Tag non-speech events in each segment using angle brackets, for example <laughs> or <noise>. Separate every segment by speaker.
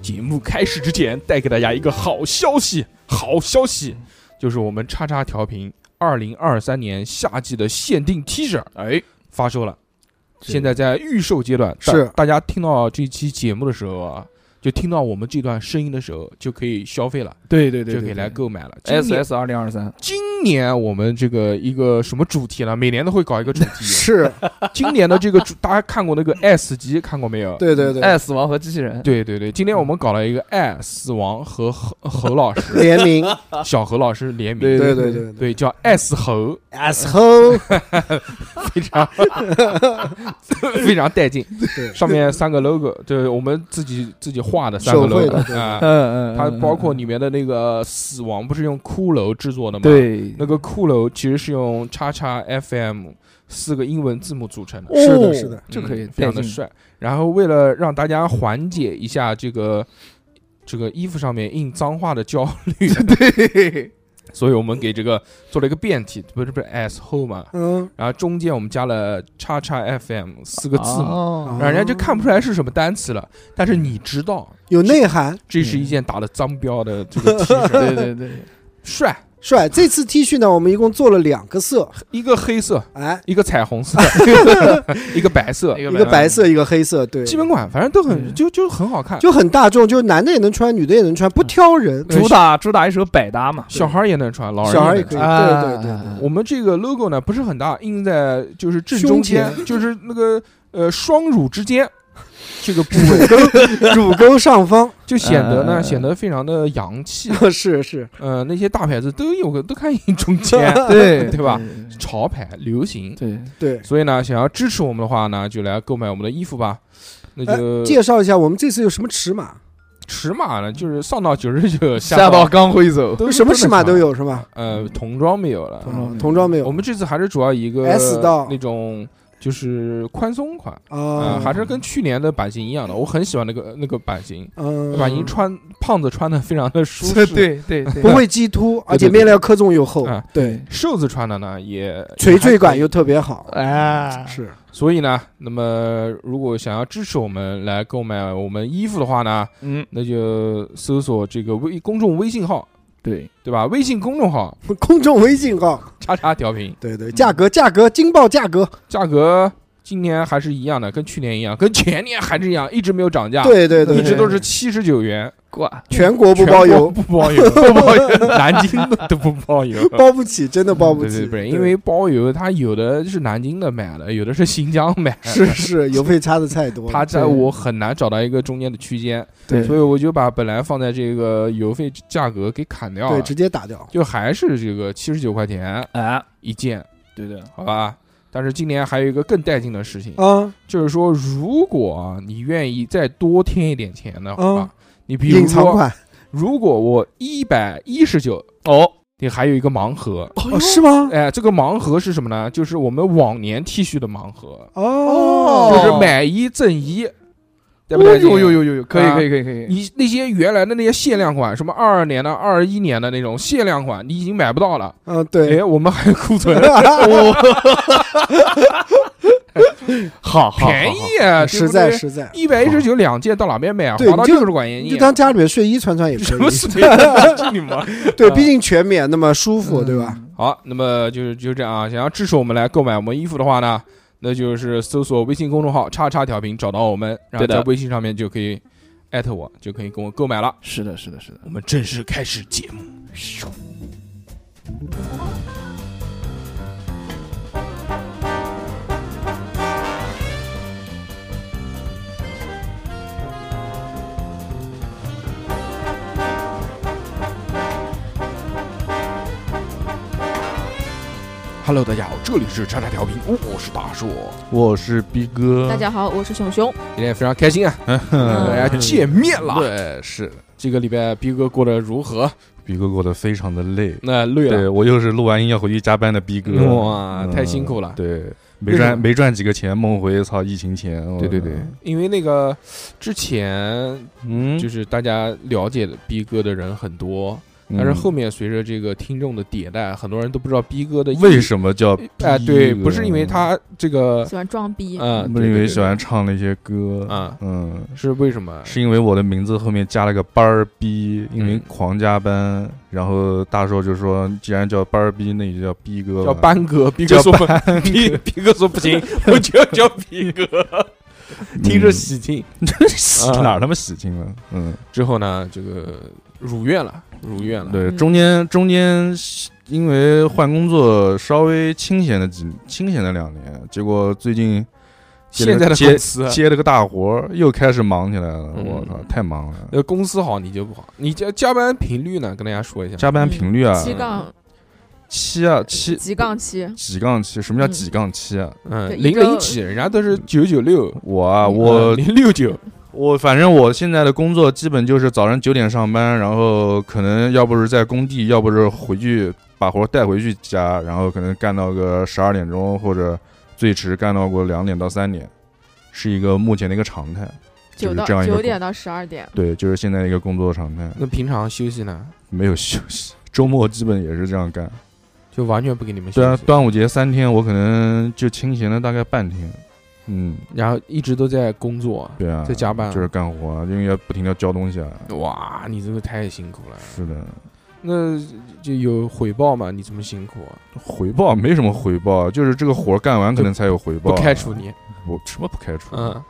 Speaker 1: 节目开始之前，带给大家一个好消息，好消息就是我们叉叉调频二零二三年夏季的限定 T 恤
Speaker 2: 哎，
Speaker 1: 发售了，
Speaker 2: 这
Speaker 1: 现在在预售阶段。
Speaker 2: 是
Speaker 1: 大大家听到这期节目的时候啊，就听到我们这段声音的时候，就可以消费了，
Speaker 2: 对对对，
Speaker 1: 就可以来购买了。今
Speaker 2: S
Speaker 1: 年
Speaker 2: S 二零二三，
Speaker 1: 今年我们这个一个什么主题呢？每年都会搞一个主
Speaker 2: <laughs>
Speaker 1: 题。
Speaker 3: <laughs> 是，
Speaker 1: 今年的这个主，大家看过那个《爱死机》看过没有？
Speaker 3: 对对对，
Speaker 1: 哎
Speaker 2: 爱死亡和机器人，
Speaker 1: 对对对，今天我们搞了一个爱死亡和侯侯老
Speaker 3: <laughs>
Speaker 1: 师、
Speaker 3: <laughs> 联
Speaker 1: <laughs>
Speaker 3: 名，
Speaker 1: 小何老师联名，
Speaker 2: 对
Speaker 3: 对
Speaker 2: 对
Speaker 3: 对对
Speaker 1: 对叫爱死猴，
Speaker 3: ，asshole，
Speaker 1: 非
Speaker 3: <laughs>
Speaker 1: 常非常带劲。
Speaker 3: 对
Speaker 1: 上面三个 logo，就是我们自己自己画的三个
Speaker 3: 手绘的
Speaker 1: logo
Speaker 3: 对
Speaker 1: 啊，
Speaker 2: 嗯嗯，
Speaker 1: 它
Speaker 2: 嗯
Speaker 1: 包括里面的那个死亡不是用骷髅制作的吗？，
Speaker 2: 嗯对，
Speaker 1: 那个骷髅其实是用叉叉 FM 四个英文字母组成的。
Speaker 3: 是的是的
Speaker 2: 哦这
Speaker 1: 嗯
Speaker 2: 可以
Speaker 1: 非常的
Speaker 2: 带劲
Speaker 1: 帅。然后为了让大家缓解一下这个这个衣服上面印脏话的焦虑，对，所以我们给这个做了一个变体，不是不是 s h o 嘛，
Speaker 3: 嗯，
Speaker 1: 然后中间我们加了叉叉 FM 四个字母，啊
Speaker 2: 哦
Speaker 1: 让人家就看不出来是什么单词了，但是你知道。
Speaker 3: 有内涵，
Speaker 1: 这是一件打了脏标的这个 T
Speaker 2: <laughs>
Speaker 1: 恤，
Speaker 2: <laughs> 对对对，
Speaker 1: 帅，
Speaker 3: 帅。这次 T 恤呢，我们一共做了两个色，
Speaker 1: 一个黑色，
Speaker 3: 哎，
Speaker 1: 一个彩虹色，一个白色，
Speaker 2: 一
Speaker 3: 一个白色，一个黑色，对，
Speaker 1: 基本款，反正都很
Speaker 2: 嗯
Speaker 1: 就就很好看，
Speaker 3: 就很大众，就是男的也能穿，女的也能穿，不挑
Speaker 1: 啊
Speaker 3: 人。
Speaker 1: <laughs>
Speaker 2: 主打主打一首百搭嘛，
Speaker 1: 小孩儿也能穿，老人
Speaker 3: 小孩
Speaker 1: 能
Speaker 3: 儿也
Speaker 1: 穿
Speaker 3: 可以，
Speaker 2: 啊
Speaker 3: 对对对对，
Speaker 1: 我们这个 logo 呢不是很大，印在就是正中间
Speaker 3: 胸，
Speaker 1: 就是那个呃双乳之间这个部位，
Speaker 3: <laughs> 乳沟上方
Speaker 1: <laughs> 就显得呢
Speaker 3: 哎
Speaker 2: 嗯
Speaker 1: 显得非常的洋气。
Speaker 3: 是是，
Speaker 1: 呃，那些大牌子都有个都看印中
Speaker 3: <laughs>
Speaker 1: 间，
Speaker 2: 对
Speaker 1: 啊对吧？
Speaker 2: 对
Speaker 1: 潮牌流行。
Speaker 2: 对，
Speaker 3: 对。
Speaker 1: 所以呢，想要支持我们的话呢，就来购买我们的衣服吧。那就
Speaker 3: 哎介绍一下我们这次有什么尺码？
Speaker 1: 尺码呢，就是上到九十九，
Speaker 2: 吓到
Speaker 1: 到
Speaker 2: 刚会走，
Speaker 1: 都
Speaker 3: 什么尺码都
Speaker 1: 有。
Speaker 3: 有是吧？哦
Speaker 1: 呃，童装没有了
Speaker 2: 童，装没有
Speaker 3: 童装没有
Speaker 1: 嗯我们这次还是主要以一个
Speaker 3: S 到
Speaker 1: 那种就是宽松款。
Speaker 3: 啊
Speaker 1: 啊，，还是跟去年的版型一样的，我很喜欢那个那个版型，
Speaker 3: 嗯
Speaker 1: 版型穿胖子穿的非常的舒适，，
Speaker 2: 对对对，
Speaker 3: 不会激突，而且面料克重又厚，
Speaker 1: 啊，
Speaker 3: 对，
Speaker 1: 瘦子穿的呢也
Speaker 3: 垂坠
Speaker 1: 也
Speaker 3: 感，
Speaker 1: 还可
Speaker 3: 又特别好，
Speaker 1: 啊
Speaker 2: 哎，
Speaker 3: 是
Speaker 1: 以所以呢，那么如果想要支持我们来购买我们衣服的话呢，
Speaker 2: 嗯，
Speaker 1: 那就搜索这个微公众微信号，
Speaker 2: 对，
Speaker 1: 对吧？微信 <laughs> 公众号
Speaker 3: 公众微信号，
Speaker 1: 叉叉调频，
Speaker 3: 对对，价格价格惊爆价格，
Speaker 1: 价格今年还是一样的，跟去年一样，跟前年还是一样，一直没有涨价，，
Speaker 3: 对对
Speaker 1: 啊一
Speaker 3: 对，
Speaker 1: 直都是七十九元，
Speaker 2: 挂，
Speaker 3: 全国不
Speaker 1: 全
Speaker 3: 包
Speaker 1: 国
Speaker 3: 邮，
Speaker 1: 不包邮，不包
Speaker 3: <laughs>
Speaker 1: 邮，南京的都不包邮，
Speaker 3: 包不起，真的包不
Speaker 1: 对嗯对
Speaker 3: 起，
Speaker 1: 对，因为包邮它有的是南京的买的，有的是新疆买的，
Speaker 3: <laughs> 是
Speaker 1: <laughs>
Speaker 3: 是邮费差的太多了，
Speaker 1: 它在
Speaker 2: 对
Speaker 1: 我很难找到一个中间的区间，
Speaker 2: 对
Speaker 1: 所以我就把本来放在这个邮费价格给砍掉
Speaker 3: 对
Speaker 1: 了，
Speaker 3: 直接打掉，
Speaker 1: 就还是这个七十九块钱
Speaker 2: 哎，
Speaker 1: 一件，
Speaker 2: 对对，
Speaker 1: 好吧？但是今年还有一个更带劲的事情，
Speaker 3: 啊，
Speaker 1: 就是说，如果啊你愿意再多添一点钱的话
Speaker 3: 嗯，
Speaker 1: 你比如
Speaker 3: 隐藏
Speaker 1: 说，哎
Speaker 3: 款
Speaker 1: 如果我一百一十九，
Speaker 2: 哦，
Speaker 1: 你还有一个盲盒，
Speaker 3: 哦是吗？
Speaker 1: 哎，这个盲盒是什么呢？就是我们往年 T 恤的盲盒，
Speaker 3: 哦，
Speaker 1: 就是买一赠一，对不
Speaker 2: 哦
Speaker 1: 对？
Speaker 2: 呦呦呦呦呦，可以
Speaker 1: 啊
Speaker 2: 可以可以可以，
Speaker 1: 你那些原来的那些限量款，什么二二年的、二一年的那种限量款，你已经买不到了。
Speaker 3: 嗯对， <laughs>
Speaker 1: 哎，我哦们还有库存，
Speaker 2: 好好，
Speaker 1: 便宜啊，
Speaker 3: 哎实在实在，
Speaker 1: 一百一十九两件，到哪边买啊？
Speaker 3: 对
Speaker 1: 划到
Speaker 3: 你就
Speaker 1: 六十块钱一
Speaker 3: 你就
Speaker 1: 件，
Speaker 3: 当家里面睡衣穿穿也
Speaker 1: 什
Speaker 3: 可
Speaker 1: 么
Speaker 3: 以，
Speaker 1: 水啊平？你妈！
Speaker 3: 对，毕竟全棉那么舒服，对吧？？
Speaker 1: 好，那么就是就这样啊。想要支持我们来购买我们衣服的话呢，那就是搜索微信公众号“叉叉调频”找到我们，然后
Speaker 2: 对的
Speaker 1: 在微信上面就可以艾特我，就可以跟我购买了。
Speaker 2: <laughs> 是的，是的，是的。
Speaker 1: 我们正式开始节目。Hello，大家好，这里是叉叉调频，我是大硕，
Speaker 4: 我是逼哥，
Speaker 5: 大家好，我是熊熊。
Speaker 4: 嗯
Speaker 1: 今天非常开心啊，和大家见面了。
Speaker 4: 对，是的
Speaker 1: 这个礼拜逼哥过得如何？
Speaker 4: 逼哥过得非常的累，
Speaker 1: 那累了
Speaker 4: 对，我又是录完音要回去加班的逼哥，
Speaker 1: 啊哇
Speaker 4: 嗯
Speaker 1: 太辛苦了
Speaker 4: 对，
Speaker 1: 为
Speaker 4: 没
Speaker 1: 什
Speaker 4: 赚
Speaker 1: 么
Speaker 4: 没赚几个钱，梦回操疫情前，我
Speaker 1: 对对对，因为那个之前
Speaker 4: 嗯，
Speaker 1: 就是大家了解的逼哥的人很多，
Speaker 4: 嗯
Speaker 1: 但是后面随着这个听众的迭代，很多人都不知道逼哥的意
Speaker 4: 为什么叫逼
Speaker 1: 哎，对，
Speaker 4: 哥
Speaker 1: 不是因为他这个，
Speaker 5: 喜欢装逼，
Speaker 1: 嗯，
Speaker 4: 不是因为喜欢唱那些歌，
Speaker 1: 啊，
Speaker 4: 嗯，
Speaker 1: 是为什么？
Speaker 4: 是因为我的名字后面加了个班儿逼，因为
Speaker 1: 嗯
Speaker 4: 狂加班，然后大硕就说，既然叫班儿逼，那你就叫逼哥吧，
Speaker 1: 叫班哥，逼哥
Speaker 4: 叫
Speaker 1: 说逼逼哥说不
Speaker 4: <laughs>
Speaker 1: 行，我就要叫逼哥，听着 <laughs> 喜庆。
Speaker 4: 嗯哪儿他妈喜庆
Speaker 1: 啊
Speaker 4: 了，嗯，
Speaker 1: 之后呢，这个如愿了，如愿了。
Speaker 4: 对，
Speaker 5: 嗯
Speaker 4: 中间中间因为换工作稍微清闲了几清闲了两年，结果最近接了
Speaker 1: 现在的
Speaker 4: 接
Speaker 1: 公司，啊
Speaker 4: 接了个大活儿，又开始忙起来了，
Speaker 1: 嗯
Speaker 4: 我操，太忙了。
Speaker 1: 呃，公司好你就不好，你加加班频率呢？跟大家说一下，
Speaker 4: 加班频率啊，
Speaker 1: 嗯
Speaker 5: 七杠
Speaker 4: 七啊七
Speaker 5: 几杠七，
Speaker 4: 几杠七？什么叫几杠七啊？
Speaker 1: 嗯，
Speaker 5: 对一
Speaker 1: 零
Speaker 5: 个
Speaker 1: 零几，人家都是九九六，
Speaker 4: 我嗯啊，
Speaker 5: 嗯
Speaker 4: 我
Speaker 1: 零六九，
Speaker 4: 我反正我现在的工作基本就是早上九点上班，然后可能要不是在工地，要不是回去把活带回去家，然后可能干到个十二点钟或者最迟干到过两点到三点，是一个目前的一个常态。
Speaker 5: 九
Speaker 4: 就
Speaker 5: 到
Speaker 4: 是这样一个
Speaker 5: 九点到十二点，
Speaker 4: 对，就是现在一个工作常态，
Speaker 1: 那平常休息呢，
Speaker 4: 没有休息，周末基本也是这样干。
Speaker 1: 就完全不给你们休
Speaker 4: 对啊
Speaker 1: 息，，
Speaker 4: 端午节三天，我可能就清闲了大概半天。嗯，
Speaker 1: 然后一直都在工作，
Speaker 4: 对啊，
Speaker 1: 在加班啊
Speaker 4: 就是干活啊，因为要不停的交东西啊。
Speaker 1: 哇，你这个太辛苦了，
Speaker 4: 是的，
Speaker 1: 那就有回报嘛？你这么辛苦啊，
Speaker 4: 回报没什么回报，就是这个活儿干完可能才有回报、
Speaker 1: 不开除，你，
Speaker 4: 我什么不开除？
Speaker 1: 嗯
Speaker 4: <laughs>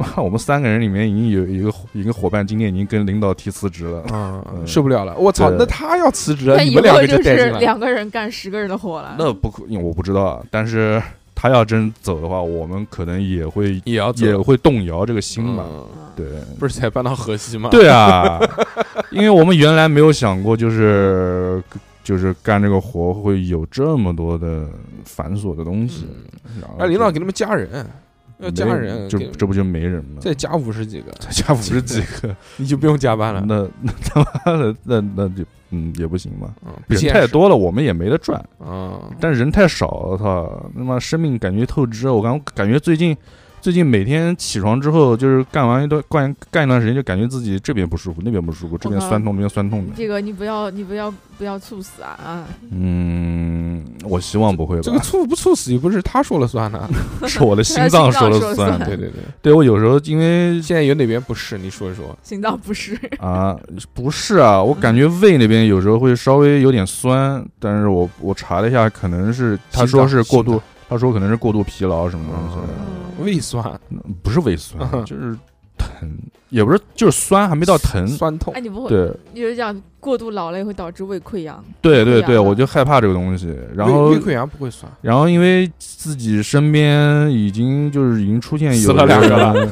Speaker 4: 哇，我们三个人里面已经有一个一个伙伴今天已经跟领导提辞职了。
Speaker 1: 嗯，
Speaker 4: 嗯
Speaker 1: 受不了了，我操，
Speaker 4: 对
Speaker 1: 那他要辞职了，
Speaker 5: 那
Speaker 1: 你
Speaker 5: 以
Speaker 1: 们两
Speaker 5: 后
Speaker 1: 个
Speaker 5: 就
Speaker 1: 带进
Speaker 5: 是
Speaker 1: 来，
Speaker 5: 两个人干十个人的活了，
Speaker 4: 那不可，我不知道啊，但是他要真走的话，我们可能也会
Speaker 1: 也要
Speaker 4: 也会动摇这个心吧。
Speaker 1: 嗯
Speaker 5: 嗯
Speaker 4: 对，
Speaker 1: 不是才搬到河西吗？，
Speaker 4: 对啊， <laughs> 因为我们原来没有想过，就是就是干这个活会有这么多的繁琐的东西。
Speaker 1: 嗯，
Speaker 4: 然后
Speaker 1: 让领导
Speaker 4: 就
Speaker 1: 给他们加人，要
Speaker 4: 没
Speaker 1: 加人，
Speaker 4: 就
Speaker 1: 给他们
Speaker 4: 这不就没人吗？
Speaker 1: 再加五十几个，
Speaker 4: 再加五十几个，
Speaker 1: 你就不用加班了。
Speaker 4: 那 <laughs> 那他妈的，那那就嗯也不行嘛。
Speaker 1: 嗯，不
Speaker 4: 人
Speaker 1: 现
Speaker 4: 太
Speaker 1: 实，
Speaker 4: 多了，我们也没得赚，
Speaker 1: 嗯，
Speaker 4: 但人太少，我操，他妈生命感觉透支。啊我感感觉最近最近每天起床之后，就是干完一段干干一段时间，就感觉自己这边不舒服，那边不舒服，这边
Speaker 5: 我靠
Speaker 4: 酸痛，那边酸痛的。
Speaker 5: 这个你不要你不要不要猝死啊啊！
Speaker 4: 嗯，我希望不会吧？
Speaker 1: 这个猝不猝死又不是他说了算
Speaker 5: <laughs>
Speaker 1: 的。
Speaker 4: 是我的心脏说了
Speaker 5: 心脏说了
Speaker 4: 算。
Speaker 5: 算
Speaker 1: 对
Speaker 4: 对
Speaker 1: 对对，
Speaker 4: 对，我有时候因为
Speaker 1: 现在有哪边不是？你说一说。
Speaker 5: 心脏不适， <laughs>
Speaker 4: 啊，不是啊，我感觉胃那边有时候会稍微有点酸，但是我我查了一下，可能是他说是过
Speaker 1: 心
Speaker 4: 度
Speaker 1: 脏，
Speaker 4: 他说可能是过度疲劳什么东西的，
Speaker 1: 嗯，
Speaker 5: 嗯
Speaker 1: 胃酸
Speaker 4: 不是胃酸
Speaker 1: 嗯，
Speaker 4: 就是疼，也不是就是酸，还没到疼。
Speaker 1: 酸痛
Speaker 5: <laughs> 哎，，你不会，
Speaker 4: 对
Speaker 5: 你就讲过度劳累会导致胃溃疡，
Speaker 4: 对对
Speaker 5: 溃疡
Speaker 4: 对，
Speaker 5: 了
Speaker 4: 我就害怕这个东西，然后
Speaker 1: 胃胃溃疡不会酸，
Speaker 4: 然后因为自己身边已经就是已经出现有
Speaker 1: 死了两个
Speaker 4: 了，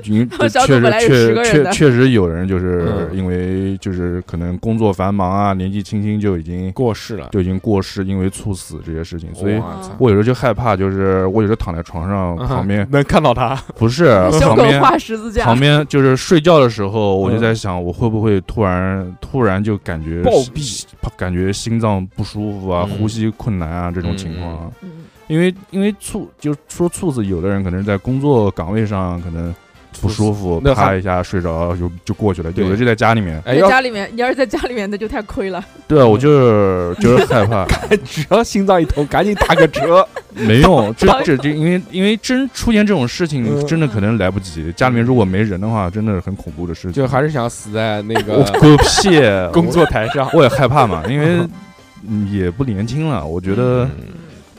Speaker 4: 已经
Speaker 5: <laughs>
Speaker 4: 就
Speaker 5: 小组
Speaker 4: 确实
Speaker 5: 本来有
Speaker 4: 确
Speaker 5: 10个人
Speaker 4: 确
Speaker 5: 的
Speaker 4: 确实有人就是
Speaker 1: 嗯
Speaker 4: 因为就是可能工作繁忙啊，年纪轻轻就已经
Speaker 1: 过世了。
Speaker 4: 就已经过世，因为猝死这些事情，所以
Speaker 5: 嗯
Speaker 1: 哇操
Speaker 4: 我有时候就害怕，就是我有时候躺在床上
Speaker 1: 嗯
Speaker 4: 旁边
Speaker 1: 能看到他，
Speaker 4: 不是
Speaker 5: <laughs> 小
Speaker 4: 呃旁
Speaker 5: 狗
Speaker 4: 边
Speaker 5: 画十字架
Speaker 4: 旁，边就是睡觉的时候，我就
Speaker 1: 嗯
Speaker 4: 在想，我会不会突然突然就感觉
Speaker 1: 暴
Speaker 4: 心
Speaker 1: 毙，
Speaker 4: 感觉心脏不舒服啊，
Speaker 1: 嗯
Speaker 4: 呼吸困难啊这种情况啊。
Speaker 5: 嗯，
Speaker 4: 因为因为猝就是说猝死，有的人可能是在工作岗位上可能不舒服，
Speaker 1: 那
Speaker 4: 啪
Speaker 1: 还
Speaker 4: 一下睡着就就过去了，
Speaker 1: 对
Speaker 4: 有的就在家里面。
Speaker 1: 哎，
Speaker 5: 在
Speaker 1: 要
Speaker 5: 家里面，你要是在家里面，那就太亏了。
Speaker 4: 对啊，
Speaker 1: 嗯
Speaker 4: 我就是就是
Speaker 1: <laughs>
Speaker 4: 害怕，
Speaker 1: 只要心脏一痛，赶紧打个车。
Speaker 4: 没用，这
Speaker 5: 当
Speaker 4: 这这，因为因为真出现这种事情，
Speaker 1: 嗯
Speaker 4: 真的可能来不及。家里面如果没人的话，真的很恐怖的事情。
Speaker 1: 就还是想死在那
Speaker 4: 我
Speaker 1: 个
Speaker 4: 狗屁，
Speaker 1: <laughs> 工作台上。
Speaker 4: 我我也害怕嘛，因
Speaker 1: <laughs>
Speaker 4: 为嗯也不年轻了。我觉
Speaker 1: 嗯
Speaker 4: 得，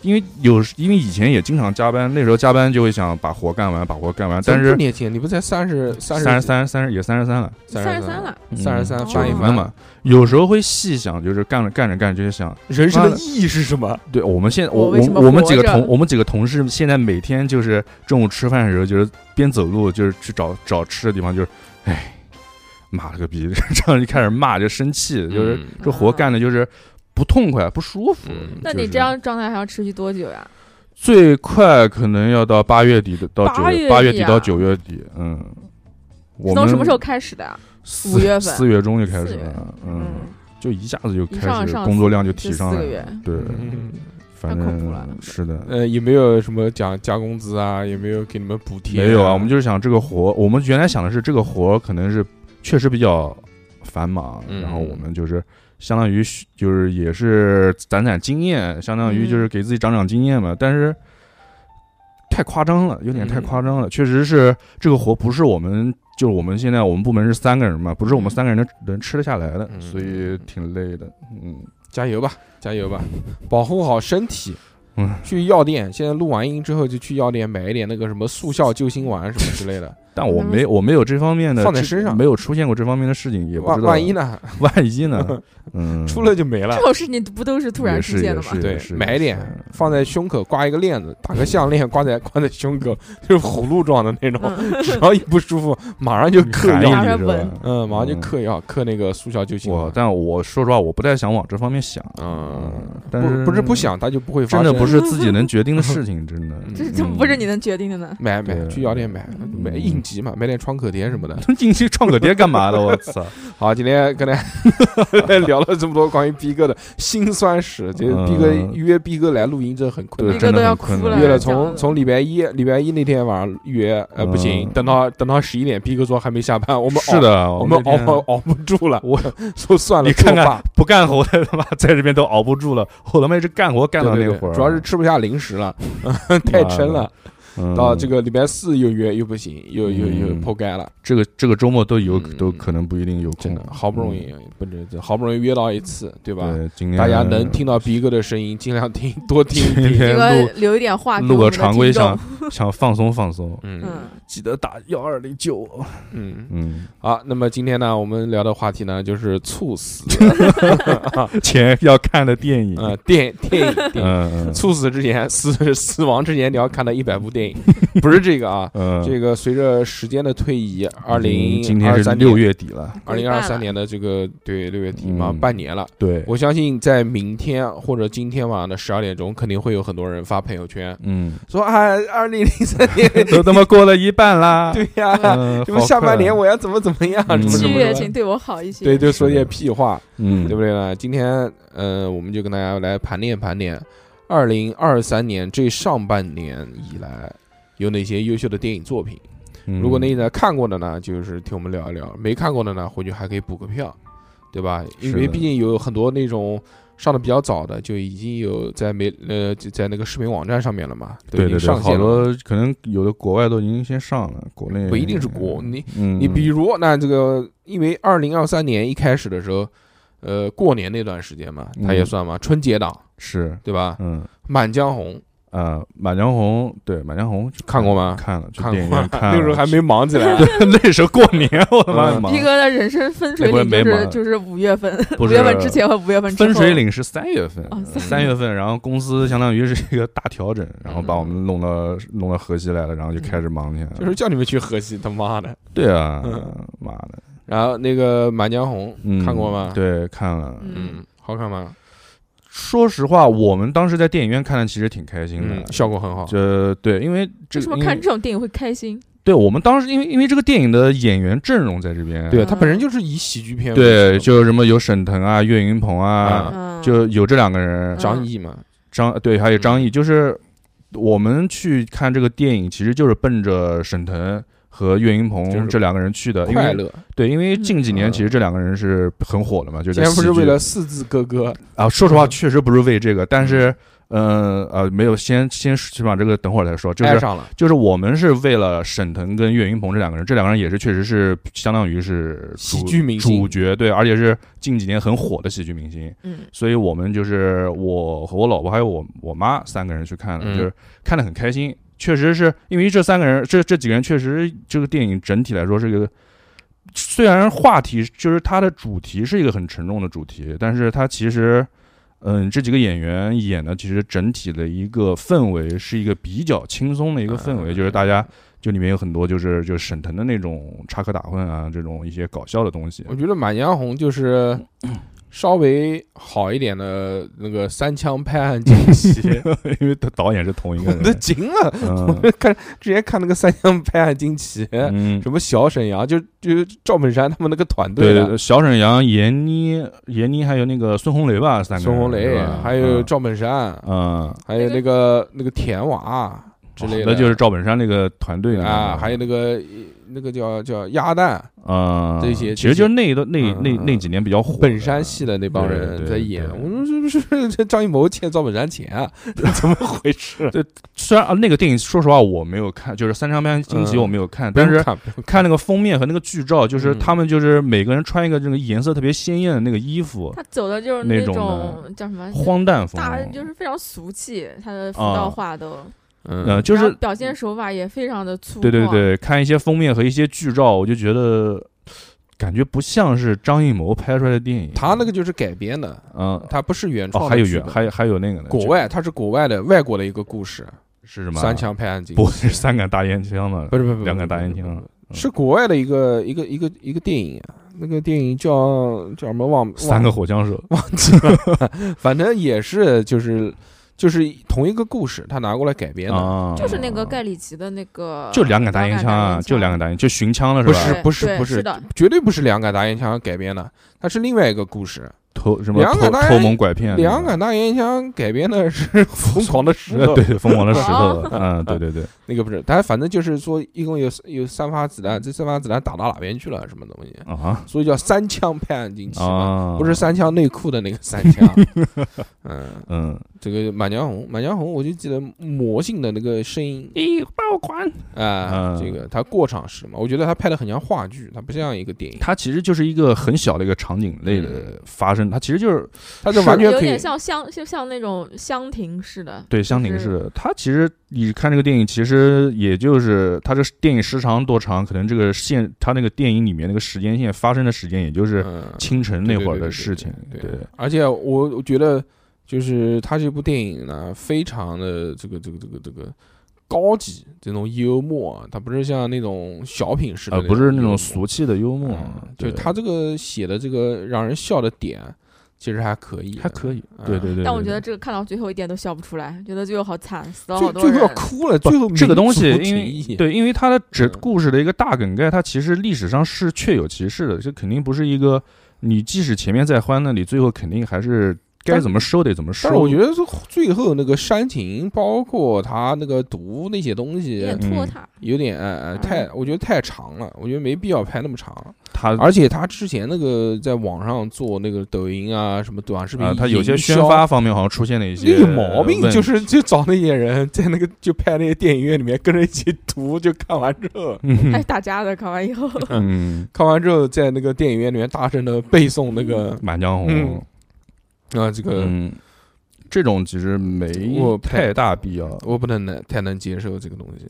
Speaker 4: 因为有时因为以前也经常加班，那时候加班就会想把活干完，把活干完。但
Speaker 1: 真不
Speaker 4: 是
Speaker 1: 年轻，你不才三十三
Speaker 4: 三十三三十也三十三了，
Speaker 5: 三十三了，
Speaker 1: 三十三
Speaker 5: 嗯
Speaker 1: 翻一
Speaker 4: 九
Speaker 5: 哦
Speaker 4: 分
Speaker 1: 翻
Speaker 4: 嘛，。有时候会细想，就是干着干着干着就想，
Speaker 1: 人生的意义是什么？
Speaker 4: 对我们现
Speaker 5: 我
Speaker 4: 我
Speaker 5: 为什么
Speaker 4: 我们
Speaker 5: 活
Speaker 4: 几个
Speaker 5: 着
Speaker 4: 同我们几个同事现在每天就是中午吃饭的时候，就是边走路就是去找找吃的地方，就是哎，妈了个逼， <laughs> 这样就开始骂，就生气，就是、
Speaker 1: 嗯
Speaker 4: 这活干的就是不痛快、不舒服。
Speaker 1: 嗯
Speaker 5: 那你
Speaker 4: 就是
Speaker 5: 这样状态还要持续多久呀？
Speaker 4: 最快可能要到八月底的到九
Speaker 5: 八
Speaker 4: 月
Speaker 5: 月
Speaker 4: 八月
Speaker 5: 底
Speaker 4: 底
Speaker 5: 啊
Speaker 4: 到九月底，嗯，我们
Speaker 5: 是从什么时候开始的呀？
Speaker 4: 四？
Speaker 5: 五月份
Speaker 4: 四月中就开始
Speaker 5: 四月
Speaker 4: 了，嗯，，就一下子就
Speaker 5: 一
Speaker 4: 开
Speaker 5: 上
Speaker 4: 始
Speaker 5: 上
Speaker 4: 工作量就提
Speaker 5: 这四
Speaker 4: 上来
Speaker 5: 个月，
Speaker 4: 对，
Speaker 1: 嗯
Speaker 4: 反
Speaker 5: 太恐怖了
Speaker 4: 正是的，
Speaker 1: 呃，有没有什么讲加工资啊？有没有给你们补贴？
Speaker 4: 啊没有啊，我们就是想这个活，我们原来想的是这个活可能是确实比较繁忙，
Speaker 1: 嗯
Speaker 4: 然后我们就是相当于学就是也是攒攒经验，相当于
Speaker 1: 嗯
Speaker 4: 就是给自己长长经验嘛。但是太夸张了，有点太夸
Speaker 1: 嗯
Speaker 4: 张了。确实是这个活不是我们就是我们现在我们部门是三个人嘛，不是我们三个人能能吃得下来的，
Speaker 1: 嗯
Speaker 4: 所以挺累的。嗯，
Speaker 1: 加油吧，加油吧，保护好身体。
Speaker 4: 嗯，
Speaker 1: 去药店，现在录完音之后就去药店买一点那个什么速效救心丸什么之类的。
Speaker 4: 但我没我没有这方面的
Speaker 1: 放在
Speaker 4: 知
Speaker 1: 身上
Speaker 4: 没有出现过这方面的事情， <laughs> 也不
Speaker 1: 万
Speaker 4: 知道
Speaker 1: 万一呢，
Speaker 4: <laughs> 万一
Speaker 1: <laughs>
Speaker 4: 呢？嗯，
Speaker 1: 出了就没了
Speaker 5: 这。种事情不都是突然
Speaker 4: 也
Speaker 5: 出
Speaker 4: 是
Speaker 5: 现
Speaker 4: 也
Speaker 5: 的吗
Speaker 4: 是？
Speaker 1: 对
Speaker 4: 也，是
Speaker 1: 买一点
Speaker 4: 也是
Speaker 1: 放在胸口挂一个链子，打个项链挂在挂在胸口，就是葫芦状的那种，
Speaker 5: 嗯， <laughs>
Speaker 1: <laughs> 只要一不舒服马上就嗑
Speaker 4: 含
Speaker 5: 一
Speaker 1: 药，
Speaker 5: 下
Speaker 4: 义是吧
Speaker 5: 闻？
Speaker 1: 嗯，马上就
Speaker 4: 嗯
Speaker 1: 嗑药，嗑那个速效救心
Speaker 4: 我
Speaker 1: 丸。
Speaker 4: 但我说实话，我不太想往这方面想，
Speaker 1: 嗯，
Speaker 4: 但是
Speaker 1: 不不是不，想，它就不会发
Speaker 4: 真
Speaker 1: 生。
Speaker 4: 的不是自己能决定的 <laughs> 事情，真的。
Speaker 5: 这这不是你能决定的呢。
Speaker 1: 买买
Speaker 4: 对
Speaker 1: 去药店买
Speaker 5: 嗯
Speaker 1: 买应急嘛，买点创可贴什么的。
Speaker 4: 嗯 <laughs> 进去创可贴干嘛的？我操！
Speaker 1: 好，今天跟大
Speaker 4: <laughs>
Speaker 1: 家聊了这么多关于逼哥的辛酸史，就是
Speaker 4: 嗯
Speaker 1: 逼哥约逼哥来录音真的很困
Speaker 4: 对，
Speaker 1: 难
Speaker 5: 逼。哥
Speaker 4: 真
Speaker 5: 都
Speaker 4: 的
Speaker 5: 要
Speaker 4: 很
Speaker 5: 哭
Speaker 4: 困
Speaker 5: 了
Speaker 4: 难。
Speaker 1: 约了
Speaker 5: 这样
Speaker 1: 从
Speaker 5: 子
Speaker 1: 从礼拜一礼拜一那天晚上约，呃不行，
Speaker 4: 嗯
Speaker 1: 等到等到十一点，逼哥说还没下 <laughs> 班，我们熬
Speaker 4: 是，的，哦
Speaker 1: 我们熬
Speaker 4: 那天
Speaker 1: 熬熬不住了，
Speaker 4: 我
Speaker 1: <laughs> 说算了，
Speaker 4: 你看
Speaker 1: 作
Speaker 4: 看
Speaker 1: 罢
Speaker 4: <laughs> 不干活的他妈在这边都熬不住了，我他妈一直干活干到
Speaker 1: 对
Speaker 4: 那
Speaker 1: 对对
Speaker 4: 会儿，
Speaker 1: 主要是吃不下零食
Speaker 4: <laughs>
Speaker 1: 了，太撑了。
Speaker 4: 嗯
Speaker 1: 到这个礼拜四又约又不行，又又又
Speaker 4: 嗯
Speaker 1: 破盖了，
Speaker 4: 这个这个周末都有
Speaker 1: 嗯
Speaker 4: 都可能不一定有空，
Speaker 1: 真的好不容易，不是这好不容易约到一次，对吧？
Speaker 4: 嗯对，嗯今天
Speaker 1: 大家能听到逼哥的声音，尽量听，多听一
Speaker 4: <laughs> 今
Speaker 1: 听。
Speaker 5: 这
Speaker 4: 天
Speaker 5: 个
Speaker 4: 录
Speaker 5: 留一点话给
Speaker 4: 录
Speaker 5: 我
Speaker 4: 个
Speaker 5: 们的
Speaker 4: 常规
Speaker 5: 听众
Speaker 4: 想想放松
Speaker 1: <laughs>
Speaker 4: 放松，
Speaker 1: 嗯
Speaker 5: 嗯，
Speaker 4: 记得打幺二零九。
Speaker 1: 嗯，
Speaker 4: 嗯，
Speaker 1: 好，那么今天呢，我们聊的话题呢就是猝死，
Speaker 4: 前要看的电影，
Speaker 1: 呃，电电影电影，
Speaker 4: 嗯
Speaker 1: 猝死之前死 <laughs> 死亡之前你要看到一百部
Speaker 4: <laughs>
Speaker 1: 电影，不是这个啊，
Speaker 4: 嗯，
Speaker 1: 这个随着时间的推移，二零
Speaker 4: 今天
Speaker 1: 二
Speaker 4: 是
Speaker 1: 三
Speaker 4: 六月底了，
Speaker 1: 二零二三年的这个对六月底嘛，
Speaker 4: 嗯
Speaker 1: 半年了。
Speaker 4: 对，
Speaker 1: 我相信在明天或者今天晚上的十二点钟，肯定会有很多人发朋友圈 <laughs>
Speaker 4: 嗯，
Speaker 1: 说啊，二零零三年，
Speaker 4: 都他妈过了一半啦，
Speaker 1: 对呀、
Speaker 4: 嗯，
Speaker 1: <laughs> 什么下半年
Speaker 4: 我，
Speaker 1: 我要怎么怎么样，什
Speaker 4: 嗯
Speaker 1: 么
Speaker 5: 七
Speaker 1: 什么
Speaker 5: 月，
Speaker 1: 什
Speaker 5: 请
Speaker 1: 么，
Speaker 5: 对我好一些。
Speaker 1: 对，就说些屁话，
Speaker 4: 嗯，
Speaker 1: 对不对呢？今天，呃，我们就跟大家来盘点盘点，二零二三年这上半年以来有哪些优秀的电影作品。
Speaker 4: 嗯
Speaker 1: 如果你呢看过的呢，就是听我们聊一聊；没看过的呢，回去还可以补个票，对吧？因为
Speaker 4: 是的
Speaker 1: 毕竟有很多那种上的比较早的，就已经有在媒呃就在那个视频网站上面了嘛，都
Speaker 4: 对
Speaker 1: 已
Speaker 4: 对
Speaker 1: 经
Speaker 4: 对，
Speaker 1: 上
Speaker 4: 好
Speaker 1: 线了。
Speaker 4: 多可能有的国外都已经先上了，国内
Speaker 1: 不一定是国你，
Speaker 4: 嗯，
Speaker 1: 你比如那这个，因为二零二三年一开始的时候，呃，过年那段时间嘛，它也
Speaker 4: 嗯
Speaker 1: 算嘛，春节档
Speaker 4: 是，
Speaker 1: 对吧？
Speaker 4: 嗯
Speaker 1: 满江红
Speaker 4: 啊，《满江红》对《满江红》
Speaker 1: 看过吗？
Speaker 4: 嗯看了，去
Speaker 1: 啊看
Speaker 4: 电影
Speaker 1: 过
Speaker 4: 院
Speaker 1: 吗，
Speaker 4: 看了，
Speaker 1: 那时候还没忙起
Speaker 4: <laughs>
Speaker 1: 来，
Speaker 4: 那时候过年，我他妈
Speaker 1: 嗯
Speaker 4: 忙
Speaker 5: 逼哥的人生分水
Speaker 4: 那会儿
Speaker 5: 岭就
Speaker 4: 没
Speaker 5: 是
Speaker 4: 忙
Speaker 5: 就是五月份，
Speaker 4: 不
Speaker 5: 五
Speaker 4: 是
Speaker 5: 月份之前和五月份之后。
Speaker 4: 分水岭是三月份
Speaker 5: 哦，三
Speaker 4: 三月份，然后公司相当于是一个大调整，然后把
Speaker 1: 嗯
Speaker 4: 我们弄到弄到河西来了，然后就开始忙起来了。
Speaker 1: 就是叫你们去河西，他妈的！
Speaker 4: 对啊
Speaker 1: 嗯，
Speaker 4: 妈的，
Speaker 1: 然后那个《满江红
Speaker 4: 嗯》
Speaker 1: 看过吗？，
Speaker 4: 对，看了。
Speaker 5: 嗯，
Speaker 1: 嗯，好看吗？
Speaker 4: 说实话，我们当时在电影院看的其实挺开心的
Speaker 1: 嗯，，效果很好。
Speaker 4: 这对，因为这
Speaker 5: 为什么看
Speaker 4: 因
Speaker 5: 这种电影会开心？
Speaker 4: 对我们当时因为因为这个电影的演员阵容在这边，啊
Speaker 1: 对
Speaker 5: 嗯
Speaker 1: 他本身就是以喜剧片为
Speaker 4: 对，
Speaker 1: 主
Speaker 4: 就是什么有沈腾啊、岳云鹏啊，
Speaker 5: 嗯，
Speaker 4: 就有这两个人
Speaker 1: 的，
Speaker 5: 嗯
Speaker 1: 张译嘛，
Speaker 4: 张对，还有张
Speaker 1: 嗯
Speaker 4: 译，就是我们去看这个电影，其实就是奔着沈腾。和岳云
Speaker 1: 就是
Speaker 4: 鹏这两个人去的，因
Speaker 1: 快
Speaker 4: 为
Speaker 1: 乐。
Speaker 4: 对，因为近几年
Speaker 1: 嗯
Speaker 4: 其实这两个人是很火的嘛，就
Speaker 1: 今
Speaker 4: 在
Speaker 1: 天不是
Speaker 4: 喜剧
Speaker 1: 为了嗯四字哥哥，
Speaker 4: 啊，说实话，确实不是为这个，但是，呃呃，没有，先先先把这个等会儿再说，就
Speaker 1: 爱嗯
Speaker 4: 是
Speaker 1: 哎上了，
Speaker 4: 就是我们是为了沈腾跟岳云鹏这两个人，这两个人也是确实是相当于是主
Speaker 1: 喜剧明星
Speaker 4: 主角，对，而且是近几年很火的喜剧明星，
Speaker 5: 嗯，
Speaker 4: 所以我们就是我和我老婆还有我我妈三个人去看的，
Speaker 1: 嗯
Speaker 4: 就是看得很开心。确实是因为这三个人，这这几个人确实这个电影整体来说是一个，虽然话题就是它的主题是一个很沉重的主题，但是它其实。嗯，这几个演员演的其实整体的一个氛围是一个比较轻松的一个氛围，
Speaker 1: 嗯
Speaker 4: 就是大家就里面有很多就是就是沈腾的那种插科打诨啊，这种一些搞笑的东西。
Speaker 1: 我觉得《满江红》就是
Speaker 4: 嗯
Speaker 1: 稍微好一点的那个三枪拍案惊奇，
Speaker 4: 嗯 <laughs> 因为他导演是同一个
Speaker 1: <laughs> 我
Speaker 4: 人，
Speaker 1: 都惊了。
Speaker 4: <laughs> 嗯
Speaker 1: 我看之前看那个三枪拍案惊奇，
Speaker 4: 嗯，
Speaker 1: 什么小沈阳，就就赵本山他们那个团队
Speaker 4: 对
Speaker 1: 的，
Speaker 4: 小沈阳、闫妮、闫妮还有那个孙红雷吧，三个人
Speaker 1: 孙红雷
Speaker 4: 是吧，
Speaker 1: 还有赵本山，
Speaker 4: 嗯，嗯
Speaker 1: 还有那个那个田娃之类的，
Speaker 4: 那就是赵本山那个团队里面
Speaker 1: 啊，
Speaker 4: 的
Speaker 1: 还有那个那个叫叫鸭蛋
Speaker 4: 啊，
Speaker 1: 这些
Speaker 4: 其实就是那一段那
Speaker 1: 嗯
Speaker 4: 那
Speaker 1: 嗯
Speaker 4: 那几年比较火的，
Speaker 1: 本山
Speaker 4: <laughs>
Speaker 1: 系的那帮人
Speaker 4: 对
Speaker 1: 在
Speaker 4: 对
Speaker 1: 演，
Speaker 4: 对
Speaker 1: 我说是不是这张艺谋欠赵本山钱啊？怎么回事？
Speaker 4: 虽然啊那个电影说实话我没有看，就是《三枪班惊奇》
Speaker 1: 嗯
Speaker 4: 我没有看，但是
Speaker 1: 看
Speaker 4: 看那个封面和那个剧照，就是
Speaker 1: 嗯
Speaker 4: 他们就是每个人穿一个这个颜色特别鲜艳的那个衣服，
Speaker 5: 他走的就是
Speaker 4: 那
Speaker 5: 那
Speaker 4: 种
Speaker 5: 种叫什么
Speaker 4: 荒诞风，
Speaker 5: 嗯大就是非常俗气，他的辅导
Speaker 4: 啊
Speaker 5: 话都，
Speaker 1: 嗯
Speaker 4: 呃，就
Speaker 5: 然
Speaker 4: 是
Speaker 5: 后表现手法也非常的粗犷。
Speaker 4: 对对对，看一些封面和一些剧照，我就觉得感觉不像是张艺谋拍出来的电影。
Speaker 1: 嗯他那个就是改编的，
Speaker 4: 嗯，
Speaker 1: 他不是原创的
Speaker 4: 哦，还有
Speaker 1: 剧
Speaker 4: 原
Speaker 1: 本
Speaker 4: 还有还有那个呢，
Speaker 1: 国
Speaker 4: 就
Speaker 1: 外，他是国外的外国的一个故事，
Speaker 4: 是什么？啊
Speaker 1: 三枪拍案惊奇，
Speaker 4: 不是三杆大烟枪的，
Speaker 1: 不是不是不是
Speaker 4: 两杆大烟嗯
Speaker 1: 不是
Speaker 4: 枪，
Speaker 1: 是国外的一个一个一个一个电影啊，那个电影叫叫什么忘
Speaker 4: 三个火枪手。
Speaker 1: 忘记了，反正也是就是就是同一个故事，他拿过来改编的，
Speaker 4: 啊，
Speaker 5: 就是那个盖里奇的那个，
Speaker 4: 就两杆大烟枪啊，就两杆
Speaker 5: 杆
Speaker 4: 大烟，就寻枪了是
Speaker 1: 不
Speaker 4: 吧？
Speaker 1: 是
Speaker 5: 对
Speaker 1: 不是
Speaker 5: 对
Speaker 1: 不
Speaker 5: 是的
Speaker 1: 绝对不是两杆大烟枪改编的，它是另外一个故事。
Speaker 4: 偷什么
Speaker 1: 两
Speaker 4: 偷
Speaker 1: 杆大烟
Speaker 4: 偷蒙拐骗那个，
Speaker 1: 两杆大烟枪改编的是疯狂的石
Speaker 4: 呃
Speaker 1: 头，
Speaker 4: <laughs> 对，疯狂的石头，嗯，对 <laughs> 对对，
Speaker 1: 那个不是，但反正就是说，一共有有三发子弹，这三发子弹打到哪边去了，什么东西，
Speaker 4: 啊
Speaker 1: 所以叫三枪拍案惊奇嘛，
Speaker 4: 啊，
Speaker 1: 不是三枪内裤的那个三枪。 <laughs> 嗯，
Speaker 4: 嗯，
Speaker 1: 这个《满江红》，《满江红》我就记得魔性的那个声音
Speaker 4: 一爆款，
Speaker 1: 啊，
Speaker 4: 嗯
Speaker 1: 这个他过场式嘛，我觉得他拍的很像话剧，他不像一个电影，
Speaker 4: 它其实就是一个很小的一个场景类
Speaker 1: 嗯
Speaker 4: 的发生，它其实就是
Speaker 1: 他这完全
Speaker 5: 有
Speaker 1: 可以
Speaker 5: 点。像香，就像那种香亭似的。
Speaker 4: 对香亭式的，它其实你看这个电影，其实也就是它这电影时长多长，可能这个线它那个电影里面那个时间线发生的时间，也就是
Speaker 1: 嗯，
Speaker 4: 清晨那会
Speaker 1: 对对对
Speaker 4: 儿
Speaker 1: 对
Speaker 4: 的事情，
Speaker 1: 对
Speaker 4: 对，
Speaker 1: 而且我我觉得，就是他这部电影呢，非常的这个这个这个这个高级，这种幽默啊，它不是像那种小品式的
Speaker 4: 呃，
Speaker 1: 幽默，
Speaker 4: 不是那种俗气的幽默啊
Speaker 1: 嗯，就
Speaker 4: 对
Speaker 1: 他这个写的这个让人笑的点，其实还可以，
Speaker 4: 还可以
Speaker 1: 嗯，
Speaker 4: 对对对。
Speaker 5: 但我
Speaker 4: 对
Speaker 5: 觉得这个看到最后一点都笑不出来，觉得最后好惨，死了好
Speaker 1: 最
Speaker 5: 多
Speaker 1: 最后要
Speaker 5: 人。
Speaker 1: 哭了，
Speaker 4: 不
Speaker 1: 最后
Speaker 4: 这个东西，
Speaker 1: 民族
Speaker 4: 因
Speaker 1: 情谊
Speaker 4: 为对，因为它的这
Speaker 1: 嗯
Speaker 4: 故事的一个大梗概，它其实历史上是确有其事的，这肯定不是一个你即使前面再欢乐，你最后肯定还是该
Speaker 1: 但
Speaker 4: 怎么收得怎么
Speaker 1: 但是
Speaker 4: 收。
Speaker 1: 我觉得是最后那个煽情，包括他那个毒那些东
Speaker 5: 有
Speaker 1: 西
Speaker 5: 点，
Speaker 4: 嗯
Speaker 5: 拖沓，
Speaker 1: 有点呃
Speaker 5: 嗯
Speaker 1: 呃太，我觉得太长了，我觉得没必要拍那么长。
Speaker 4: 它
Speaker 1: 而且他之前那个在网上做那个抖音啊，什么短视频
Speaker 4: 啊，它有些
Speaker 1: 营
Speaker 4: 宣
Speaker 1: 销
Speaker 4: 发方面好像出现了一些
Speaker 1: 有毛病
Speaker 4: 问，
Speaker 1: <laughs>
Speaker 4: 题
Speaker 1: 就是就找那些人在那个就拍那些电影院里面跟着一起读，就看完之后，
Speaker 5: 还是
Speaker 4: 嗯
Speaker 5: 打架的。看完以后，
Speaker 4: 嗯，
Speaker 1: 看完之后在那个电影院里面大声的背诵那个
Speaker 4: 《满江红》
Speaker 1: 嗯啊这个。
Speaker 4: 嗯，这种其实没
Speaker 1: 我
Speaker 4: 太大必要。
Speaker 1: 我不能能太能接受这个东西，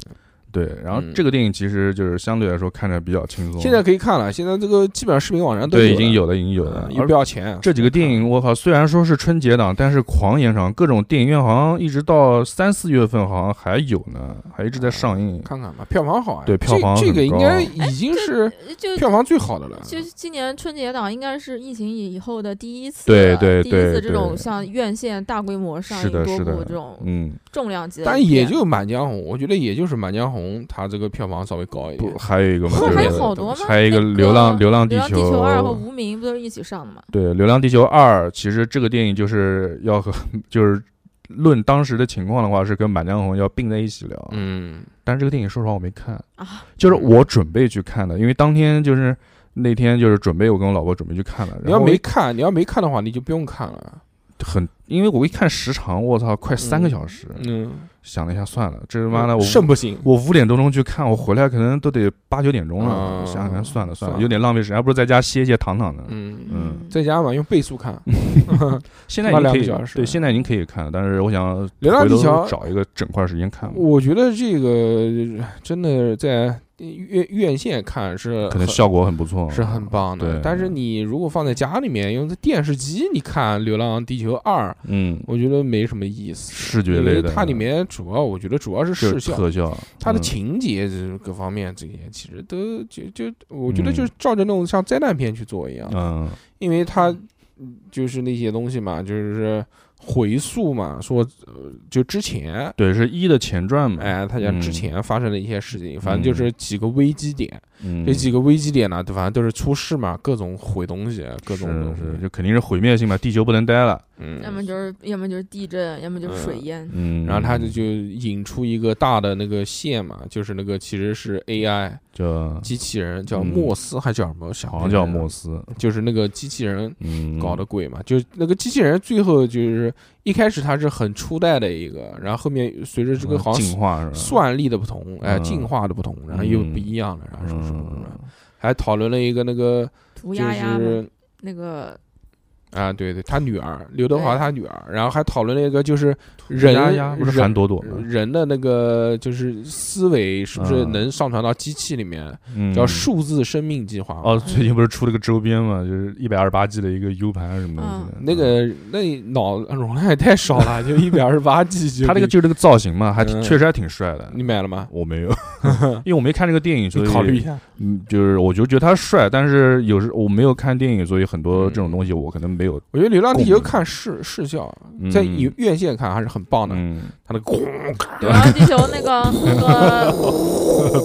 Speaker 4: 对，然后
Speaker 1: 嗯
Speaker 4: 这个电影其实就是相对来说看着比较轻松。
Speaker 1: 现在可以看了，现在这个基本上视频网站都
Speaker 4: 哦对已经
Speaker 1: 有
Speaker 4: 有了，已经有
Speaker 1: 了
Speaker 4: 了
Speaker 1: 嗯，
Speaker 4: 而
Speaker 1: 也不要钱。
Speaker 4: 这几个电影，我靠，虽然说是春节档，但是狂延上，各种电影院好像一直到三四月份，好像还有呢，还一直在上映。
Speaker 1: 看看吧，票房好啊，
Speaker 4: 对
Speaker 1: 这
Speaker 4: 票房
Speaker 1: 这个
Speaker 4: 很
Speaker 1: 应
Speaker 4: 高
Speaker 1: 该已经是
Speaker 5: <laughs> 就
Speaker 1: 票房最好的了。
Speaker 5: 哎就今年春节档应该是疫情以后的第一次，
Speaker 4: 对对
Speaker 5: 第一次
Speaker 4: 对
Speaker 5: 这种像院线大规模上
Speaker 4: 是
Speaker 5: 映
Speaker 4: 的
Speaker 5: 多
Speaker 4: 是的
Speaker 5: 部这种
Speaker 4: 嗯，
Speaker 5: 重量级的
Speaker 1: 但
Speaker 5: 影
Speaker 1: 也
Speaker 5: 片，
Speaker 1: 就《满江红》，我觉得也就是《满江红》，它这个票房稍微高一点
Speaker 4: 嗯不，。还有一个嘛，
Speaker 5: 不
Speaker 4: 就是
Speaker 5: 还
Speaker 4: 是
Speaker 5: 有好多吗？
Speaker 4: 还有一个
Speaker 5: 那
Speaker 4: 流浪流浪
Speaker 5: 流浪地
Speaker 4: 球
Speaker 5: 球二》和《无名》不都是一起上的吗？
Speaker 4: 对《流浪地球二》，其实这个电影就是 <laughs> 要和就是论当时的情况的话，是跟《满江红》要并在一起聊。
Speaker 1: 嗯，
Speaker 4: 但是这个电影说实话我没看
Speaker 5: 啊，
Speaker 4: 就是我准备去看的，因为当天就是那天就是准备我跟我老婆准备去看了。
Speaker 1: 你
Speaker 4: 然
Speaker 1: 要
Speaker 4: 后我
Speaker 1: 没
Speaker 4: 一
Speaker 1: 看，你要没看的话，你就不用看了。
Speaker 4: 很，因为我一看时长，我操，快三个小时。
Speaker 1: 嗯，
Speaker 4: 想了一下，算了，这他妈的我
Speaker 1: 肾不行。
Speaker 4: 我五点多钟去看，我回来可能都得八九点钟了。
Speaker 1: 嗯
Speaker 4: 我想想看，算了算
Speaker 1: 算
Speaker 4: 了，
Speaker 1: 了
Speaker 4: 有点浪费时间，还不如在家歇歇躺躺呢。
Speaker 1: 嗯，
Speaker 4: 嗯
Speaker 1: 在家嘛，用倍速看。那两
Speaker 4: <laughs> 现在已经可
Speaker 1: 个小
Speaker 4: 以
Speaker 1: 时
Speaker 4: 对，现在已经可以看了，但是我想
Speaker 1: 流浪
Speaker 4: 回
Speaker 1: 地
Speaker 4: 头
Speaker 1: 球
Speaker 4: 找一个整块时间看吧，
Speaker 1: 我觉得这个真的在院院线看是
Speaker 4: 可
Speaker 1: 很
Speaker 4: 能效果很不错。啊
Speaker 1: 是很棒的
Speaker 4: 对。
Speaker 1: 但是你如果放在家里面用电视机，你看《流浪地球二》，
Speaker 4: 嗯，
Speaker 1: 我觉得没什么意思。
Speaker 4: 视觉
Speaker 1: 因
Speaker 4: 类
Speaker 1: 为
Speaker 4: 的，嗯
Speaker 1: 它里面主要，我觉得主要是
Speaker 4: 就
Speaker 1: 视
Speaker 4: 是
Speaker 1: 效，
Speaker 4: 特效，
Speaker 1: 它的
Speaker 4: 嗯
Speaker 1: 情节这各方面这些，其实都就就我觉得
Speaker 4: 嗯
Speaker 1: 就是照着那种像灾难片去做一样，
Speaker 4: 嗯
Speaker 1: 因为它嗯就是那些东西嘛，就是回溯嘛，说呃就之前，
Speaker 4: 对，是一的前传嘛，
Speaker 1: 哎，他讲之
Speaker 4: 嗯
Speaker 1: 前发生的一些事情，反正就是几个危机点，
Speaker 4: 嗯
Speaker 1: 这几个危机点呢，反正都是出事嘛，各种毁东西，各种东
Speaker 4: 是
Speaker 1: 西，
Speaker 4: 是，就肯定是毁灭性嘛，地球不能待了，
Speaker 5: 要么
Speaker 1: 嗯。
Speaker 5: 就是要么就是地震，要么就是水淹。
Speaker 4: 嗯，
Speaker 1: 然后他就就引出一个大的那个线嘛，就是那个其实是 AI
Speaker 4: 就
Speaker 1: 机器人，叫
Speaker 4: 嗯
Speaker 1: 莫斯还叫什么？
Speaker 4: 好像叫莫
Speaker 1: 斯，
Speaker 4: 斯，
Speaker 1: 就是那个机器人
Speaker 4: 嗯，
Speaker 1: 搞的鬼嘛，就是那个机器人最后就是一开始它是很初代的一个，然后后面随着这个好像
Speaker 4: 嗯进化是吧？
Speaker 1: 算力的不同，哎，
Speaker 4: 嗯
Speaker 1: 进化的不同，然后又不一样了，然后什么什么什么
Speaker 4: 嗯，，
Speaker 1: 还讨论了一个那个
Speaker 5: 涂
Speaker 1: 就
Speaker 5: 鸦呀嘛，
Speaker 1: 是
Speaker 5: 那个
Speaker 1: 啊，对对，他女儿刘德华
Speaker 5: 对
Speaker 1: 他女儿，然后还讨论了一个就是人
Speaker 4: 丫丫不是韩
Speaker 1: 人
Speaker 4: 朵朵吗？
Speaker 1: 人的那个就是思维是不是
Speaker 4: 嗯
Speaker 1: 能上传到机器里面，
Speaker 4: 嗯
Speaker 1: 叫啊数字生命计划嘛
Speaker 4: 哦，最近不是出了个周边嘛，就是一百二十八 G 的一个 U 盘什么东西的，
Speaker 1: 那个那脑容量也太少了，就一百二十八
Speaker 4: <laughs>
Speaker 1: G 就
Speaker 4: 他那
Speaker 1: 可以
Speaker 4: 个就是那个造型嘛，还
Speaker 1: 嗯
Speaker 4: 挺确实还挺帅的。
Speaker 1: 你买了吗？
Speaker 4: 我
Speaker 1: <laughs>
Speaker 4: 没有，因为我没看这个电影，所
Speaker 1: 你
Speaker 4: 以
Speaker 1: 考虑一下。
Speaker 4: 嗯，就是我就觉得他帅，但是有时我没有看电影，所以很多这种东西我可能没有。
Speaker 1: 我觉得《流浪地
Speaker 4: 共
Speaker 1: 球》
Speaker 4: 鸣
Speaker 1: 看视视效，
Speaker 4: 嗯
Speaker 1: 嗯在影院线看还是很棒的。
Speaker 4: 嗯，
Speaker 1: 它那个咣，
Speaker 5: 流浪地球那个那个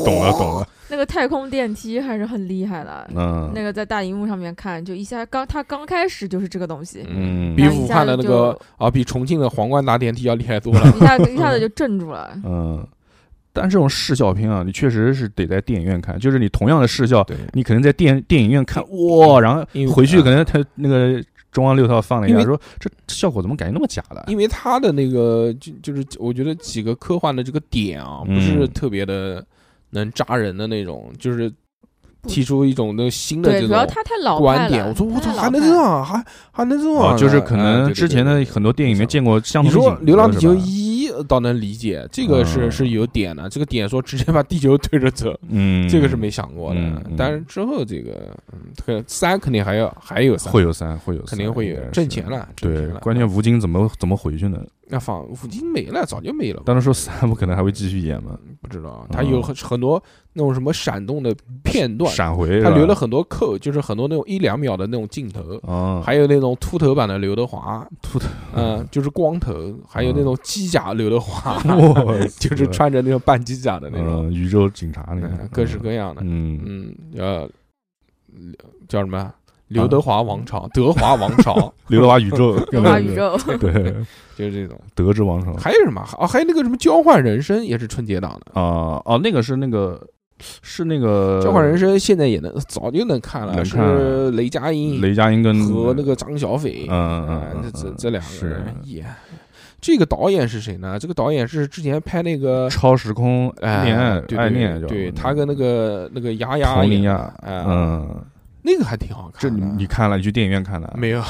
Speaker 4: 懂了懂了，
Speaker 5: 那个太空电梯还是很厉害的。
Speaker 4: 嗯
Speaker 5: 那个在大荧幕上面看，就一下刚它刚开始就是这个东西，
Speaker 4: 嗯
Speaker 1: 比
Speaker 5: 然后
Speaker 1: 武
Speaker 5: 一
Speaker 1: 汉
Speaker 5: 下
Speaker 1: 的
Speaker 5: 子
Speaker 1: 那
Speaker 5: 就
Speaker 1: 个啊，比重庆的皇冠搭电梯要厉害多
Speaker 4: <laughs>
Speaker 1: 了。<laughs>
Speaker 5: 一下一下子就镇住了。
Speaker 4: 嗯，但这种视效片啊，你确实是得在电影院看，就是你同样的视效，
Speaker 1: 对，
Speaker 4: 你可能在电电影院看，哇，然后
Speaker 1: 因为
Speaker 4: 回去可能他那个中央六套放了
Speaker 1: 嗯
Speaker 4: 一
Speaker 1: 因
Speaker 4: 下，
Speaker 1: 为
Speaker 4: 说这这效果怎么感觉那么假的？
Speaker 1: 因为它的那个就就是我觉得几个科幻的这个点啊，
Speaker 4: 嗯
Speaker 1: 不是特别的能扎人的那种，就是
Speaker 5: 不
Speaker 1: 提出一种那个新的
Speaker 5: 对，
Speaker 1: 这
Speaker 5: 主要
Speaker 1: 种
Speaker 5: 它太老派
Speaker 1: 观点。
Speaker 5: 了。
Speaker 1: 我说我操，
Speaker 5: 太老
Speaker 1: 还能
Speaker 5: 派
Speaker 1: 这样，还还能这
Speaker 4: 哦
Speaker 1: 样，，
Speaker 4: 就是可
Speaker 1: 哎
Speaker 4: 能
Speaker 1: 对
Speaker 4: 之
Speaker 1: 对
Speaker 4: 前
Speaker 1: 对对
Speaker 4: 的很多电影里面见过相
Speaker 1: 你
Speaker 4: 同
Speaker 1: 说
Speaker 4: 的
Speaker 1: 《流浪地球
Speaker 4: 是吧
Speaker 1: 一》倒能理解，这个是
Speaker 4: 嗯
Speaker 1: 是有点的，这个点说直接把地球推着走，
Speaker 4: 嗯，
Speaker 1: 这个是没想过的
Speaker 4: 嗯嗯。
Speaker 1: 但是之后这个，嗯，这个三肯定还要还有三，
Speaker 4: 会有三，会有三，
Speaker 1: 肯定会有
Speaker 4: 应该是
Speaker 1: 挣钱了，挣
Speaker 4: 对
Speaker 1: 钱，了
Speaker 4: 关键吴京怎么怎么回去呢？
Speaker 1: 那仿已经没了，早就没了吧，
Speaker 4: 当时说三不可能还会继续演嘛，
Speaker 1: 不知道他有很很多那种什么闪动的片段，
Speaker 4: 嗯闪回
Speaker 1: 他留了
Speaker 4: 很
Speaker 1: 很多扣，就是很多那种一两秒的那种镜头。
Speaker 4: 啊，
Speaker 1: 还有那种秃头版的刘德华，
Speaker 4: 秃头，
Speaker 1: 嗯，就是光头，还有那种机甲刘德华，
Speaker 4: <laughs> 哇
Speaker 1: <laughs> 就是穿着那种半机甲的那种，
Speaker 4: 嗯宇宙警察那个
Speaker 1: 嗯，各式各样的，
Speaker 4: 嗯，，
Speaker 1: 嗯，呃，叫什么？刘德华王朝、德华王朝
Speaker 4: 嗯 <laughs> 刘德华宇宙，
Speaker 1: <laughs>
Speaker 5: 中华宇宙，
Speaker 4: 对，
Speaker 1: 就是这种。
Speaker 4: 德之王朝
Speaker 1: 还有什么？哦，还有那个什么交换人生也是春节档的。
Speaker 4: 啊哦，那个是那个是那个
Speaker 1: 交换人生现在也能早就能看了，
Speaker 4: 呃能看
Speaker 1: 是雷佳音
Speaker 4: 雷佳音跟
Speaker 1: 和那个张小斐
Speaker 4: 嗯，嗯
Speaker 1: 啊
Speaker 4: 嗯，
Speaker 1: 这
Speaker 4: 嗯
Speaker 1: 这
Speaker 4: 嗯
Speaker 1: 这两个
Speaker 4: 是
Speaker 1: 人也。这个导演是谁呢？这个导演是之前拍那个
Speaker 4: 超时空
Speaker 1: 哎
Speaker 4: 恋爱
Speaker 1: 对对
Speaker 4: 爱恋叫什么，
Speaker 1: 对他跟那个那个丫丫
Speaker 4: 佟
Speaker 1: 演
Speaker 4: 丽
Speaker 1: 的
Speaker 4: 娅，
Speaker 1: 哎
Speaker 4: 嗯，
Speaker 1: 那个还挺好
Speaker 4: 这
Speaker 1: 看
Speaker 4: 你
Speaker 1: 的。
Speaker 4: 你看了，你去电影院看
Speaker 1: <laughs>
Speaker 4: 的
Speaker 1: 没
Speaker 4: <laughs>
Speaker 1: 有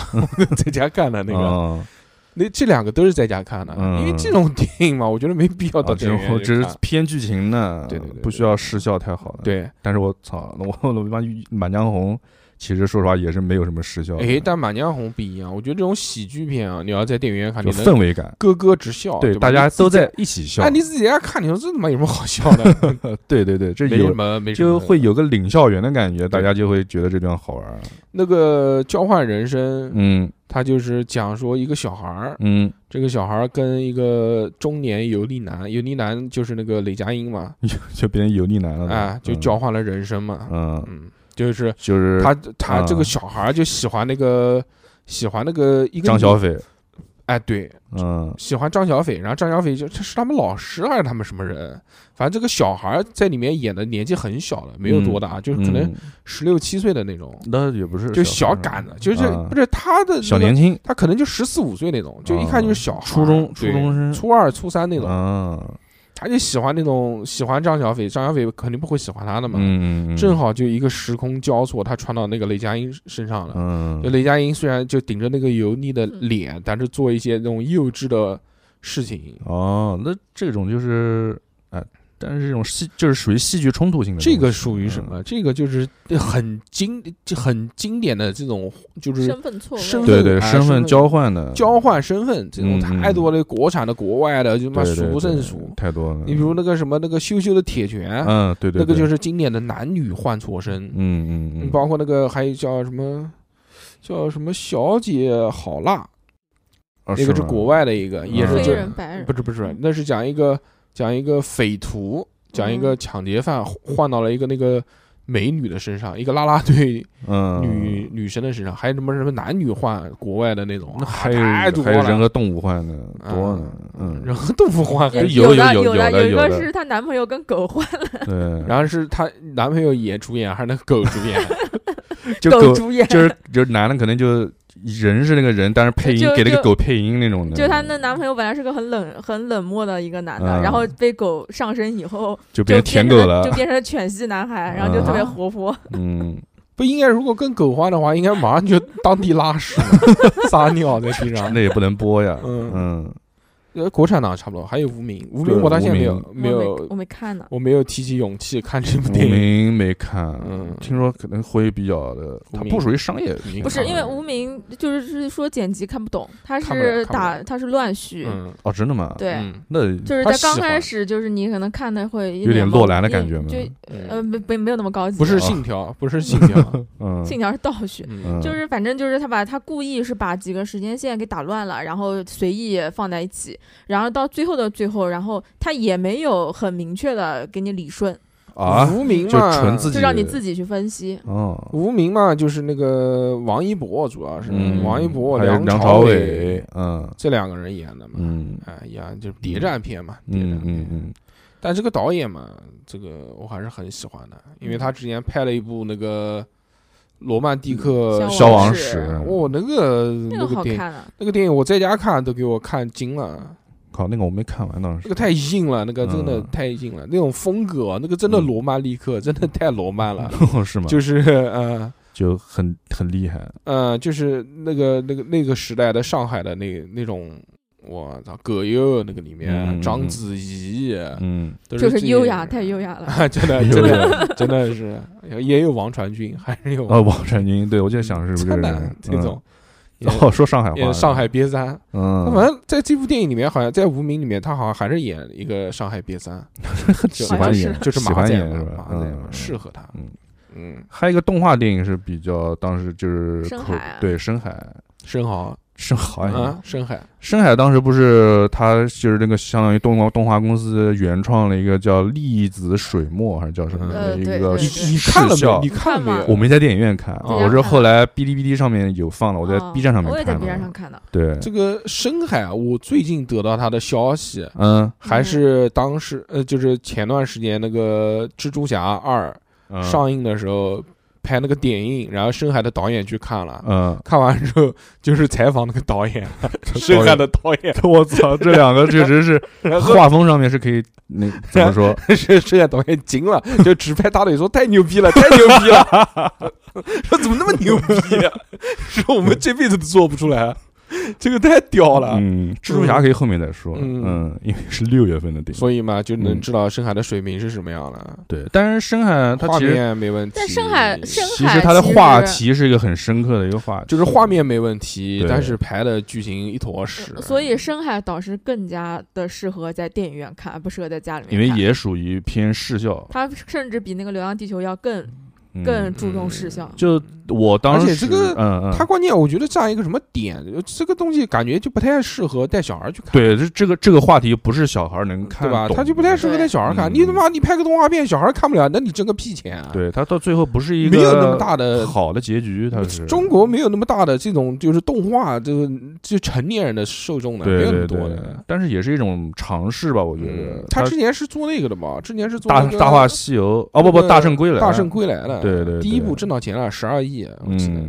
Speaker 1: 在家看的那个？
Speaker 4: 嗯
Speaker 1: 那这两个都是在家看的，
Speaker 4: 嗯
Speaker 1: 因为这种电影嘛，我觉得没必要到
Speaker 4: 哦，
Speaker 1: 电
Speaker 4: 这
Speaker 1: 影院
Speaker 4: 种
Speaker 1: 去
Speaker 4: 只
Speaker 1: 看
Speaker 4: 是偏剧情的，
Speaker 1: 对对对对
Speaker 4: 不需要视效太好的。，
Speaker 1: 对。
Speaker 4: 但是我操，那我 <laughs> 我他妈《满江红》其实说实话也是没有什么视效的，
Speaker 1: 哎，但《满江红》不一样，我觉得这种喜剧片啊，你要在电影院看，
Speaker 4: 就
Speaker 1: 你
Speaker 4: 氛
Speaker 1: 能
Speaker 4: 围感，
Speaker 1: 咯咯直笑，对
Speaker 4: 对，
Speaker 1: 吧，
Speaker 4: 大家
Speaker 1: 你自
Speaker 4: 都
Speaker 1: 己
Speaker 4: 在一起笑
Speaker 1: 哎，，你自己在家看，你说这他妈有什么好笑
Speaker 4: <laughs>
Speaker 1: 的？
Speaker 4: 对对对，这
Speaker 1: 没什
Speaker 4: 有
Speaker 1: 么，没什
Speaker 4: 就
Speaker 1: 么。
Speaker 4: 会有个领笑园的感觉，大家就会觉得这地方好玩。
Speaker 1: 那个交换人生，
Speaker 4: 嗯
Speaker 1: 他就是讲说一个小孩儿，
Speaker 4: 嗯，
Speaker 1: 这个小孩儿跟一个中年油腻男，油腻男就是那个雷佳音嘛，
Speaker 4: 就就变成油腻男了嘛
Speaker 1: 哎，就交换了人生嘛，
Speaker 4: 嗯，嗯
Speaker 1: 嗯，就是
Speaker 4: 就是
Speaker 1: 他他这个
Speaker 4: 嗯
Speaker 1: 小孩儿就喜欢那个喜欢那个一个
Speaker 4: 张
Speaker 1: 女
Speaker 4: 小斐，
Speaker 1: 哎，对，
Speaker 4: 嗯
Speaker 1: 喜欢张小斐，然后张小斐就这是他们老师还是他们什么人？反正这个小孩儿在里面演的年纪很小的，没有多大，就是可能
Speaker 4: 嗯
Speaker 1: 十六七岁的那种，
Speaker 4: 那也不是
Speaker 1: 就小
Speaker 4: 小孩儿
Speaker 1: 杆子，就是
Speaker 4: 嗯
Speaker 1: 不是他的那个
Speaker 4: 小年，轻，
Speaker 1: 他可能就十四五岁那种，就一看就是小孩儿
Speaker 4: 哦初中
Speaker 1: 对
Speaker 4: 初中生
Speaker 1: 初二、初三那种，
Speaker 4: 嗯
Speaker 1: 他就喜欢那种喜欢张小斐，张小斐肯定不会喜欢他的嘛。
Speaker 4: 嗯，嗯
Speaker 1: 正好就一个时空交错，他穿到那个雷佳音身上了。
Speaker 4: 嗯
Speaker 1: 就雷佳音虽然就顶着那个油腻的脸，但是做一些那种幼稚的事情。
Speaker 4: 哦，那这种就是哎，但是这种戏就是属于戏剧冲突性的东西，
Speaker 1: 这个属于什
Speaker 4: 嗯
Speaker 1: 么？这个就是很经就很经典的这种，就是
Speaker 5: 身份错
Speaker 1: 身
Speaker 4: 嗯？
Speaker 5: 位，
Speaker 4: 对对，
Speaker 1: 份哎
Speaker 4: 身
Speaker 1: 身份
Speaker 4: 交换的
Speaker 1: 交换身份这种
Speaker 4: 嗯
Speaker 1: 太多了，国产的、国外的，就他妈
Speaker 4: 对对嗯
Speaker 1: 数不
Speaker 4: 对
Speaker 1: 胜数。
Speaker 4: 太多了。
Speaker 1: 你比如那个什么那个羞羞的铁拳，
Speaker 4: 嗯，对对，
Speaker 1: 那个就是是经典的男女换错身。
Speaker 4: 嗯嗯
Speaker 1: 你
Speaker 4: 嗯，
Speaker 1: 包括那个还有叫什么叫什么小姐好辣，
Speaker 4: 啊
Speaker 1: 那个是
Speaker 4: 吗嗯
Speaker 1: 国外的一个，也是
Speaker 5: 黑
Speaker 1: 这
Speaker 5: 人、白人
Speaker 1: 不，是不是，那是讲一个讲一个匪徒，讲一
Speaker 5: 嗯
Speaker 1: 个抢劫犯换到了一个那个美女的身上，一个啦啦队
Speaker 4: 嗯
Speaker 1: 女女生的身上，还有什么什么男女换国外的那种，那
Speaker 4: 还
Speaker 1: 太
Speaker 4: 有
Speaker 1: 多
Speaker 4: 还有人
Speaker 1: 了。
Speaker 4: 和动物换的多呢，嗯，
Speaker 1: 然后豆腐换还
Speaker 5: 也
Speaker 1: 有，
Speaker 4: 有
Speaker 5: 的
Speaker 4: 有有有
Speaker 5: 的
Speaker 4: 的
Speaker 5: 有一个
Speaker 4: 有的
Speaker 5: 是她男朋友跟狗换，
Speaker 4: 对，然
Speaker 1: 然后是她男朋友也主演，还是那个狗主演？
Speaker 4: 后就
Speaker 5: 狗
Speaker 4: 狗
Speaker 5: 主演，
Speaker 4: 就是就是男的可能就人是那个人，但是配音
Speaker 5: 就
Speaker 4: 给那个
Speaker 5: 就
Speaker 4: 狗配音那种的，
Speaker 5: 就她那男朋友本来是个很冷、很冷漠的一个男的，
Speaker 4: 嗯
Speaker 5: 然后被狗上身以后，
Speaker 4: 就
Speaker 5: 就
Speaker 4: 变成
Speaker 5: 变
Speaker 4: 舔
Speaker 5: 成
Speaker 4: 狗
Speaker 5: 了，
Speaker 4: 了
Speaker 5: 就，变成了犬系男孩，然后就特别活泼。
Speaker 4: 嗯，
Speaker 1: 不应该，如果跟狗换的话，应该马上就当地拉
Speaker 4: <laughs>
Speaker 1: 屎了，撒尿在地上。
Speaker 4: 那也不能播呀，
Speaker 1: 嗯
Speaker 4: 嗯，
Speaker 1: 呃，国产档差不多，还有《无名》，《无名
Speaker 4: 对》
Speaker 1: 我到现在没
Speaker 4: 无
Speaker 1: 有没
Speaker 5: 我没
Speaker 1: 有，
Speaker 5: 我没看呢。
Speaker 1: 我没有提起勇气看这部
Speaker 4: 无
Speaker 1: 电影。
Speaker 4: 名没看，
Speaker 1: 嗯
Speaker 4: 听说可能会比较的，
Speaker 1: 无
Speaker 4: 它
Speaker 1: 名
Speaker 4: 不属于商业，
Speaker 1: 不
Speaker 5: 不是
Speaker 1: 看
Speaker 5: 因为无名，就是是说剪辑看不懂，他
Speaker 1: 看不了
Speaker 5: 是
Speaker 1: 看不了
Speaker 5: 打他是乱序，
Speaker 1: 嗯，
Speaker 4: 哦，真的吗？，
Speaker 5: 对，
Speaker 1: 嗯
Speaker 4: 那
Speaker 5: 就是
Speaker 4: 他
Speaker 5: 在刚
Speaker 4: 喜欢
Speaker 5: 开始就是你可能看的会
Speaker 4: 有点
Speaker 5: 毛
Speaker 4: 洛兰的
Speaker 5: 一
Speaker 4: 感觉吗
Speaker 5: 就
Speaker 1: 嗯
Speaker 5: 呃没没没有那么高级，
Speaker 1: 不是
Speaker 4: 啊
Speaker 1: 信条，不是信条，
Speaker 4: 嗯
Speaker 5: 信条是倒序。
Speaker 1: <laughs> 嗯，
Speaker 5: 就是反正就是他把他故意是把几个时间线给打乱了，然后随意放在一起，然后到最后的最后，然后他也没有很明确的给你理顺，
Speaker 4: 啊，
Speaker 1: 无名
Speaker 4: 就
Speaker 1: 嘛，
Speaker 4: 纯自己
Speaker 5: 就让你自己去分析。
Speaker 4: 哦，
Speaker 1: 无名嘛，就是那个王一博，主要是
Speaker 4: 嗯，
Speaker 1: 王一博、
Speaker 4: 还有梁
Speaker 1: 朝
Speaker 4: 伟，嗯
Speaker 1: 这两个人演的嘛，
Speaker 4: 嗯
Speaker 1: 哎呀，就是谍战片嘛，谍
Speaker 4: 嗯
Speaker 1: 战
Speaker 4: 嗯
Speaker 1: 片。
Speaker 4: 嗯，
Speaker 1: 但这个导演嘛，这个我还是很喜欢的，因为
Speaker 5: 嗯
Speaker 1: 他之前拍了一部那个罗曼蒂克
Speaker 5: 嗯消
Speaker 4: 消
Speaker 5: 亡
Speaker 4: 亡
Speaker 5: 史
Speaker 4: 史，嗯
Speaker 1: 哦，那个
Speaker 5: 那
Speaker 1: 那
Speaker 5: 个
Speaker 1: 个
Speaker 5: 好
Speaker 1: 电影，
Speaker 5: 看啊，
Speaker 1: 那个电影我在家看都给我看惊了，
Speaker 4: 靠，那个我没看完当时
Speaker 1: 那个。太硬了，那个真的
Speaker 4: 嗯
Speaker 1: 太硬了，那种风格，那个真的
Speaker 4: 嗯
Speaker 1: 罗曼蒂克，真的太罗曼了，
Speaker 4: 哦， <laughs> 是吗？就
Speaker 1: 啊就是呃
Speaker 4: 就很很厉害，
Speaker 1: 呃，就是那个那个那个时代的上海的那那种。我操，葛优那个里面，
Speaker 4: 嗯
Speaker 1: 章
Speaker 4: 嗯
Speaker 1: 子怡
Speaker 4: 嗯，
Speaker 1: 都
Speaker 5: 就是是
Speaker 1: 这
Speaker 5: 优雅，太优雅了。 <laughs>
Speaker 1: 啊，真的，真的，真的是，也有王传君，还是有
Speaker 4: 啊，王传君，对我就想是不是
Speaker 1: 灿
Speaker 4: 这个
Speaker 1: 烂
Speaker 4: 人
Speaker 1: 哦这种，，
Speaker 4: 嗯哦，说上海
Speaker 1: 演
Speaker 4: 话，
Speaker 1: 上海，瘪三。
Speaker 4: 嗯，
Speaker 1: 反正在这部电影里面，好像在《无名》里面，他好像还是演一个上海瘪三，
Speaker 5: <laughs>
Speaker 4: 喜
Speaker 5: 好像
Speaker 4: 欢
Speaker 5: 是
Speaker 4: 演，
Speaker 1: 就是
Speaker 4: 喜
Speaker 1: 马
Speaker 4: 欢
Speaker 1: 仔
Speaker 4: 演
Speaker 1: 嘛
Speaker 4: 是吧？
Speaker 1: 马仔嘛
Speaker 4: 嗯，
Speaker 1: 适合他。嗯
Speaker 4: 嗯
Speaker 1: 嗯，
Speaker 4: 还有一个动画电影是比较当时就是
Speaker 5: 深
Speaker 4: 口
Speaker 5: 海啊
Speaker 4: 对深海
Speaker 1: 深豪
Speaker 4: 深海
Speaker 1: 啊，深海，
Speaker 4: 深海当时不是他就是那个相当于动画动画公司原创了一个叫粒子水墨还是叫什么
Speaker 1: 呃
Speaker 4: 的一
Speaker 5: 对
Speaker 4: 个
Speaker 5: 对
Speaker 1: 你
Speaker 5: 对
Speaker 1: 你
Speaker 4: 视
Speaker 1: 看了没有？
Speaker 4: 效
Speaker 1: 你看了没
Speaker 5: 看
Speaker 1: 有？
Speaker 5: 吗
Speaker 4: 我没在电影院看，
Speaker 1: 哦
Speaker 4: 我是后来哔哩哔哩上面有放了， <laughs> 我在
Speaker 5: 哦
Speaker 4: B 站上面
Speaker 5: 我也在
Speaker 4: 看
Speaker 5: B 站上
Speaker 4: 的。
Speaker 5: 看的。
Speaker 4: 对，
Speaker 1: 这个深海啊，我最近得到他的消息，
Speaker 4: 嗯，
Speaker 1: 还是当时呃，就是前段时间那个《蜘蛛侠二》
Speaker 4: 嗯
Speaker 1: 上映的时候拍那个点映，然后深海的导演去看了，
Speaker 4: 嗯，
Speaker 1: 看完之后就是采访那个导
Speaker 4: <laughs>
Speaker 1: 演，深海的导演，
Speaker 4: 我操，嗯这两个确实是
Speaker 1: <laughs> 然后
Speaker 4: 画风上面是可以那怎么说？
Speaker 1: 深深海导演惊
Speaker 4: <laughs>
Speaker 1: 了，就直拍大腿说太牛逼了，太牛逼了， <laughs> 说怎么那么牛逼、啊 <laughs> 说我们这辈子都做不出来，啊这个太屌了。
Speaker 4: 嗯，蜘蛛侠可以后面再说，
Speaker 1: 嗯
Speaker 4: 嗯，因为是六月份的电影。
Speaker 1: 所以嘛，就能
Speaker 4: 嗯
Speaker 1: 知道深海的水平是什么样了。
Speaker 4: 对，但是深海它
Speaker 1: 画
Speaker 4: 嗯其实
Speaker 1: 面没问题，
Speaker 5: 但深海深
Speaker 4: 其实它的话题是一个很深刻的一个话题，
Speaker 1: 就是画面没问题，
Speaker 4: 嗯对
Speaker 1: 但是排的剧情一坨屎。
Speaker 5: 所以深海导师更加的适合在电影院看，不适合在家里面
Speaker 4: 因为
Speaker 5: 看。
Speaker 4: 也属于偏视效，
Speaker 5: 他甚至比那个《流浪地球》要更
Speaker 4: 嗯
Speaker 5: 更注重视效。
Speaker 4: 就我当
Speaker 1: 而
Speaker 4: 时
Speaker 1: 且这个
Speaker 4: 嗯嗯，
Speaker 1: 它关键我觉得占一个什么点，这个东西感觉就不太适合带小孩去看。
Speaker 4: 对这这个这个话题不是小孩能看
Speaker 1: 对吧？
Speaker 4: 懂
Speaker 1: 他就不太适合带小孩看。
Speaker 4: 嗯
Speaker 1: 你他妈你拍个动画片，小孩看不了，那你挣个屁钱啊！，
Speaker 4: 对他到最后不是一个
Speaker 1: 没有那么大的
Speaker 4: 好的结局，他是
Speaker 1: 中国没有那么大的这种就是动画，就就成年人的受众的，没
Speaker 4: 对
Speaker 1: 有那
Speaker 4: 对
Speaker 1: 么
Speaker 4: 对
Speaker 1: 多，的。
Speaker 4: 但是也是一种尝试吧，我觉
Speaker 1: 嗯
Speaker 4: 得，
Speaker 1: 他之前是做那个的嘛，之前是做
Speaker 4: 大
Speaker 1: 那个
Speaker 4: 大话西游哦不不
Speaker 1: 那个
Speaker 4: 大圣归来
Speaker 1: 大圣归来了，
Speaker 4: 对对对
Speaker 1: 第一部挣到钱了十二亿，啊我记得
Speaker 4: 嗯，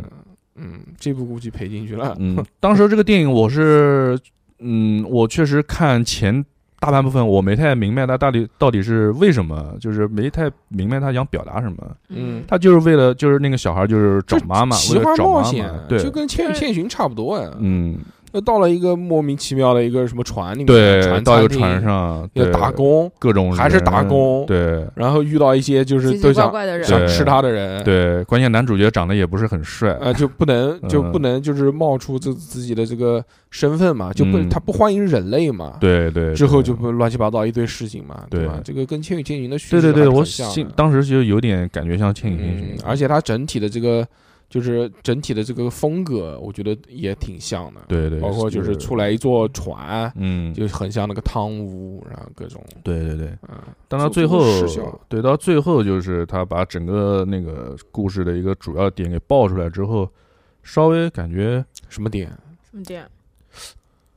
Speaker 1: 嗯，这部估计赔进去了，
Speaker 4: 嗯，当时这个电影我是，嗯，我确实看前大半部分我没太明白它到底到底是为什么，就是没太明白他想表达什么。
Speaker 1: 嗯
Speaker 4: 他就是为了就是那个小孩就是找妈妈，
Speaker 1: 奇
Speaker 4: 为了
Speaker 1: 幻
Speaker 4: 找
Speaker 1: 冒
Speaker 4: 妈
Speaker 1: 险
Speaker 4: 妈，，
Speaker 1: 就
Speaker 4: 对，
Speaker 1: 跟《千与千寻》差不多啊呀。
Speaker 4: 嗯，
Speaker 1: 又到了一个莫名其妙的一个什么船里面，
Speaker 4: 对，
Speaker 1: 船
Speaker 4: 到一个
Speaker 1: 餐厅
Speaker 4: 船上
Speaker 1: 要
Speaker 4: 对
Speaker 1: 打，工，
Speaker 4: 各种
Speaker 1: 还是
Speaker 4: 人
Speaker 1: 打工
Speaker 4: 对
Speaker 1: 然后遇到一些就
Speaker 5: 奇
Speaker 1: 是
Speaker 5: 奇
Speaker 1: 都
Speaker 5: 怪
Speaker 1: 想
Speaker 5: 怪的人，啊
Speaker 1: 想
Speaker 4: 对
Speaker 1: 吃他的人，，
Speaker 4: 对，关键男主角长得也不是很帅，
Speaker 1: 呃，就不能
Speaker 4: <laughs> 嗯
Speaker 1: 就不能就是冒出自自己的这个身份嘛，就不
Speaker 4: 嗯
Speaker 1: 他不欢迎人类嘛，，
Speaker 4: 对对，
Speaker 1: 之后
Speaker 4: 对
Speaker 1: 就不乱七八糟一堆事情嘛，
Speaker 4: 对
Speaker 1: 吧？这个跟《千与千寻》的叙
Speaker 4: 对
Speaker 1: 事
Speaker 4: 对对，
Speaker 1: 还是
Speaker 4: 我
Speaker 1: 很像的嗯
Speaker 4: 心当时就有点感觉像《千与千寻
Speaker 1: 嗯》，而且它整体的这个就是整体的这个风格，我觉得也挺像的。，
Speaker 4: 对对，
Speaker 1: 包括就是出来一座船，
Speaker 4: 嗯，
Speaker 1: 就很像那个汤屋，然后各种，
Speaker 4: 对对对。
Speaker 1: 嗯，
Speaker 4: 但到最
Speaker 1: 做
Speaker 4: 后
Speaker 1: 出失效，
Speaker 4: 对，到最后就是他把整个那个故事的一个主要点给爆出来之后，稍微感觉
Speaker 1: 什么点？
Speaker 5: 什么店？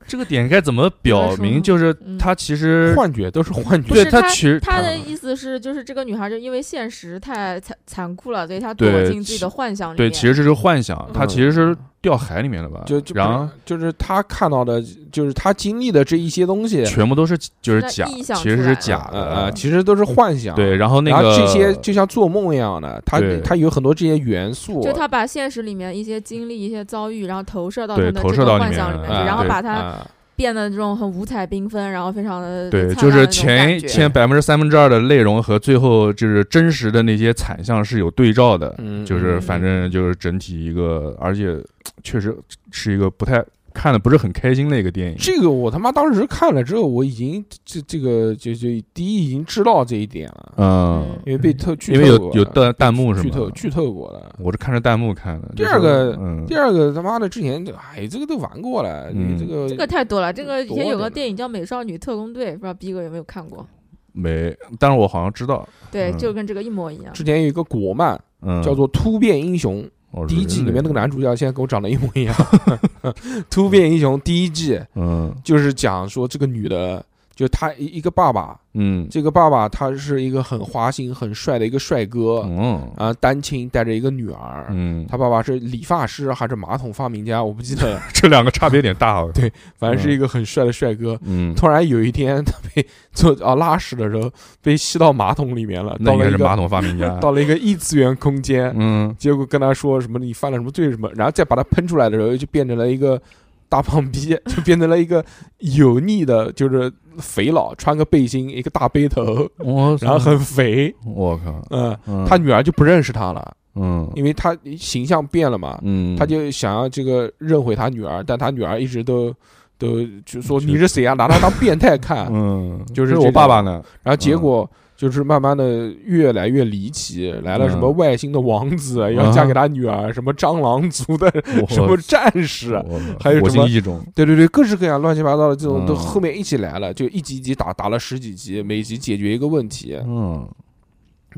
Speaker 4: 这个点该怎么表明，
Speaker 5: 呢
Speaker 4: 就是
Speaker 5: 嗯
Speaker 4: 他其实
Speaker 1: 幻觉都是幻
Speaker 5: 不
Speaker 1: 觉，
Speaker 4: 对 <laughs>
Speaker 5: 是
Speaker 4: 他
Speaker 5: 他
Speaker 4: 其实
Speaker 5: 他
Speaker 4: 啊
Speaker 5: 的意思是，就是这个女孩就因为现实太残残酷了，所以她躲
Speaker 4: 对
Speaker 5: 进自
Speaker 4: 其
Speaker 5: 己的幻想里
Speaker 4: 对
Speaker 5: 面。
Speaker 4: 其实这是幻想，他
Speaker 1: 嗯
Speaker 4: 其实是掉海里面了吧？
Speaker 1: 就就
Speaker 4: 然后
Speaker 1: 就是他看到的，就是他经历的这一些东西，
Speaker 4: 全部都是就是
Speaker 5: 那
Speaker 4: 假，
Speaker 5: 臆想
Speaker 4: 其实
Speaker 5: 出
Speaker 4: 是
Speaker 5: 来
Speaker 4: 假
Speaker 1: 呃呃，
Speaker 4: 的。嗯
Speaker 1: 其实都是幻想。
Speaker 4: 对，。然后那
Speaker 1: 然后
Speaker 4: 个
Speaker 1: 这些就像做梦一样的，他
Speaker 4: 对
Speaker 1: 他有很多这些元素，啊
Speaker 5: 就她把现实里面一些经历、一些遭遇，然后投射到她
Speaker 4: 对
Speaker 5: 的
Speaker 4: 投
Speaker 5: 这
Speaker 4: 射到里
Speaker 5: 个幻
Speaker 4: 面
Speaker 5: 想里面
Speaker 4: 啊
Speaker 5: 去，然后
Speaker 4: 对
Speaker 5: 把它
Speaker 1: 啊
Speaker 5: 变得这种很五彩缤纷，然后非常的
Speaker 4: 对，
Speaker 5: 灿
Speaker 4: 就
Speaker 5: 烂
Speaker 4: 是
Speaker 5: 的那种
Speaker 4: 前
Speaker 5: 感觉
Speaker 4: 前百分之三分之二的内容和最后就是真实的那些惨象是有对照的，
Speaker 1: 嗯
Speaker 4: 就是反正就是整体一个，而且确实是一个不太看的不是很开心的一个电影。
Speaker 1: 这个我他妈当时看了之后，我已经这这个就就第一已经知道这一点了，
Speaker 4: 嗯，
Speaker 1: 因为被透剧
Speaker 4: 因为
Speaker 1: 透
Speaker 4: 有
Speaker 1: 过
Speaker 4: 有
Speaker 1: 了
Speaker 4: 弹弹幕是
Speaker 1: 剧
Speaker 4: 吗？
Speaker 1: 透剧透过了。
Speaker 4: 我是看着弹幕看的。
Speaker 1: 第
Speaker 4: 就是
Speaker 1: 二个
Speaker 4: 嗯
Speaker 1: 第，二个他妈的之前就哎这个都玩过了，
Speaker 4: 嗯
Speaker 1: 你这个
Speaker 5: 这个太多了。这个以
Speaker 1: 多
Speaker 5: 前有个
Speaker 1: 点
Speaker 5: 电影叫《美少女特工队》，不知道逼哥有没有看过？
Speaker 4: 没，但是我好像知道，
Speaker 5: 对，
Speaker 4: 嗯
Speaker 5: 就跟这个一模一样。
Speaker 1: 之前有一个国漫
Speaker 4: 嗯，
Speaker 1: 叫做《突变英雄》，
Speaker 4: 哦
Speaker 1: 第一季里面那个，男主角现在跟我长得一模一样，
Speaker 4: <laughs>
Speaker 1: 《突变英雄》第一季
Speaker 4: 嗯
Speaker 1: 就是讲说这个女的，就她一一个爸爸，
Speaker 4: 嗯
Speaker 1: 这个爸爸他是一个很花心、很帅的一个帅哥，
Speaker 4: 嗯
Speaker 1: 啊，单亲带着一个女儿。
Speaker 4: 嗯，
Speaker 1: 他爸爸是理发师还是马桶发明家，我不记得
Speaker 4: <laughs>
Speaker 1: 了，
Speaker 4: 这两个差别有点大哦。
Speaker 1: 对反正是一个很帅的帅哥。
Speaker 4: 嗯，
Speaker 1: 突然有一天，他被做啊拉屎的时候被吸到马桶里面了，
Speaker 4: 那
Speaker 1: 到
Speaker 4: 应
Speaker 1: 了
Speaker 4: 该
Speaker 1: 一
Speaker 4: 是
Speaker 1: 个
Speaker 4: 马桶发明家。
Speaker 1: <laughs> 到了一个异次元空间，
Speaker 4: 嗯，
Speaker 1: 结果跟他说什么你犯了什么罪什么，然后再把他喷出来的时候，就变成了一个大胖
Speaker 4: <laughs>
Speaker 1: 逼，就变成了一个油腻的，就是肥佬，穿个背心，一个大背头，
Speaker 4: 我
Speaker 1: 然后很肥。
Speaker 4: 我靠，
Speaker 1: 嗯，
Speaker 4: 嗯
Speaker 1: 他女儿就不认识他了，
Speaker 4: 嗯
Speaker 1: 因为他形象变了嘛，
Speaker 4: 嗯，
Speaker 1: 他就想要这个认回他女儿，但他女儿一直都都就说
Speaker 4: 就
Speaker 1: 你是谁啊，拿他当变态看。
Speaker 4: 嗯，
Speaker 1: 啊就是
Speaker 4: 这
Speaker 1: 这
Speaker 4: 我爸
Speaker 1: 种
Speaker 4: 爸呢，
Speaker 1: 然后结果就是慢慢的越来越离奇，来了什么
Speaker 4: 嗯
Speaker 1: 外星的王子要嫁给他女儿，什么蟑螂族的
Speaker 4: 我
Speaker 1: 什么战士，啊
Speaker 4: 我
Speaker 1: 还有
Speaker 4: 火
Speaker 1: 什么
Speaker 4: 星异种，
Speaker 1: 对对对，各式各样乱七八糟的这种都
Speaker 4: 嗯
Speaker 1: 后面一起来了，就一集一集打，打了十几集，每集解决一个问题， <laughs>
Speaker 4: 嗯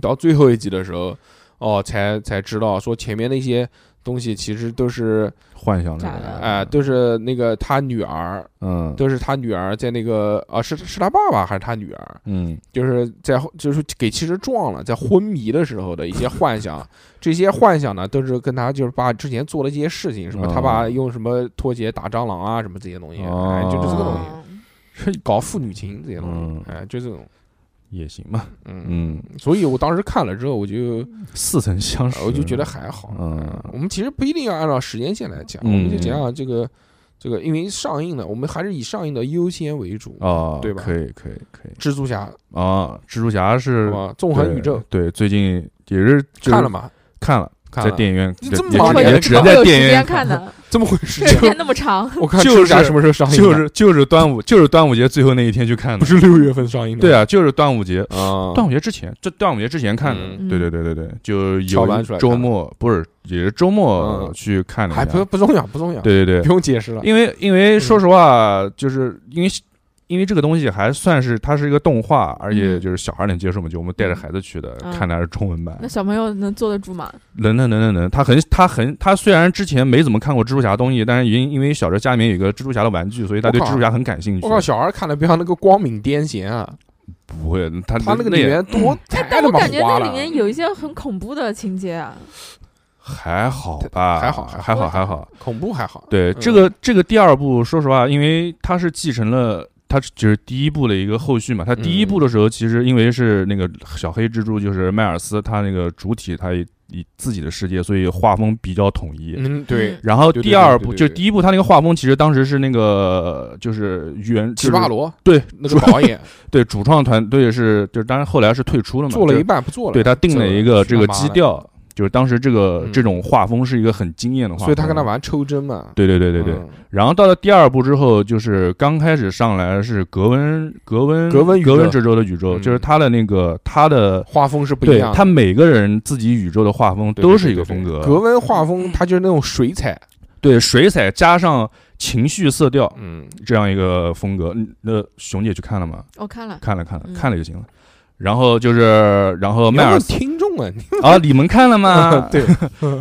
Speaker 1: 到最后一集的时候，哦，才才知道说前面那些东西其实都是
Speaker 4: 幻想
Speaker 5: 咋
Speaker 4: 的，
Speaker 5: 了
Speaker 1: 哎、都是那个他女儿，
Speaker 4: 嗯
Speaker 1: 都是他女儿在那个啊，是是他爸爸还是他女儿，
Speaker 4: 嗯
Speaker 1: 就是在就是给汽车撞了，在昏迷的时候的一些幻想，
Speaker 4: <laughs>
Speaker 1: 这些幻想呢都是跟他就是爸之前做的这些事情，什么
Speaker 4: 哦
Speaker 1: 他爸用什么拖鞋打蟑螂啊，什么这些东西，
Speaker 4: 哦
Speaker 1: 哎，就
Speaker 4: 这
Speaker 1: 是这个东西。
Speaker 5: 哦
Speaker 1: 搞父女情这些东西
Speaker 4: 嗯，
Speaker 1: 哎，就这种，
Speaker 4: 也行吧，
Speaker 1: 嗯
Speaker 4: 嗯，
Speaker 1: 所以我当时看了之后，我就呃
Speaker 4: 似曾相识，
Speaker 1: 我就觉得还好，
Speaker 4: 嗯
Speaker 1: 我们其实不一定要按照时间线来讲，我
Speaker 4: 嗯
Speaker 1: 们就讲啊讲这个这个，因为上映的，我们还是以上映的优先为主。
Speaker 4: 哦，
Speaker 1: 对吧
Speaker 4: 可以可以可以
Speaker 1: 蜘蛛侠，
Speaker 4: 啊，蜘蛛侠是
Speaker 1: 好吧，纵横宇宙
Speaker 4: 对，对最近也是就是
Speaker 1: 看了吗？
Speaker 4: 看了，
Speaker 1: 看
Speaker 4: 在
Speaker 1: 了， <laughs>
Speaker 4: 电影院，
Speaker 1: 你
Speaker 4: 对
Speaker 1: 这么
Speaker 4: 也
Speaker 1: 忙
Speaker 4: 只
Speaker 1: 你还
Speaker 4: 也只能
Speaker 5: 我
Speaker 4: 在
Speaker 5: 有
Speaker 4: 电
Speaker 5: 时
Speaker 4: 影
Speaker 5: 间
Speaker 4: 院
Speaker 5: 看的，
Speaker 1: 这么回事 <laughs>
Speaker 5: 这个时间那么长，
Speaker 1: 我看蜘
Speaker 4: 就是
Speaker 1: 蛛侠什么时候上映的？
Speaker 4: 就是就是端午，就是端午节最后那一天去看
Speaker 1: 不
Speaker 4: 的，
Speaker 1: 是六月份上映的？
Speaker 4: 对啊，就是端午节，
Speaker 1: 啊，
Speaker 4: 端午节之前，这端午节之前看的，
Speaker 1: 嗯
Speaker 4: 对对对对对，就
Speaker 1: 翘
Speaker 4: 有
Speaker 1: 班
Speaker 4: 一
Speaker 1: 出来
Speaker 4: 周
Speaker 1: 看
Speaker 4: 末不是也是周末
Speaker 1: 嗯
Speaker 4: 去看了一
Speaker 1: 还
Speaker 4: 下，
Speaker 1: 不不重要，不重要，
Speaker 4: 啊对对
Speaker 1: 不
Speaker 4: 对，
Speaker 1: 用解释了。
Speaker 4: 因为因
Speaker 1: 嗯
Speaker 4: 为说实话，就是因为因为这个东西还算是它是一个动画，而且
Speaker 5: 嗯
Speaker 4: 就是小孩儿能接受嘛，就我们带着孩子去的，
Speaker 5: 嗯
Speaker 4: 看的还是中文版
Speaker 5: 那，小朋友能坐得住吗？
Speaker 4: 能能能能能，他很他很他虽然之前没怎么看过蜘蛛侠东西，但是因因为小时候家里面有一个蜘蛛侠的玩具，所以他对
Speaker 1: 我靠
Speaker 4: 蜘蛛侠很感兴趣
Speaker 1: 我。靠，小孩看的不像那个《光明癫痫》啊，
Speaker 4: 不会，他
Speaker 1: 他那个里
Speaker 4: 也 <clears throat>
Speaker 1: 面多太
Speaker 5: 但
Speaker 1: 他
Speaker 5: 我
Speaker 1: 妈
Speaker 5: 感觉
Speaker 1: 花
Speaker 5: 那
Speaker 1: 了
Speaker 5: 里面有一些很恐怖的情节啊。
Speaker 4: 还好吧，
Speaker 1: 还好还好
Speaker 4: 啊还好还好。
Speaker 1: 恐怖还好。
Speaker 4: 对，
Speaker 1: 嗯
Speaker 4: 这个这个第二部，说实话，因为它是继承了它就是第一部的一个后续嘛。它第一
Speaker 1: 嗯
Speaker 4: 部的时候，其实因为是那个小黑蜘蛛，就是迈尔斯，他那个主体他以以自己的世界，所以画风比较统一。
Speaker 1: 嗯，对，
Speaker 4: 然后
Speaker 1: 对对
Speaker 4: 第
Speaker 1: 对
Speaker 4: 二
Speaker 1: 对
Speaker 4: 部
Speaker 1: 对
Speaker 4: 就
Speaker 1: 对
Speaker 4: 第一部，他那个画风其实当时是那个就是原
Speaker 1: 奇巴
Speaker 4: 罗
Speaker 1: 罗
Speaker 4: 对
Speaker 1: 那个导
Speaker 4: <laughs>
Speaker 1: 演
Speaker 4: 对主创团队是就是，当然后来是退出了嘛，
Speaker 1: 做了
Speaker 4: 就
Speaker 1: 一半不做了，
Speaker 4: 对他定
Speaker 1: 走
Speaker 4: 了
Speaker 1: 了
Speaker 4: 一个
Speaker 1: 去
Speaker 4: 这
Speaker 1: 干嘛
Speaker 4: 个基
Speaker 1: 了
Speaker 4: 调，就是当时这个
Speaker 1: 嗯
Speaker 4: 这种画风是一个很惊艳的画风，
Speaker 1: 所以他跟他玩抽针嘛。
Speaker 4: 对对对对对，
Speaker 1: 嗯
Speaker 4: 然后到了第二部之后，就是刚开始上来是格温格温
Speaker 1: 格温宇宙
Speaker 4: 格温这周的宇宙，
Speaker 1: 嗯
Speaker 4: 就是他的那个他的
Speaker 1: 画风是不一
Speaker 4: 对
Speaker 1: 样的。
Speaker 4: 他每个人自己宇宙的画风
Speaker 1: 对对
Speaker 4: 都是一个
Speaker 1: 对对
Speaker 4: 风格，
Speaker 1: 格温画风他就是那种水彩，
Speaker 4: 对水彩加上情绪色调
Speaker 1: 嗯，
Speaker 4: 这样一个风格。嗯那熊姐去看了吗？
Speaker 5: 我看了，
Speaker 4: 看了看了
Speaker 5: 嗯
Speaker 4: 看了就行了。然后就是，然
Speaker 1: 嗯
Speaker 4: 后迈尔斯
Speaker 1: 听众啊，你？
Speaker 4: 啊，你们看了吗
Speaker 1: <laughs> 对。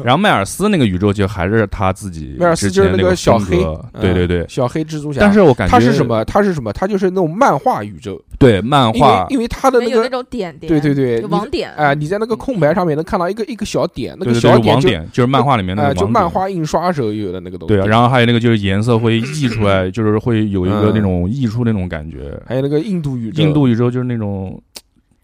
Speaker 4: 然后迈尔斯那个宇宙就还是他自己
Speaker 1: 迈尔
Speaker 4: 之
Speaker 1: 斯
Speaker 4: 前
Speaker 1: 就是
Speaker 4: 那
Speaker 1: 个小
Speaker 4: 风
Speaker 1: 黑
Speaker 4: 格，对对对
Speaker 1: 嗯。小黑蜘蛛侠。
Speaker 4: 但是我感觉
Speaker 1: 他是什？么？他是什么？他就是那种漫画宇宙，
Speaker 4: 对漫
Speaker 1: 因为
Speaker 4: 画，
Speaker 1: 因为他的
Speaker 5: 里
Speaker 1: 那
Speaker 5: 面有那
Speaker 1: 个
Speaker 5: 种点点，
Speaker 1: 对对对
Speaker 5: 有
Speaker 1: 你
Speaker 5: 网点
Speaker 1: 哎，你在那个空白上面能看到一个一个小点，那
Speaker 4: 对
Speaker 1: 个
Speaker 4: 对
Speaker 1: 小
Speaker 4: 对，网
Speaker 1: 就
Speaker 4: 点就是漫画里面那
Speaker 1: 哎
Speaker 4: 个网
Speaker 1: 就
Speaker 4: 点
Speaker 1: 漫。画印刷时候有的那个东西。
Speaker 4: 对啊，然后还有那个就是颜色会溢
Speaker 1: <clears throat>
Speaker 4: 出来，就是会有一个
Speaker 1: 嗯
Speaker 4: 那种溢出那种感觉。
Speaker 1: 还有那个印度宇宙，
Speaker 4: 印度宇宙就是那种，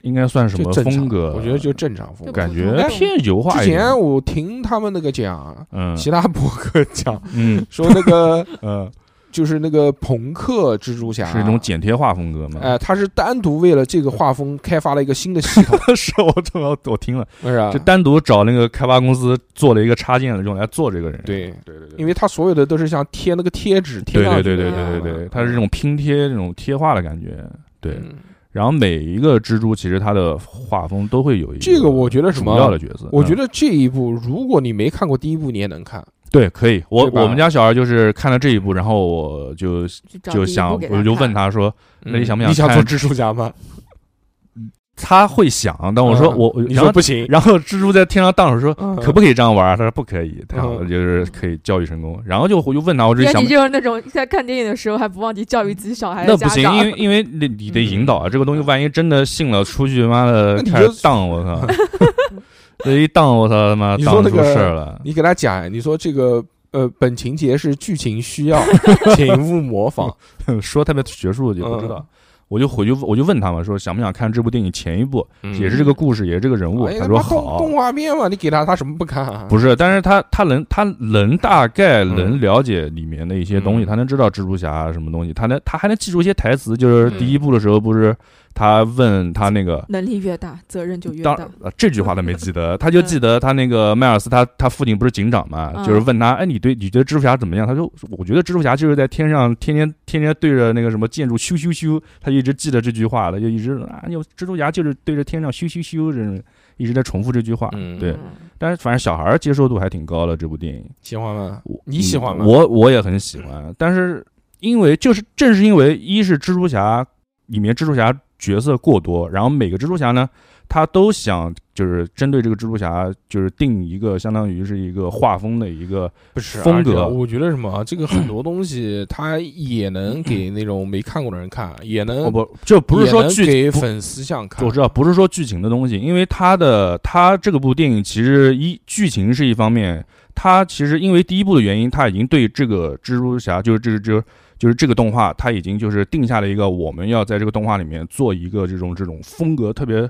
Speaker 4: 应该算什
Speaker 1: 就
Speaker 4: 么
Speaker 1: 正常
Speaker 4: 风格？
Speaker 1: 我觉得就正常风格。
Speaker 5: 就
Speaker 4: 感
Speaker 5: 普
Speaker 4: 觉
Speaker 5: 通
Speaker 4: 偏油画
Speaker 1: 之
Speaker 4: 一点。
Speaker 1: 前我听他们那个讲，
Speaker 4: 嗯
Speaker 1: 其他博客讲 <laughs>
Speaker 4: 嗯
Speaker 1: 说那
Speaker 4: <laughs>
Speaker 1: 个
Speaker 4: 呃，
Speaker 1: 就是那个朋克蜘蛛侠
Speaker 4: 是一种剪贴画风格嘛？
Speaker 1: 哎，他是单独为了这个画风开发了一个新的系统，
Speaker 4: <laughs> 是我正好我听了，
Speaker 1: 是吧
Speaker 4: 就？单独找那个开发公司做了一个插件用来做这个人。
Speaker 1: 对，
Speaker 4: 对对对
Speaker 1: 因为他所有的都是像贴那个贴纸贴
Speaker 4: 对
Speaker 1: 上
Speaker 4: 对
Speaker 1: 去
Speaker 4: 对
Speaker 1: 的
Speaker 4: 对
Speaker 1: 那
Speaker 4: 对
Speaker 1: 样
Speaker 4: 对对，
Speaker 1: 嘛
Speaker 4: 它是这种拼贴、这种贴画的感觉。对，
Speaker 1: 嗯
Speaker 4: 然后每一个蜘蛛其实它的画风都会有一
Speaker 1: 这个我觉得什
Speaker 4: 主要
Speaker 1: 么啊
Speaker 4: 的？角色。
Speaker 1: 我觉
Speaker 4: 嗯
Speaker 1: 得这一部，如果你没看过第一部，你也能看。
Speaker 4: 对，可以。我
Speaker 1: 对吧
Speaker 4: 我们家小孩就是看了这一部，然后我就就想我就问
Speaker 5: 他
Speaker 4: 他说，那你想不
Speaker 1: 嗯
Speaker 4: 想
Speaker 1: 你想做
Speaker 4: 看
Speaker 1: 蜘蛛侠吗？
Speaker 4: 他会想，但我说
Speaker 1: 嗯
Speaker 4: 我
Speaker 1: 你
Speaker 4: 然
Speaker 1: 说
Speaker 4: 后
Speaker 1: 不行，
Speaker 4: 然后蜘蛛在天上荡着说，
Speaker 1: 嗯
Speaker 4: 可不可以这样玩儿？他说不可以，太好了，
Speaker 1: 嗯
Speaker 4: 就是可以教育成功。然后就我就问他，我就
Speaker 5: 编
Speaker 4: 想
Speaker 5: 辑，就是那种在看电影的时候还不忘记教育自己小孩
Speaker 4: 那
Speaker 5: 的
Speaker 4: 不
Speaker 5: 家
Speaker 4: 行，
Speaker 5: 长，
Speaker 4: 因为因为你你得引导啊，这个东西万一真的信了，出去妈的
Speaker 1: <laughs> 那你
Speaker 4: 开始
Speaker 1: 就
Speaker 4: 荡，
Speaker 1: <laughs>
Speaker 4: 我操，这一荡我操他妈
Speaker 1: 你
Speaker 4: 荡
Speaker 1: 说
Speaker 4: 出
Speaker 1: 那个
Speaker 4: 事
Speaker 1: <laughs>
Speaker 4: 儿了。
Speaker 1: 你给他讲，你说这个呃，本情节是剧情需要，请勿模仿。
Speaker 4: 说特别学术也不知道
Speaker 1: 嗯，
Speaker 4: 我就回去我就问他们说想不想看这部电影前一部，也嗯是这个故事，也是这个人物
Speaker 1: 嗯哎，呀
Speaker 4: 他说
Speaker 1: 妈动
Speaker 4: 好。
Speaker 1: 动画片嘛，你给他他什么不看啊？
Speaker 4: 不是，但是他他能他能大概能
Speaker 1: 嗯
Speaker 4: 了解里面的一些东西，
Speaker 1: 嗯
Speaker 4: 他能知道蜘蛛侠什么东西，他能他还能记住一些台词。就是
Speaker 1: 嗯
Speaker 4: 第一部的时候，不是他问他那个，
Speaker 5: 能力越大责任就越
Speaker 4: 当
Speaker 5: 大。
Speaker 4: 呃这句话他没记
Speaker 1: <laughs>
Speaker 4: 得，他就记得他那个迈尔斯他他父亲不是警长嘛，
Speaker 5: 嗯
Speaker 4: 就是问他，哎，你对你觉得蜘蛛侠怎么样？他说，我觉得蜘蛛侠就是在天上天天天天对着那个什么建筑咻咻咻，他就一直记得这句话，他就一直啊，你蜘蛛侠就是对着天上咻咻咻，这种一直在重复这句话。
Speaker 1: 嗯
Speaker 4: 对
Speaker 5: 嗯
Speaker 4: 但是反正小孩儿接受度还挺高的这部电影。
Speaker 1: 喜欢吗？
Speaker 4: 我
Speaker 1: 你喜欢吗
Speaker 4: 嗯我我也很喜欢，但是因为就是正是因为一是蜘蛛侠里面蜘蛛侠角色过多，然后每个蜘蛛侠呢，他都想就是针对这个蜘蛛侠，就是定一个相当于是一个画风的一个，
Speaker 1: 不是
Speaker 4: 风
Speaker 1: 而且
Speaker 4: 格
Speaker 1: 我觉得什么啊，这个很多东西它也能给那种没看过的人看，也能
Speaker 4: 哦不，这不是说
Speaker 1: 也能
Speaker 4: 剧
Speaker 1: 给
Speaker 4: 不
Speaker 1: 粉丝想看。
Speaker 4: 我知道不是说剧情的东西，因为他的他这个部电影其实一剧情是一方面，他其实因为第一部的原因，他已经对这个蜘蛛侠就是这个就是就是这个动画，他已经就是定下了一个我们要在这个动画里面做一个这种这种风格特别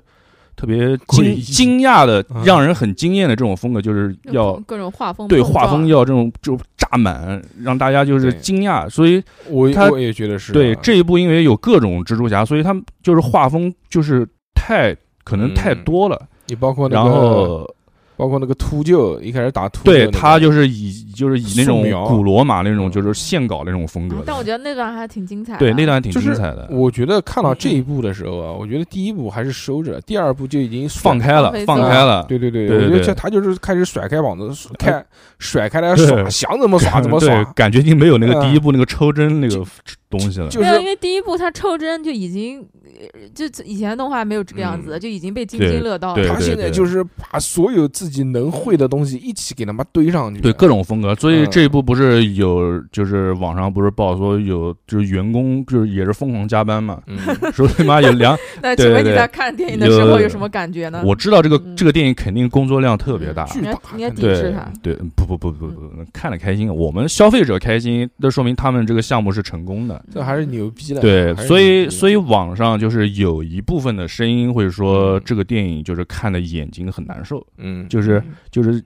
Speaker 4: 特别
Speaker 1: 诡
Speaker 4: 惊
Speaker 1: 异
Speaker 4: 惊讶的
Speaker 1: 嗯，
Speaker 4: 让人很惊艳的这种风格，就是
Speaker 5: 各
Speaker 4: 要。
Speaker 5: 各种画风
Speaker 4: 对
Speaker 5: 碰
Speaker 4: 画
Speaker 5: 撞
Speaker 4: 风要这种就炸满，让大家就是
Speaker 1: 对
Speaker 4: 惊讶，所以
Speaker 1: 我
Speaker 4: 他
Speaker 1: 我也觉得是
Speaker 4: 对
Speaker 1: 啊
Speaker 4: 这一部，因为有各种蜘蛛侠，所以他们就是画风就是太可能太
Speaker 1: 嗯
Speaker 4: 多了。
Speaker 1: 你包括那
Speaker 4: 然
Speaker 1: 个，
Speaker 4: 后
Speaker 1: 包括那个秃鹫，一开始打秃鹫那
Speaker 4: 对
Speaker 1: 个，
Speaker 4: 他就是以就是以那种
Speaker 1: 素描
Speaker 4: 古罗马那种
Speaker 1: 嗯
Speaker 4: 就是线稿那种风格
Speaker 5: 啊
Speaker 4: 的，
Speaker 5: 但我觉得那段还挺精彩的。
Speaker 4: 对那段挺
Speaker 1: 就是
Speaker 4: 精彩的，
Speaker 1: 我觉得看到这一步的时候啊，我觉得第一步还是收着，第二步就已经
Speaker 4: 嗯放
Speaker 1: 开。
Speaker 4: 开了，放
Speaker 5: 放飞自
Speaker 4: 开了。
Speaker 1: 对对对，
Speaker 4: 对对
Speaker 1: 我觉得
Speaker 4: 对哎
Speaker 1: 这他就是开始甩开膀子，开甩开来
Speaker 4: 对
Speaker 1: 耍，想怎么耍怎么
Speaker 4: <laughs> 对
Speaker 1: 耍，，
Speaker 4: 感觉已经没有那个
Speaker 1: 嗯
Speaker 4: 第一部那个抽帧那个东西了。
Speaker 1: 就
Speaker 5: 没有，啊因
Speaker 1: 是
Speaker 5: 为第一部它抽帧就已经，呃就以前的动画没有这个样子的，
Speaker 1: 嗯
Speaker 5: 就已经被津
Speaker 4: 对
Speaker 5: 津乐道
Speaker 4: 对
Speaker 5: <laughs> 了。
Speaker 1: 他现在就是把所有自己能会的东西一起给他妈堆上去，
Speaker 4: 对各种风格，所以
Speaker 1: 嗯
Speaker 4: 这一部不是有，就是网上不是报说有，就是员工就是也是疯狂加班嘛，
Speaker 1: 嗯，
Speaker 4: 说他妈有
Speaker 5: <laughs>
Speaker 4: 两，
Speaker 5: 那
Speaker 4: 对
Speaker 5: 请问你
Speaker 4: 对
Speaker 5: 在看电影的时
Speaker 4: 有
Speaker 5: 候有什么感觉呢？
Speaker 4: 我知道这个
Speaker 5: 嗯
Speaker 4: 这个电影肯定工作量特别大，
Speaker 1: 巨
Speaker 5: 你要
Speaker 1: 大
Speaker 5: 你要抵
Speaker 4: 对
Speaker 5: 制它。
Speaker 4: 对，嗯不不不不不，看了开心，我们消费者开心，那说明他们这个项目是成功的。
Speaker 1: <laughs> 这还是牛逼的。
Speaker 4: 对，所以所
Speaker 1: 以
Speaker 4: 以网上就是有一部分的声音会说，这个电影就是看的眼睛很难受，
Speaker 1: 嗯，
Speaker 4: 就是就是嘖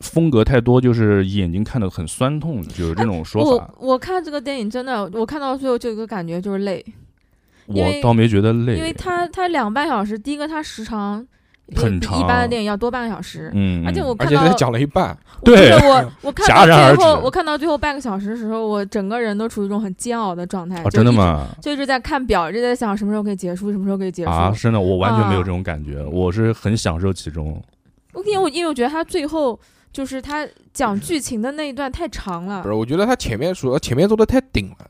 Speaker 4: 风格太多，就是眼睛看得很酸痛，有这种说法
Speaker 5: 啊我。我看这个电影真的，我看到最后就有一个感觉就是累，因
Speaker 4: 我
Speaker 5: 为
Speaker 4: 倒没觉得
Speaker 5: 因为
Speaker 4: 累，
Speaker 5: 它它两半小时，第一个它时长
Speaker 4: 很
Speaker 5: 比
Speaker 4: 长
Speaker 5: 一般的电影要多半个小时。
Speaker 4: 嗯，
Speaker 5: 而且
Speaker 4: 嗯
Speaker 5: 我
Speaker 1: 而
Speaker 5: 看
Speaker 1: 且
Speaker 5: 到
Speaker 1: 才讲了一半，
Speaker 5: 我记
Speaker 4: 对
Speaker 5: 得我我看
Speaker 4: 戛然而
Speaker 5: 到最后，
Speaker 4: 止
Speaker 5: 我看到最后半个小时的时候，我整个人都处于一种很煎熬的状态。
Speaker 4: 啊，
Speaker 5: 就
Speaker 4: 真的
Speaker 5: 一直？
Speaker 4: 吗？
Speaker 5: 就一直在看表，一直在想什么时候可以结束，什么时候可以结束。
Speaker 4: 啊，真的，我完全没有
Speaker 5: 啊
Speaker 4: 这种感觉，我是很享受其中。
Speaker 5: 我因为我因为我觉得他最后就是他讲剧情的那一段太长了
Speaker 1: 不，是？我觉得他前面主要前面做的太顶了，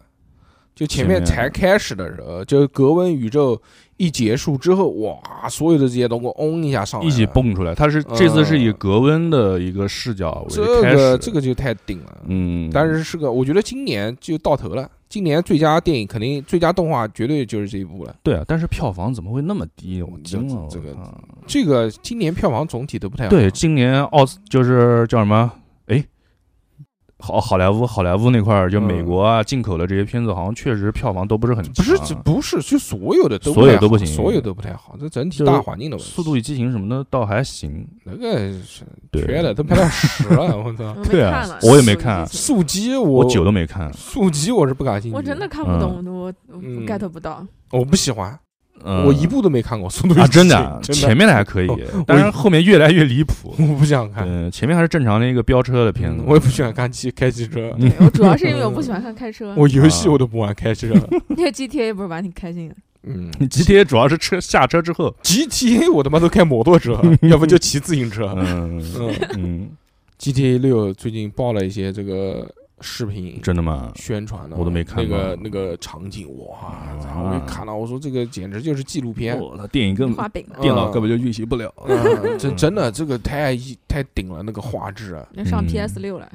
Speaker 1: 就前面
Speaker 4: 前面
Speaker 1: 才开始的时候，就格温宇宙一结束之后，哇，所有的这些都给我嗡一下上来
Speaker 4: 一
Speaker 1: 了，
Speaker 4: 起蹦出来。他是
Speaker 1: 嗯
Speaker 4: 这次是以格温的一个视角
Speaker 1: 这
Speaker 4: 为开始
Speaker 1: 个
Speaker 4: 的，
Speaker 1: 这个就太顶了。
Speaker 4: 嗯，
Speaker 1: 但是是个，我觉得今年就到头了。今年最佳电影肯定，最佳动画绝对就是这一部了。
Speaker 4: 对啊，但是票房怎么会那么低？我
Speaker 1: 嗯
Speaker 4: 惊了，
Speaker 1: 这这
Speaker 4: 我
Speaker 1: 个
Speaker 4: 靠
Speaker 1: 这个今年票房总体都不太好。啊
Speaker 4: 对，今年奥斯就是叫什么？哎，好好莱坞好莱坞那块儿，就美
Speaker 1: 嗯
Speaker 4: 国啊进口的这些片子，好像确实票房都不是很
Speaker 1: 不
Speaker 4: 强
Speaker 1: 是这不是，就所有的都
Speaker 4: 啊所有
Speaker 1: 太
Speaker 4: 都不
Speaker 1: 好
Speaker 4: 行
Speaker 1: 所有都不太好，这整体
Speaker 4: 就是
Speaker 1: 大环境的问题。
Speaker 4: 速度与激情什么的倒还行，
Speaker 1: 那个是
Speaker 4: 对
Speaker 1: 缺的都拍到十
Speaker 4: <laughs>
Speaker 1: 了，我操！
Speaker 5: 我没
Speaker 4: 对啊
Speaker 5: 看了，
Speaker 4: 我也没
Speaker 5: 有一
Speaker 4: 看
Speaker 5: 集
Speaker 1: 速激我
Speaker 4: 我酒都没看，
Speaker 1: 速激我是不感兴趣，
Speaker 5: 我真的看不懂，我我我
Speaker 1: 嗯
Speaker 5: get 不到。
Speaker 1: 我不喜欢，
Speaker 4: 嗯
Speaker 1: 我一部都没看过速度与
Speaker 4: 啊，
Speaker 1: 激
Speaker 4: 真的
Speaker 1: 情
Speaker 4: 啊，
Speaker 1: 真
Speaker 4: 前面的还可以
Speaker 1: 我，
Speaker 4: 但是后面越来越离谱。
Speaker 1: 我不想看，
Speaker 4: 嗯，前面还是正常的一个飙车的片子
Speaker 1: 嗯，我也不喜欢看汽开汽车，
Speaker 4: 嗯啊
Speaker 5: 对我主要是因为我不喜欢看开车，
Speaker 1: 我游戏我都不玩开车。
Speaker 4: <laughs>
Speaker 5: 那个 GTA 不是玩挺开心的。
Speaker 1: 嗯
Speaker 4: GTA 主要是车下车之后，
Speaker 1: ，GTA 我他妈都开摩托
Speaker 4: <laughs>
Speaker 1: 车，要不就骑自行车。
Speaker 4: 嗯
Speaker 1: 嗯
Speaker 4: 嗯，
Speaker 1: ，GTA 六最近爆了一些这个视频，
Speaker 4: 真的吗？
Speaker 1: 宣传的，
Speaker 4: 我都没看
Speaker 1: 那个
Speaker 4: 过
Speaker 1: 那个场景，哇！
Speaker 4: 啊
Speaker 1: 我一
Speaker 5: 哦
Speaker 1: 看到，我说这个简直就是纪录片，
Speaker 4: 我的电影根
Speaker 5: 画
Speaker 4: 本
Speaker 5: 饼了，
Speaker 4: 电脑根本就运行
Speaker 1: <laughs>
Speaker 4: 不了。
Speaker 1: 嗯这真的这个太太顶了，那个画质啊，
Speaker 5: 要上
Speaker 4: 嗯
Speaker 5: PS 六了。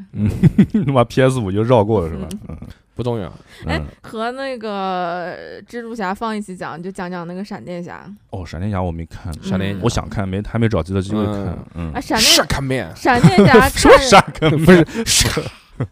Speaker 4: 他妈 PS 五就绕过了是吧？
Speaker 1: 不重要。
Speaker 4: 嗯
Speaker 5: 哎
Speaker 4: 嗯，
Speaker 5: 和那个呃蜘蛛侠放一起讲，就讲讲那个闪电侠
Speaker 4: 哦，闪电侠我没看，
Speaker 5: 闪电侠
Speaker 4: 我想看，没还没找机的机会看。嗯
Speaker 5: 啊，，闪
Speaker 1: 嗯闪
Speaker 5: 电
Speaker 1: 看面，
Speaker 5: 闪电
Speaker 4: <laughs>
Speaker 5: 侠看
Speaker 4: 闪根
Speaker 1: <laughs> 不是 <laughs> 闪，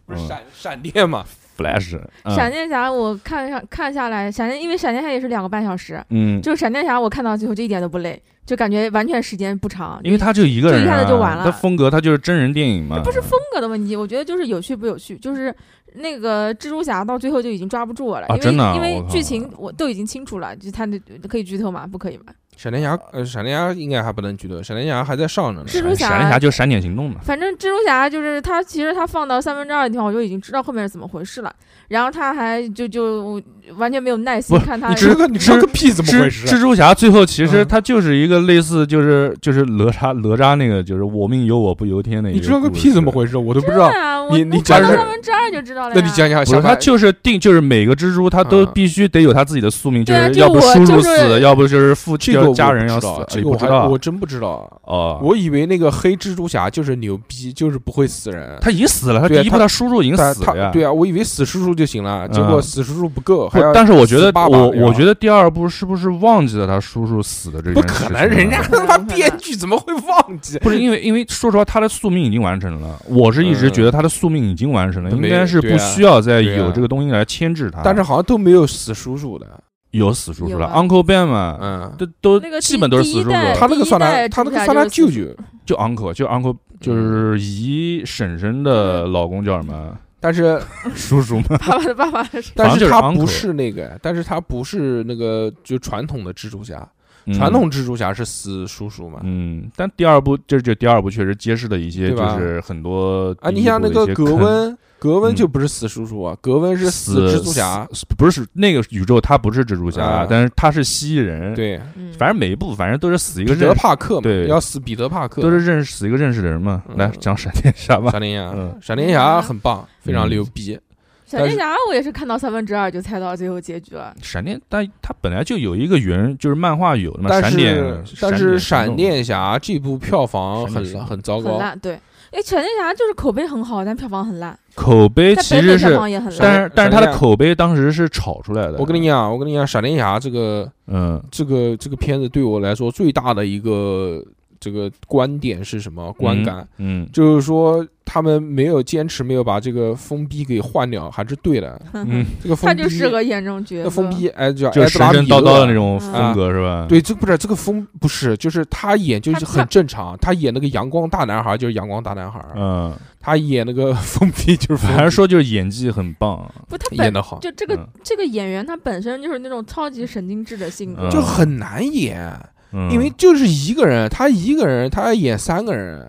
Speaker 1: 不
Speaker 4: 嗯
Speaker 1: 是闪闪电嘛？
Speaker 4: Flash，嗯
Speaker 5: 闪电侠，我看上看下来，闪电因为闪电侠也是两个半小时，
Speaker 4: 嗯，
Speaker 5: 就是闪电侠我看到最后就一点都不累，就感觉完全时间不长，
Speaker 4: 因为他就一个人
Speaker 5: 就一下
Speaker 4: 啊，
Speaker 5: 子就完了
Speaker 4: 他风格他就是真人电影嘛，嗯
Speaker 5: 不是风格的问题，我觉得就是有趣不有趣，就是那个蜘蛛侠到最后就已经抓不住我了，
Speaker 4: 啊
Speaker 5: 因为
Speaker 4: 真的啊
Speaker 5: 因为
Speaker 4: 我靠
Speaker 5: 剧情我都已经清楚了，就他的可以剧透吗？不可以吧？
Speaker 1: 闪电侠，呃，闪电侠应该还不能剧透，闪电侠还在上着呢。
Speaker 5: 蜘蛛侠
Speaker 4: 哎闪电侠就闪点行动嘛。
Speaker 5: 反正蜘蛛侠就是他，其实他放到三分之二的地方，我就已经知道后面是怎么回事了。然后他还就就完全没有耐心
Speaker 4: 不是
Speaker 5: 看他
Speaker 1: 你
Speaker 4: 知
Speaker 1: 知道你知道个屁怎么
Speaker 4: 蜘
Speaker 1: 回事？啊
Speaker 4: 蜘蛛侠最后其实
Speaker 1: 嗯
Speaker 4: 他就是一个类似就是就是哪吒哪吒那个就是我命由我不由天的一
Speaker 1: 你知道个
Speaker 4: 故
Speaker 1: 屁
Speaker 4: 事
Speaker 1: 怎么回事？我都不知道
Speaker 5: 对。啊，我
Speaker 1: 你你
Speaker 5: 我
Speaker 1: 讲
Speaker 5: 看
Speaker 4: 是
Speaker 5: 到三分之二就知道了
Speaker 1: 那
Speaker 5: 呀。
Speaker 1: 你讲讲，
Speaker 4: 不是，
Speaker 1: 想
Speaker 4: 他
Speaker 1: 法
Speaker 4: 就是定，就是每个蜘蛛他都
Speaker 1: 嗯
Speaker 4: 必须得有他自己的宿命，
Speaker 5: 对啊
Speaker 4: 是
Speaker 5: 就
Speaker 4: 要不
Speaker 5: 我
Speaker 4: 叔
Speaker 5: 就
Speaker 4: 叔
Speaker 5: 是
Speaker 4: 死，要不就是父
Speaker 1: 这个
Speaker 4: 要
Speaker 1: 我
Speaker 4: 家
Speaker 1: 不
Speaker 4: 人要
Speaker 1: 知
Speaker 4: 死
Speaker 1: 道，这
Speaker 4: 你
Speaker 1: 个
Speaker 4: 不
Speaker 1: 我
Speaker 4: 知
Speaker 1: 还
Speaker 4: 道啊
Speaker 1: 哎我真不知道。
Speaker 4: 哦，
Speaker 1: 我以为那个黑蜘蛛侠就是牛逼，就是不会死人。
Speaker 4: 他已经死了，他
Speaker 1: 对啊
Speaker 4: 第一部
Speaker 1: 他
Speaker 4: 他叔叔已经
Speaker 1: 他
Speaker 4: 死了
Speaker 1: 他
Speaker 4: 呀。
Speaker 1: 对啊，我以为死叔叔就行了，结
Speaker 4: 嗯
Speaker 1: 果死叔叔不够，还
Speaker 4: 不
Speaker 1: 要
Speaker 4: 但是我觉
Speaker 1: 死
Speaker 4: 得
Speaker 1: 爸爸
Speaker 4: 我
Speaker 1: 对吧
Speaker 4: 我觉得第二部是不是忘记了他叔叔死的这
Speaker 1: 不
Speaker 4: 件
Speaker 1: 可
Speaker 4: 事情
Speaker 1: 能，
Speaker 4: 了
Speaker 1: 人家 <laughs> 他妈
Speaker 5: 不可能
Speaker 1: 编剧怎么会忘记？啊
Speaker 4: 不是因为因为说实话，他的宿命已经完成了。我是一直觉得他的宿命已经完成了，
Speaker 1: 嗯
Speaker 4: 应该是
Speaker 1: 对
Speaker 4: 不
Speaker 1: 啊
Speaker 4: 需要再
Speaker 1: 对啊
Speaker 4: 有这个东西来牵制他。
Speaker 1: 但是好像都没有死叔叔
Speaker 4: 啊
Speaker 1: 的，
Speaker 4: 有死叔叔
Speaker 5: 有
Speaker 4: 了
Speaker 5: 啊
Speaker 4: ，Uncle Ben 嘛，
Speaker 1: 嗯，
Speaker 4: 都都
Speaker 5: 那个
Speaker 4: 基本都是
Speaker 5: 第
Speaker 4: 死
Speaker 5: 一
Speaker 4: 叔叔
Speaker 5: 代
Speaker 4: 了。
Speaker 1: 他那个算
Speaker 5: 第一代
Speaker 1: 他他那个
Speaker 5: 蜘蛛侠
Speaker 1: 算他
Speaker 5: 就是
Speaker 1: 舅
Speaker 5: 死
Speaker 1: 舅，
Speaker 4: 就 uncle，就 uncle 就是姨婶婶的
Speaker 1: 嗯
Speaker 4: 老公叫什么？
Speaker 1: 但是
Speaker 4: 叔叔
Speaker 1: <laughs>
Speaker 4: 吗？
Speaker 5: <laughs> 爸爸的爸爸是
Speaker 1: 但
Speaker 4: 好像就是是
Speaker 1: 他
Speaker 4: uncle
Speaker 1: 不是那个，但是他不是那个就传统的蜘蛛侠，传统蜘蛛侠是死叔叔嘛？
Speaker 4: 嗯。嗯，但第二部这就第二部确实揭示了一些，
Speaker 1: 对
Speaker 4: 就
Speaker 1: 吧
Speaker 4: 是很多
Speaker 1: 啊，
Speaker 4: 第
Speaker 1: 你
Speaker 4: 一
Speaker 1: 像
Speaker 4: 部
Speaker 1: 那
Speaker 4: 的
Speaker 1: 个
Speaker 4: 一些
Speaker 1: 格
Speaker 4: 坑
Speaker 1: 温，格温
Speaker 4: 嗯
Speaker 1: 就不是死叔叔啊，格温是死
Speaker 4: 死
Speaker 1: 蜘蛛侠，
Speaker 4: 不是那个宇宙，他不是蜘蛛侠
Speaker 1: 啊，
Speaker 4: 但是他是蜥蜴人。，
Speaker 1: 对，
Speaker 5: 嗯，
Speaker 4: 反正每一部反正都是死一个
Speaker 1: 彼得
Speaker 4: 认识，
Speaker 1: 帕克嘛，
Speaker 4: 对
Speaker 1: 要死彼得帕克，
Speaker 4: 都是认识死一个认识的人嘛。
Speaker 1: 嗯啊
Speaker 4: 来讲闪电侠吧。
Speaker 1: 闪电侠，
Speaker 4: 嗯
Speaker 1: 闪电侠
Speaker 5: 啊
Speaker 1: 很棒，非常牛逼。
Speaker 5: 闪电侠我也是看到三分之二就猜到最后结局了。
Speaker 4: 闪电，但他本来就有一个原，就是漫画有的嘛。
Speaker 1: 但
Speaker 4: 闪电
Speaker 1: 是，但是闪
Speaker 4: 电
Speaker 1: 电侠这部票房
Speaker 4: 闪
Speaker 1: 很
Speaker 4: 电侠
Speaker 1: 很糟
Speaker 5: 很
Speaker 1: 糕，
Speaker 5: 烂，对。哎，闪电侠就是口碑很好，但票房很烂，
Speaker 4: 口碑
Speaker 5: 在
Speaker 4: 其
Speaker 5: 北
Speaker 4: 实
Speaker 5: 美
Speaker 4: 是
Speaker 5: 票房也很
Speaker 1: 闪
Speaker 5: 烂。
Speaker 4: 但是但是
Speaker 1: 闪
Speaker 4: 他
Speaker 1: 电
Speaker 4: 的
Speaker 1: 侠
Speaker 4: 口碑当时是炒出来的。
Speaker 1: 我跟你，讲，我跟你讲，闪电侠这个
Speaker 4: 嗯
Speaker 1: 这个这个片子对我来说最大的一个这个观点是什么？观感、
Speaker 4: 嗯
Speaker 1: 就是说他们没有坚持，没有把这个封逼给换掉，还是对
Speaker 5: <laughs>
Speaker 1: 的。
Speaker 4: 嗯，
Speaker 1: <laughs> 这个封
Speaker 5: 他
Speaker 1: 逼，
Speaker 5: 就适合演这种角
Speaker 1: 那
Speaker 5: 色。
Speaker 1: 封逼，哎，叫
Speaker 4: 就
Speaker 1: 埃
Speaker 4: 是
Speaker 1: 德
Speaker 4: 神
Speaker 1: 拉
Speaker 4: 神
Speaker 1: 米勒啊
Speaker 4: 叨叨的那。种风格是吧？，
Speaker 1: 嗯对，这不是这个封不是，就是他演就是
Speaker 5: 他他
Speaker 1: 很正常，他演那个阳光大男孩就是阳光大男孩，
Speaker 4: 嗯，
Speaker 1: 他演那个 <laughs> 封闭就是封
Speaker 4: 还是
Speaker 1: 闭，
Speaker 4: 说就是演技很棒，
Speaker 5: 不，他
Speaker 1: 演
Speaker 5: 本
Speaker 1: 的好，
Speaker 5: 就这个
Speaker 4: 嗯
Speaker 5: 这个演员，他本身就是那种超级神经质的性格
Speaker 4: 嗯。
Speaker 1: 就很难演。
Speaker 4: 嗯
Speaker 1: 因为就是一个人，他一个人，他要演三个人，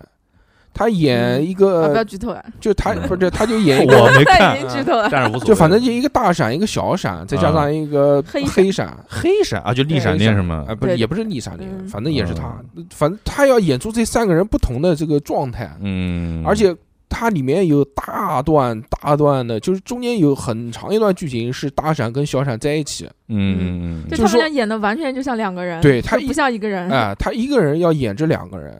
Speaker 1: 他演一
Speaker 5: 啊，不要
Speaker 1: 个，
Speaker 5: 剧透啊！
Speaker 1: 就他
Speaker 4: 嗯
Speaker 1: 不是他就演一个，<laughs>
Speaker 4: <laughs> <laughs> 我
Speaker 5: <laughs>
Speaker 4: 没看
Speaker 5: 已经剧
Speaker 4: <laughs>
Speaker 5: 透了，
Speaker 4: 但是无所谓，
Speaker 1: 就反正就一个大闪，一个小闪，再加上一个
Speaker 5: 黑闪
Speaker 1: 黑闪，
Speaker 4: 啊黑闪啊，就
Speaker 1: 对
Speaker 4: 力闪电是吗？
Speaker 1: 啊，不是
Speaker 5: 对
Speaker 1: 也不是逆闪电，
Speaker 5: 嗯
Speaker 1: 反正也是他
Speaker 4: 嗯，
Speaker 1: 反正他要演出这三个人不同的这个状态，
Speaker 4: 嗯，
Speaker 1: 而且它里面有大段大段的，就是中间有很长一段剧情是大闪跟小闪在一起，
Speaker 4: 嗯，嗯嗯
Speaker 1: 就
Speaker 5: 就他
Speaker 1: 是
Speaker 5: 们
Speaker 1: 说
Speaker 5: 俩演的完全就像两个人，
Speaker 1: 对他
Speaker 5: 就
Speaker 1: 一
Speaker 5: 不像一个人。
Speaker 1: 哎，他一个人要演这两个人。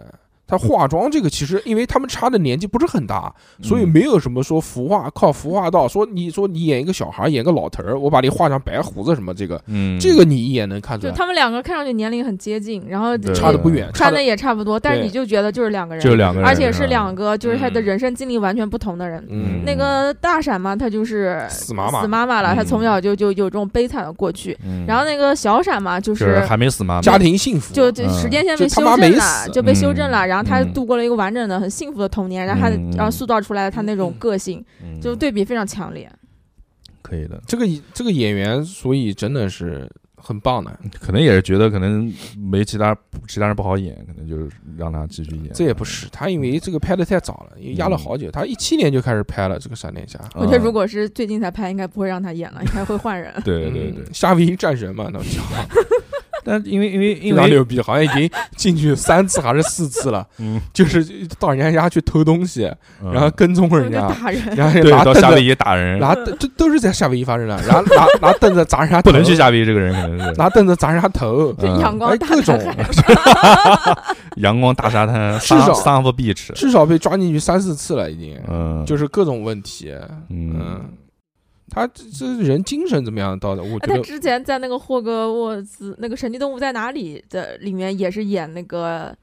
Speaker 1: 他化妆这个其实，因为他们差的年纪不是很大，所以没有什么说服化靠服化道。说你说你演一个小孩，演个老头儿，我把你画上白胡子什么，这个
Speaker 4: 嗯，
Speaker 1: 这个你一眼能看出
Speaker 5: 就
Speaker 1: 来，
Speaker 5: 他们两个看上去年龄很接近，然后
Speaker 4: 对
Speaker 1: 差的不远，差
Speaker 5: 穿的
Speaker 1: 的
Speaker 5: 也差不多，但是
Speaker 1: 对
Speaker 5: 你就觉得就是两个人，
Speaker 4: 就两个人，啊
Speaker 5: 而且是两个就是他的
Speaker 4: 嗯
Speaker 5: 人生经历完全不同的人。
Speaker 1: 嗯
Speaker 5: 那个大闪嘛，他就是
Speaker 1: 死妈妈
Speaker 5: 死妈妈了，他
Speaker 4: 嗯
Speaker 5: 从小就就有这种悲惨的过去。
Speaker 4: 嗯，
Speaker 5: 然后那个小闪嘛，就
Speaker 4: 就是
Speaker 5: 是
Speaker 4: 还没死吗？
Speaker 1: 家庭幸福，
Speaker 5: 就就
Speaker 4: 嗯
Speaker 5: 时间线
Speaker 1: 就
Speaker 5: 被
Speaker 1: 他
Speaker 5: 修
Speaker 1: 妈
Speaker 5: 正
Speaker 1: 没
Speaker 5: 了，
Speaker 1: 死
Speaker 5: 就被修正了，
Speaker 4: 嗯
Speaker 5: 然后他
Speaker 4: 嗯
Speaker 5: 度过了一个完整的、很幸福的童年，然后他
Speaker 4: 嗯
Speaker 5: 然后塑造出来他那种个性，
Speaker 4: 嗯
Speaker 5: 就对比非常强烈。
Speaker 4: 可以的，
Speaker 1: 这个这个演员，所以真的是很棒的，
Speaker 4: 可能也是觉得可能没其他其他人不好演，可能就是让他继续演。
Speaker 1: 这也不是他，因为这个拍的太早了，也压了好久。他一七年就开始拍了这个《闪电侠》，
Speaker 4: 嗯，。
Speaker 5: 我觉得如果是最近才拍，应该不会让他演了，应该会换人
Speaker 4: <laughs> 对对对
Speaker 1: 嗯，，夏威夷战神嘛，那 <laughs> 讲
Speaker 4: 但因为因为
Speaker 1: 非
Speaker 4: 因
Speaker 1: 常
Speaker 4: 为
Speaker 1: 牛逼，好像已经进去三次还是四次了，
Speaker 4: 嗯，
Speaker 1: 就是到人家家去偷东西，
Speaker 4: 嗯
Speaker 1: 然后跟踪人
Speaker 5: 就
Speaker 1: 家，
Speaker 5: 打人，
Speaker 4: <laughs>
Speaker 1: 然后
Speaker 4: 对
Speaker 1: 拿
Speaker 4: 到夏
Speaker 1: 凳
Speaker 4: 威
Speaker 1: 子，
Speaker 4: 夷打人，
Speaker 1: 拿凳这都是在夏威夷发生的，然后拿拿拿凳子砸人家，
Speaker 4: 不能去，夏威夷这个人可能是
Speaker 1: 拿凳子砸人家头，
Speaker 5: 就
Speaker 4: 嗯
Speaker 5: <laughs> 阳光
Speaker 1: 哎，
Speaker 5: 大
Speaker 1: 各种
Speaker 5: 男孩。
Speaker 4: 阳光大沙滩，
Speaker 1: 至少
Speaker 4: sun for beach，
Speaker 1: 至少被抓进去三四次了，已经，
Speaker 4: 嗯，
Speaker 1: 就是各种问题，
Speaker 4: 嗯
Speaker 1: 嗯。他这这人精神怎么样？到的，我觉
Speaker 5: 哎他
Speaker 1: 得
Speaker 5: 之前在那个霍格沃兹那个《神奇动物在哪里》的里面也是演那个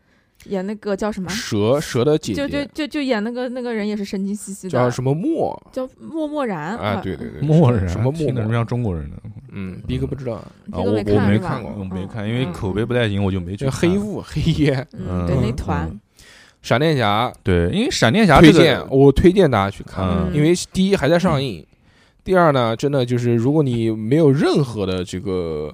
Speaker 5: 演那个叫什么？
Speaker 1: 蛇蛇的姐
Speaker 5: 就就
Speaker 1: 姐
Speaker 5: 就就演那个那个人也是神经兮兮的，
Speaker 1: 叫什么莫
Speaker 5: 叫默默然
Speaker 1: 啊？对对，对，
Speaker 4: 默认
Speaker 1: 什么
Speaker 4: 啊听
Speaker 1: 默
Speaker 4: 着
Speaker 1: 默？
Speaker 4: 像中国人呢？
Speaker 1: 嗯，逼哥不知道，
Speaker 5: 好
Speaker 4: 啊，
Speaker 5: 像
Speaker 4: 我
Speaker 5: 这个
Speaker 4: 我没
Speaker 5: 是吧
Speaker 4: 看过，我没
Speaker 5: 嗯
Speaker 4: 看，因为
Speaker 5: 嗯
Speaker 4: 口碑不太行，我就没去
Speaker 1: 这
Speaker 4: 看。
Speaker 1: 黑雾黑夜
Speaker 5: 嗯，对那
Speaker 1: 嗯
Speaker 5: 团
Speaker 4: 嗯
Speaker 1: 闪电侠
Speaker 4: 对，因为闪电侠
Speaker 1: 推
Speaker 4: 这
Speaker 1: 荐
Speaker 4: 个，
Speaker 1: 我推荐大家去看，
Speaker 4: 嗯
Speaker 1: 因为第一还在上映，第二呢，真的就是如果你没有任何的这个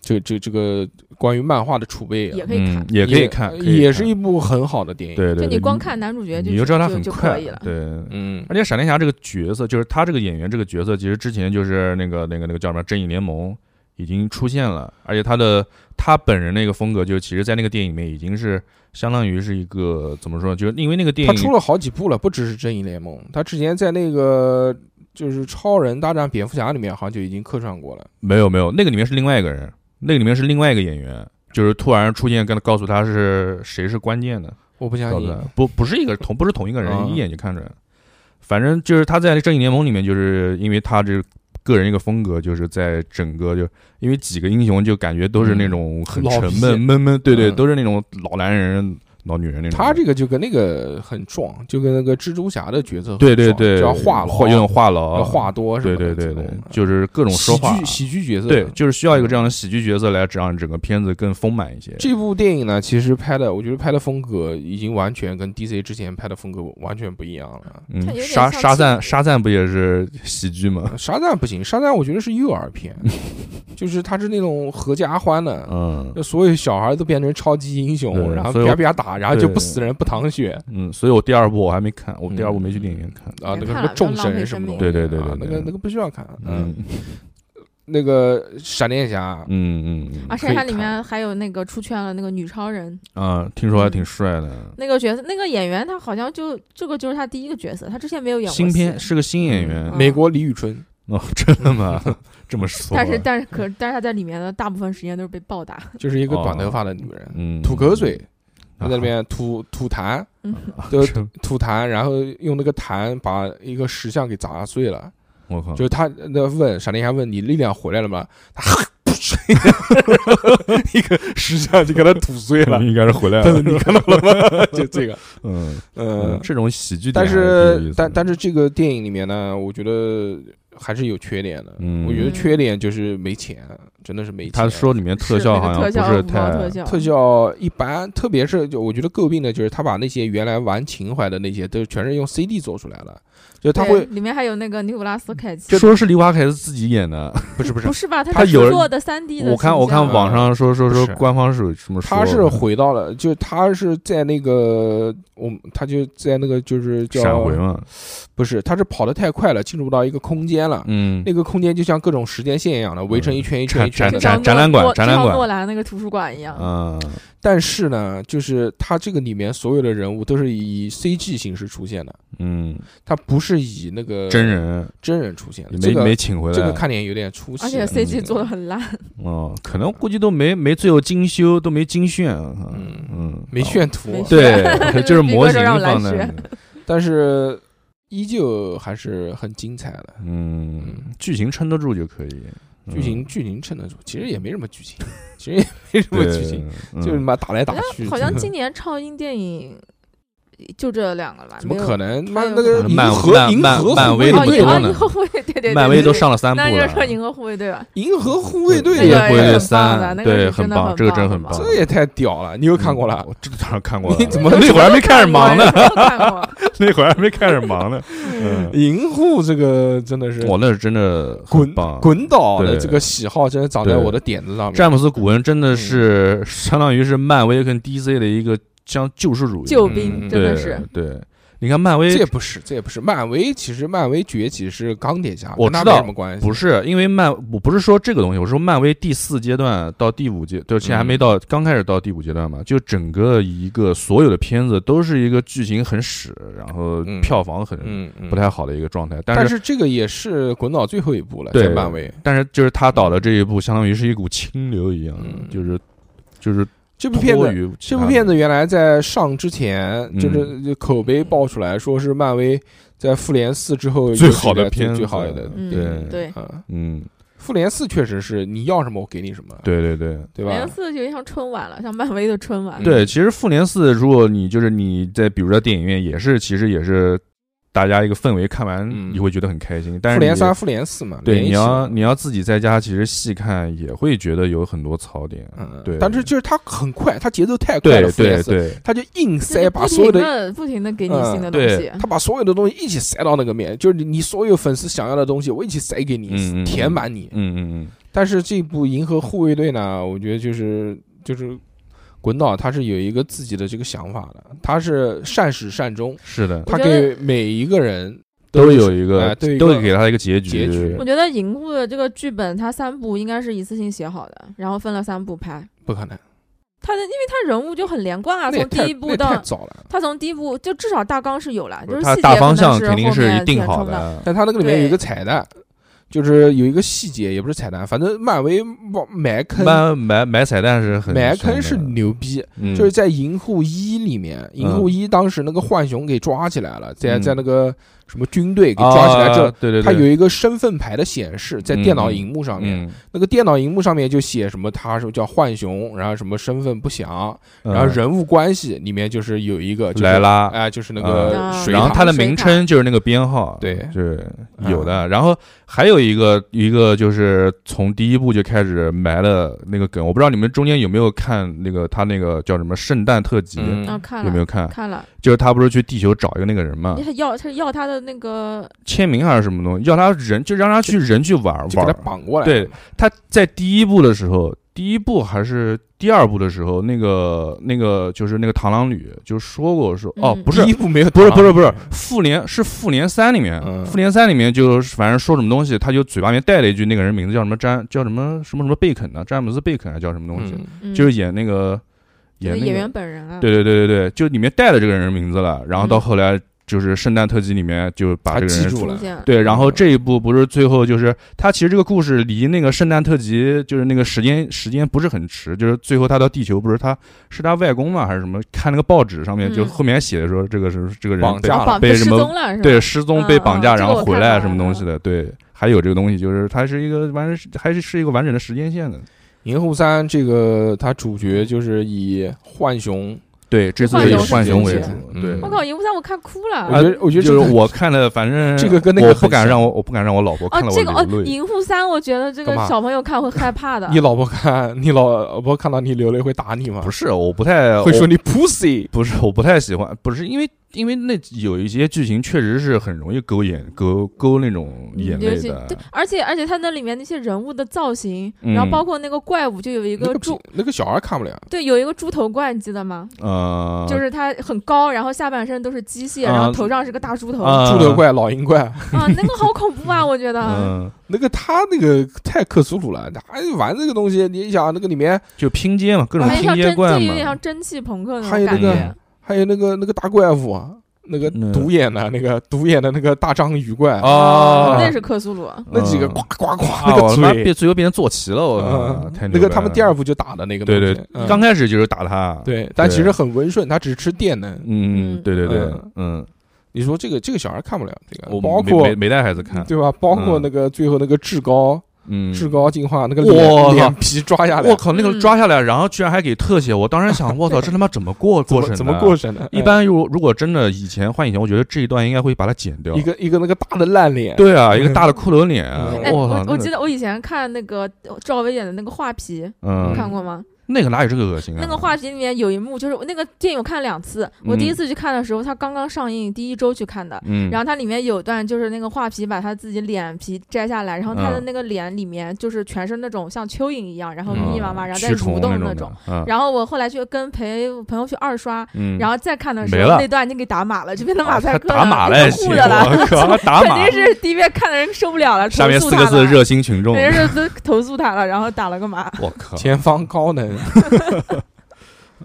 Speaker 1: 这这这个关于漫画的储备啊，
Speaker 5: 也可以看
Speaker 4: 嗯，。也可以看，可以
Speaker 1: 也是
Speaker 4: 看
Speaker 1: 一部很好的电影。
Speaker 4: 对对，
Speaker 5: 就
Speaker 4: 对
Speaker 5: 你光看男主角就
Speaker 4: 你就知道他很
Speaker 5: 就
Speaker 4: 快
Speaker 5: 可以了，。
Speaker 4: 对。
Speaker 1: 嗯，
Speaker 4: 而且闪电侠这个角色，就是他这个演员这个角色，其实之前就是那个那个那个叫什么《正义联盟》已经出现了，而且他的他本人那个风格，就其实，在那个电影里面已经是相当于是一个怎么说，就是因为那个电
Speaker 1: 他
Speaker 4: 影
Speaker 1: 出了好几部了，不只是《正义联盟》，他之前在那个就是《超人大战蝙蝠侠》里面好像就已经客串过了。
Speaker 4: 没有没有，那个里面是另外一个人，那个里面是另外一个演员，就是突然出现，跟告诉他是谁是关键的，
Speaker 1: 我不相
Speaker 4: 告诉
Speaker 1: 信
Speaker 4: 他，不不是一个同不是同一个
Speaker 1: 啊
Speaker 4: 人，一眼就看出来。反正就是他在正义联盟里面，就是因为他这个人一个风格，就是在整个就因为几个英雄就感觉都是那种很
Speaker 1: 嗯老
Speaker 4: 沉
Speaker 1: 屁
Speaker 4: 闷闷闷，对对，
Speaker 1: 嗯
Speaker 4: 都是那种老男人、老女人那种。
Speaker 1: 他这个就跟那个很壮，就跟那个蜘蛛侠的角色很
Speaker 4: 对对
Speaker 1: 撞
Speaker 4: 对，
Speaker 1: 叫话
Speaker 4: 话
Speaker 1: 痨，
Speaker 4: 有点话
Speaker 1: 要
Speaker 4: 痨，
Speaker 1: 话多什
Speaker 4: 对
Speaker 1: 么
Speaker 4: 对
Speaker 1: 的
Speaker 4: 对
Speaker 1: 这种，
Speaker 4: 对，就是各种说
Speaker 1: 喜
Speaker 4: 话
Speaker 1: 剧，喜剧角色。
Speaker 4: 对，就是需要一个这样的喜剧角色来让整个片子更丰满一些。
Speaker 1: 这部电影呢，其实拍的，我觉得拍的风格已经完全跟 DC 之前拍的风格完全不一样了。
Speaker 5: 它有
Speaker 4: 嗯，
Speaker 5: 点
Speaker 4: 沙
Speaker 5: 像
Speaker 4: 沙赞
Speaker 5: 庆
Speaker 4: 沙赞不也是喜剧吗？
Speaker 1: 沙赞不行，沙赞我觉得是幼儿
Speaker 4: <laughs>
Speaker 1: 片，就是他是那种合家欢的，
Speaker 4: 嗯
Speaker 1: 就所有小孩都变成超级英雄，
Speaker 4: 对
Speaker 1: 然后
Speaker 4: 所以我
Speaker 1: 啪啪打，然后就
Speaker 4: 对
Speaker 1: 不死人不淌血
Speaker 4: 嗯，所以我第二部我还没看，我第二部
Speaker 1: 嗯
Speaker 4: 没去电影院看。
Speaker 1: 啊，那个
Speaker 5: 别
Speaker 1: 什
Speaker 5: 看了
Speaker 1: 么众
Speaker 5: 不要浪费
Speaker 1: 神什么
Speaker 5: 生
Speaker 1: 东
Speaker 5: 命
Speaker 1: 西，
Speaker 4: 对对对
Speaker 1: 啊
Speaker 4: 对
Speaker 1: 那
Speaker 4: 对
Speaker 1: 个那个必须要看。
Speaker 4: 嗯
Speaker 1: 嗯，那个闪电侠，
Speaker 4: 嗯嗯
Speaker 5: 而
Speaker 4: 嗯
Speaker 5: 且它
Speaker 1: 可以
Speaker 5: 里面还有那个出圈了那个女超人
Speaker 4: <laughs> 啊，听说还
Speaker 1: 嗯
Speaker 4: 挺帅的。
Speaker 5: 那个角色，那个演员他好像就这个就是他第一个角色，他之前没有演过
Speaker 4: 新片
Speaker 5: 戏
Speaker 4: 是个新演员
Speaker 5: 嗯
Speaker 1: 美国李宇春，
Speaker 4: <laughs> 哦，真的吗？ <laughs> 这么说？啊
Speaker 5: 但是但是可但是他在里面的大部分时间都是被暴打，
Speaker 1: 就是一个
Speaker 4: 哦
Speaker 1: 短头发的女人，
Speaker 4: 嗯，
Speaker 1: 吐口水，
Speaker 4: 啊，
Speaker 1: 在那边吐吐痰，
Speaker 5: 嗯，
Speaker 1: 就
Speaker 4: 真
Speaker 1: 吐痰，然后用那个痰把一个石像给砸碎了。
Speaker 4: 我靠，
Speaker 1: 就是他那问闪电侠问你力量回来了吗？ <laughs> 他一个石像就给他吐碎了。
Speaker 4: 应该是回来
Speaker 1: 但
Speaker 4: 了
Speaker 1: 是。你看到了吗？就这个，
Speaker 4: <laughs> 嗯，
Speaker 1: <laughs> 嗯，
Speaker 4: 这种喜剧点
Speaker 1: 但
Speaker 4: 还挺有意
Speaker 1: 是
Speaker 4: 思的，
Speaker 1: 但但是这个电影里面呢，我觉得还是有缺点的。
Speaker 4: 嗯
Speaker 1: 我觉得缺点就是没钱，真的是没
Speaker 4: 他
Speaker 1: 钱
Speaker 4: 说里面特效好像不是太
Speaker 5: 特效，
Speaker 1: 特效一般，特别是就我觉得诟病的就是他把那些原来玩情怀的那些都全是用 CD 做出来了，就他
Speaker 5: 对
Speaker 1: 会
Speaker 5: 里面还有那个尼古拉斯凯奇，
Speaker 4: 说是刘华凯是自己演的，
Speaker 1: 不是不是
Speaker 5: 不，是吧？
Speaker 4: 他
Speaker 5: 他是
Speaker 4: 有人
Speaker 5: 制作的三 D 的形象，
Speaker 4: 我看我看
Speaker 1: 啊
Speaker 4: 网上说说说
Speaker 1: 不是
Speaker 4: 官方是有什么说
Speaker 1: 他
Speaker 4: 的，
Speaker 1: 是回到了，就他是在那个我们他就在那个就是叫
Speaker 4: 闪回嘛，
Speaker 1: 不是，他是跑得太快了，进入到一个空间了。
Speaker 4: 嗯，
Speaker 1: 那个空间就像各种时间线一样的围成一圈一圈
Speaker 4: 展
Speaker 1: 一圈
Speaker 5: 就
Speaker 1: 的，
Speaker 5: 像
Speaker 4: 展展览馆
Speaker 5: 诺
Speaker 4: 展览
Speaker 5: 就
Speaker 4: 馆
Speaker 5: 像诺兰那个图书馆一样，
Speaker 4: 嗯，
Speaker 1: 但是呢，就是他这个里面所有的人物都是以 CG 形式出现的，
Speaker 4: 嗯，
Speaker 1: 他不是以那个
Speaker 4: 真人
Speaker 1: 真人出现的。
Speaker 4: 没
Speaker 1: 这个
Speaker 4: 没请回来，
Speaker 1: 这个看点有点出戏
Speaker 5: 而
Speaker 1: 了，
Speaker 5: 且 CG
Speaker 4: 嗯
Speaker 5: 做的很烂，
Speaker 4: 哦，可能估计都没没最后精修，都没精炫，啊
Speaker 1: 嗯
Speaker 4: 嗯，
Speaker 1: 没炫图
Speaker 5: 没，
Speaker 1: <laughs>
Speaker 4: 对，就是
Speaker 5: 比
Speaker 4: 模
Speaker 5: 如说
Speaker 4: 型
Speaker 5: 让我来
Speaker 4: 放在
Speaker 5: 学
Speaker 4: 那里，
Speaker 1: 但是依旧还是很精彩的。
Speaker 4: 嗯，剧情撑得住就可以，嗯
Speaker 1: 剧情 <laughs> 剧情撑得住，其实也没什么剧情，其实也没什么
Speaker 4: 对
Speaker 1: 剧情，，
Speaker 4: 嗯
Speaker 1: 就是妈打来打去。
Speaker 5: 好像今年超英电影就这两个吧，
Speaker 1: <laughs> 怎么
Speaker 5: 没有
Speaker 1: 可能？妈
Speaker 5: 还有
Speaker 1: 那个
Speaker 4: 什么
Speaker 1: 银
Speaker 4: 漫
Speaker 1: 河
Speaker 4: 漫
Speaker 1: 银
Speaker 4: 漫
Speaker 1: 河
Speaker 4: 漫
Speaker 1: 护卫
Speaker 4: 威那
Speaker 5: 哦，
Speaker 4: 么
Speaker 5: 银
Speaker 1: 队
Speaker 4: 多
Speaker 5: 河
Speaker 4: 呢
Speaker 5: 银河护卫队，对对对，
Speaker 4: 漫威都上了三部
Speaker 5: 那就是说银
Speaker 4: 了，
Speaker 5: 河护卫队吧，
Speaker 1: <laughs> 银河护卫
Speaker 5: 那
Speaker 1: 队
Speaker 5: 个
Speaker 4: 银，河护卫
Speaker 5: 也
Speaker 4: 队
Speaker 5: 很棒的
Speaker 4: 三，
Speaker 5: 那个
Speaker 4: 对，
Speaker 5: 是真的
Speaker 4: 棒，
Speaker 5: 很
Speaker 4: 这个真
Speaker 5: 棒
Speaker 4: 很
Speaker 5: 的
Speaker 4: 棒，嗯
Speaker 1: 这也太屌了！你又看过了？
Speaker 4: 我这当然看过
Speaker 1: <laughs>
Speaker 4: 了，
Speaker 1: 你怎么
Speaker 4: 那会儿还没 <laughs> 开始
Speaker 1: <laughs>
Speaker 4: 忙呢？
Speaker 5: 我看
Speaker 4: <laughs>
Speaker 5: 过，
Speaker 4: 那会儿还没开始忙呢，嗯，
Speaker 1: 银护这个真的是
Speaker 4: 我那是真的很
Speaker 1: 滚
Speaker 4: 棒。
Speaker 1: 滚倒的
Speaker 4: 对
Speaker 1: 这个喜好，真的长在
Speaker 4: 对
Speaker 1: 我的点子上面。嗯
Speaker 4: 詹姆斯·古恩真的是相当于是漫威跟 DC 的一个像救世主一样，
Speaker 5: 救兵
Speaker 1: 嗯
Speaker 5: 真
Speaker 4: 对
Speaker 5: 的是。
Speaker 4: 对。你看漫威
Speaker 1: 这也不是，这也不是。漫威其实漫威崛起是钢铁侠，
Speaker 4: 我
Speaker 1: 跟他
Speaker 4: 知道
Speaker 1: 没什么关系。
Speaker 4: 不是因为漫，我不是说这个东西，我说漫威第四阶段到第五阶，就是现在还没
Speaker 1: 嗯
Speaker 4: 到，刚开始到第五阶段嘛，就整个一个所有的片子都是一个剧情很屎，然后
Speaker 1: 嗯
Speaker 4: 票房很
Speaker 1: 嗯，嗯
Speaker 4: 不太好的一个状态。但
Speaker 1: 但
Speaker 4: 是
Speaker 1: 是这个也是滚倒最后一步了，
Speaker 4: 对
Speaker 1: 在漫威。
Speaker 4: 但是就是他导的这一部，相当于是一股清流一样
Speaker 1: 嗯，
Speaker 4: 就是就是
Speaker 1: 这部片
Speaker 4: 脱
Speaker 1: 子，
Speaker 4: 于
Speaker 1: 这部片
Speaker 4: 子
Speaker 1: 子原来在上之前，
Speaker 4: 啊嗯
Speaker 1: 就是就口碑爆出来说是漫威在复联四之后
Speaker 4: 最好的
Speaker 1: 有史以来
Speaker 4: 片子
Speaker 1: 最好的
Speaker 4: 嗯
Speaker 1: 电
Speaker 5: 嗯，
Speaker 1: 影
Speaker 5: 对，
Speaker 1: 啊。
Speaker 4: 嗯，
Speaker 1: 复联四确实是你要什么我给你什么，
Speaker 4: 对对对，
Speaker 1: 对吧
Speaker 5: 零？四有点像春晚了，像漫威的春
Speaker 1: 嗯
Speaker 5: 晚。
Speaker 4: 对，其实复联四，如果你就是你在比如说电影院，也是其实也是大家一个氛围，看完
Speaker 1: 嗯
Speaker 4: 你会觉得很开心。但是
Speaker 1: 复联
Speaker 4: 你
Speaker 1: 三、复联四嘛，
Speaker 4: 对
Speaker 1: 连一
Speaker 4: 你
Speaker 1: 起
Speaker 4: 要你要自己在家其实细看，也会觉得有很多槽点。
Speaker 1: 嗯，
Speaker 4: 对
Speaker 1: <laughs> 但是就是它很快，它节奏太快
Speaker 4: 对
Speaker 1: 了，复联
Speaker 4: 对
Speaker 1: 四，
Speaker 4: 对
Speaker 1: 它就硬
Speaker 5: 就是
Speaker 1: 塞，把
Speaker 5: 不
Speaker 1: 所有
Speaker 5: 停
Speaker 1: 的。
Speaker 5: 的不停的给你新的
Speaker 1: 嗯
Speaker 5: 东
Speaker 4: 对
Speaker 5: 西，
Speaker 1: 他把所有的东西一起塞到那个面，就是你所有粉丝想要的东西，我一起塞给
Speaker 4: 嗯嗯
Speaker 1: 你，
Speaker 4: 嗯
Speaker 1: 填满你。
Speaker 4: 嗯嗯
Speaker 1: 但是这部《银河护卫队》呢，我觉得就是就是滚导他是有一个自己的这个想法的，他是善始善终
Speaker 4: 嗯，，是的，
Speaker 1: 他
Speaker 5: 我觉得
Speaker 1: 给每一个人
Speaker 4: 都
Speaker 1: 是
Speaker 4: 有一个
Speaker 1: 哎都有一
Speaker 4: 都
Speaker 1: 个
Speaker 4: 给他一个结局。
Speaker 1: 结局
Speaker 5: 我觉得《银护》的这个剧本，它三部应该是一次性写好的，然后分了三部拍。
Speaker 1: 不可能，
Speaker 5: 它的，因为它人物就很连贯啊，
Speaker 1: 那也
Speaker 5: 从第
Speaker 1: 太
Speaker 5: 一
Speaker 1: 那
Speaker 5: 部
Speaker 1: 也太
Speaker 5: 到
Speaker 1: 早了。
Speaker 5: 它从第一部就至少大纲是有了，就是
Speaker 4: 他
Speaker 5: 细节
Speaker 4: 大
Speaker 5: 可
Speaker 4: 方
Speaker 5: 能
Speaker 4: 向
Speaker 5: 是
Speaker 4: 肯定
Speaker 5: 后
Speaker 4: 是
Speaker 5: 面
Speaker 4: 一定
Speaker 5: 填
Speaker 4: 好
Speaker 5: 充的。
Speaker 4: 的。
Speaker 1: 但他那个里面有一个
Speaker 5: 对
Speaker 1: 彩蛋，就是有一个细节，也不是彩蛋，反正漫威往埋坑，
Speaker 4: 埋埋埋彩蛋是很
Speaker 1: 埋
Speaker 4: 凶
Speaker 1: 坑
Speaker 4: 的
Speaker 1: 是牛逼，
Speaker 4: 嗯
Speaker 1: 就是在银护一里面，银护一当时那个浣熊给抓起来了，在
Speaker 4: 嗯
Speaker 1: 在那个什么军队给抓起来之
Speaker 4: 啊
Speaker 1: 后，
Speaker 4: 对对对，
Speaker 1: 他有一个身份牌的显示在电脑荧幕上面，
Speaker 4: 嗯，
Speaker 1: 那个电脑荧幕上面就写什么他是叫浣熊，然后什么身份不详，
Speaker 4: 嗯
Speaker 1: 然后人物关系里面就是有一个、就是、
Speaker 4: 莱拉
Speaker 1: 哎、就是那个
Speaker 5: 啊
Speaker 1: 水
Speaker 4: 呃嗯然后
Speaker 1: 塔，
Speaker 4: 它的
Speaker 5: 水
Speaker 4: 名
Speaker 5: 塔
Speaker 4: 称就是那个编号，
Speaker 1: 对啊
Speaker 4: 就是有的。然后还有一个一个就是从第一部就开始埋了那个梗，我不知道你们中间有没有看那个他那个叫什么圣诞特辑，
Speaker 1: 嗯
Speaker 5: 啊，看
Speaker 4: 有没有
Speaker 5: 了
Speaker 4: 看？啊
Speaker 5: 看了，
Speaker 4: 就是他不是去地球找一个那个人嘛，
Speaker 5: 他要他要他的那个
Speaker 4: 签名还是什么东西，要他人就让他去人去玩
Speaker 1: 就给他
Speaker 4: 玩。
Speaker 1: 绑过来，
Speaker 4: 对，他在第一部的时候，第一部还是第二部的时候，那个那个就是那个螳螂女就说过说哦
Speaker 5: 嗯
Speaker 4: 不是
Speaker 1: 第一部没有，
Speaker 4: 不是不是不是，复联是复联三里面，
Speaker 1: 嗯
Speaker 4: 复联三里面就是反正说什么东西，他就嘴巴里面带了一句那个人名字叫什么詹叫什么什么什么贝肯呢、啊詹姆斯贝肯还叫什么东西，
Speaker 1: 嗯
Speaker 5: 嗯
Speaker 4: 就是演那个
Speaker 5: 这个
Speaker 4: 演那
Speaker 5: 演
Speaker 4: 个
Speaker 5: 员本人啊，
Speaker 4: 对对对对对，就里面带了这个人名字了，然后到
Speaker 5: 嗯
Speaker 4: 后来就是圣诞特辑里面就把这个
Speaker 1: 他记
Speaker 4: 人
Speaker 1: 住
Speaker 5: 出
Speaker 1: 了
Speaker 5: 现了，
Speaker 4: 对，然后这一部不是最后就是他其实这个故事离那个圣诞特辑就是那个时间时间不是很迟，就是最后他到地球不是他是他外公嘛还是什么？看那个报纸上面就
Speaker 5: 嗯
Speaker 4: 后面写的说这个是这个人
Speaker 1: 绑
Speaker 4: 被
Speaker 1: 架
Speaker 5: 啊，绑
Speaker 4: 被
Speaker 5: 失
Speaker 4: 什么
Speaker 5: 踪了是吧？
Speaker 4: 对失踪被
Speaker 5: 嗯
Speaker 4: 绑
Speaker 5: 嗯
Speaker 4: 架
Speaker 5: 这
Speaker 4: 然
Speaker 5: 个
Speaker 4: 后
Speaker 5: 我
Speaker 4: 回
Speaker 5: 看
Speaker 4: 来
Speaker 5: 到
Speaker 4: 什么
Speaker 5: 了嗯
Speaker 4: 东西的，对，还有这个东西就是它是一个完还是是一个完整的时间线的，
Speaker 1: 银护三这个，它主角就是以浣熊
Speaker 4: 对，这次
Speaker 5: 浣
Speaker 4: 以
Speaker 5: 熊是
Speaker 4: 浣熊
Speaker 5: 主
Speaker 4: 为
Speaker 5: 角
Speaker 4: 主，
Speaker 1: 嗯
Speaker 4: 对啊
Speaker 5: 我。靠，银狐三我看哭了。
Speaker 1: 我觉得我觉得这
Speaker 4: 就是
Speaker 1: 个
Speaker 5: <laughs>
Speaker 4: 我看了，反正
Speaker 1: 这个跟那个
Speaker 4: 我
Speaker 1: 很
Speaker 4: 不敢
Speaker 1: 像
Speaker 4: 让我我不敢让我老婆
Speaker 5: 哦
Speaker 4: 看，了我
Speaker 5: 这个哦
Speaker 4: 流，泪。
Speaker 5: 银护三，我觉得这个
Speaker 1: 干嘛
Speaker 5: 小朋友看会害
Speaker 4: <laughs>
Speaker 5: 怕的。
Speaker 1: 你老婆看你老婆看到你流泪会打你吗？
Speaker 4: 不是，我不太
Speaker 1: 会
Speaker 4: 我
Speaker 1: 说你 pussy
Speaker 4: 不是，我不太喜欢，不是因为因为那有一些剧情确实是很容易勾眼勾勾那种眼
Speaker 5: 尤
Speaker 4: 泪
Speaker 5: 其
Speaker 4: 的
Speaker 5: 嗯对，，而且而且它那里面那些人物的造型，
Speaker 4: 嗯
Speaker 5: 然后包括那个怪物，就有一
Speaker 1: 那
Speaker 5: 个
Speaker 1: 个
Speaker 5: 猪
Speaker 1: 屁，那个小孩看不了，
Speaker 5: 对，有一个猪头怪，你记得吗？
Speaker 4: 呃，
Speaker 5: 就是它很高，然后下半身都是机械，
Speaker 4: 啊
Speaker 5: 然后头上是个大猪头啊，
Speaker 4: 啊
Speaker 1: 猪头，怪、老鹰怪，
Speaker 5: 那个好恐怖啊！我觉得，
Speaker 4: 嗯，
Speaker 1: 那个他那个太克苏鲁了，他玩这个东西，你想那个里面
Speaker 4: 就拼接嘛，各种
Speaker 5: 还有
Speaker 4: 拼
Speaker 5: 像
Speaker 4: 接
Speaker 5: 蒸，这
Speaker 4: 怪
Speaker 5: 有点像
Speaker 4: 嘛，
Speaker 5: 蒸汽朋克那
Speaker 1: 还
Speaker 5: 种
Speaker 1: 有
Speaker 5: 感
Speaker 1: 那个
Speaker 5: 觉。
Speaker 1: 还有那个那个大怪物啊，那个
Speaker 4: 嗯
Speaker 1: 独眼的那个独眼的那个大章鱼
Speaker 5: 啊
Speaker 1: 怪，
Speaker 4: 哦
Speaker 5: 那也是克苏鲁，
Speaker 1: 那几个
Speaker 4: 嗯
Speaker 1: 呱呱呱
Speaker 4: 啊
Speaker 1: 那
Speaker 4: 我
Speaker 1: 个
Speaker 4: 他妈
Speaker 1: 嘴，
Speaker 4: 变最后变成坐骑了，我靠
Speaker 1: 嗯
Speaker 4: 太
Speaker 1: 那
Speaker 4: 牛
Speaker 1: 个
Speaker 4: 掰
Speaker 1: 他们
Speaker 4: 了
Speaker 1: 第二部就打的那个东
Speaker 4: 对
Speaker 1: 西，
Speaker 4: 啊对
Speaker 1: 嗯
Speaker 4: 刚开始就是打他，，
Speaker 1: 对，但其实
Speaker 4: 对
Speaker 1: 很温顺，他只吃电能。
Speaker 4: 嗯，
Speaker 5: 嗯
Speaker 4: 对对对
Speaker 1: 嗯，
Speaker 4: 嗯，
Speaker 1: 你说这个这个小孩看不了这个，
Speaker 4: 我
Speaker 1: 包
Speaker 4: 没
Speaker 1: 括
Speaker 4: 没没带孩子看，
Speaker 1: 对吧？包括
Speaker 4: 嗯
Speaker 1: 那个最后那个至高
Speaker 4: 嗯，
Speaker 1: 至高进化那个
Speaker 4: 我
Speaker 1: 脸
Speaker 4: 靠
Speaker 1: 脸皮抓下来
Speaker 4: 我，靠，那个
Speaker 5: 嗯
Speaker 4: 抓下来，然后居然还给特写，我当
Speaker 1: <laughs>
Speaker 4: 时想，我操，这他妈怎么过
Speaker 1: 怎
Speaker 4: 过
Speaker 1: 么
Speaker 4: 审？啊
Speaker 1: 怎么过？审的？
Speaker 4: 一般如如果真的以前换以前，我觉得这一段应该会把它剪掉
Speaker 1: 哎一。个一个那个大的烂脸，
Speaker 4: 对啊，一个大的骷髅脸
Speaker 1: 嗯，
Speaker 5: 哎，
Speaker 4: 我
Speaker 5: 我
Speaker 4: 操，
Speaker 5: 我
Speaker 4: 那
Speaker 5: 记
Speaker 4: 个
Speaker 5: 得我以前看那个赵薇演的那个画皮，你
Speaker 4: 嗯，
Speaker 5: 看过吗？
Speaker 4: 那个哪有这个恶心啊？
Speaker 5: 那个画皮里面有一幕，就是我那个电影我看了两次，我第一次去看的时候，它刚刚上映第一周去看的。
Speaker 4: 嗯，
Speaker 5: 然后它里面有段就是那个画皮把他自己脸皮摘下来，然后他的
Speaker 4: 嗯
Speaker 5: 那个脸里面就是全是那种像蚯蚓一样，然后密
Speaker 4: 嗯
Speaker 5: 密麻麻，然后再
Speaker 4: 蛆虫
Speaker 5: 蠕动
Speaker 4: 那
Speaker 5: 那
Speaker 4: 种
Speaker 5: 种。
Speaker 4: 的，嗯
Speaker 5: 然后我后来去跟陪朋友去二刷，
Speaker 4: 嗯，
Speaker 5: 然后再看的时
Speaker 4: 没
Speaker 5: 候
Speaker 4: 了，
Speaker 5: 那段已经给打码了，就变成
Speaker 4: 啊
Speaker 5: 马赛
Speaker 4: 他
Speaker 5: 克
Speaker 4: 打码了
Speaker 5: 了，
Speaker 4: 还
Speaker 5: 已经
Speaker 4: 行，
Speaker 5: 糊着了。
Speaker 4: 我
Speaker 5: <laughs>
Speaker 4: 靠，打
Speaker 5: 肯
Speaker 4: 码
Speaker 5: 定。是第一遍看的人受不了了，
Speaker 4: 下面
Speaker 5: 投
Speaker 4: 四
Speaker 5: 诉
Speaker 4: 个
Speaker 5: 他
Speaker 4: 字
Speaker 5: 了
Speaker 4: 热心群众，
Speaker 5: <laughs> 人家都投诉他了，然后打了个码。
Speaker 4: 我
Speaker 5: <laughs>
Speaker 4: 靠，
Speaker 1: 前方高能，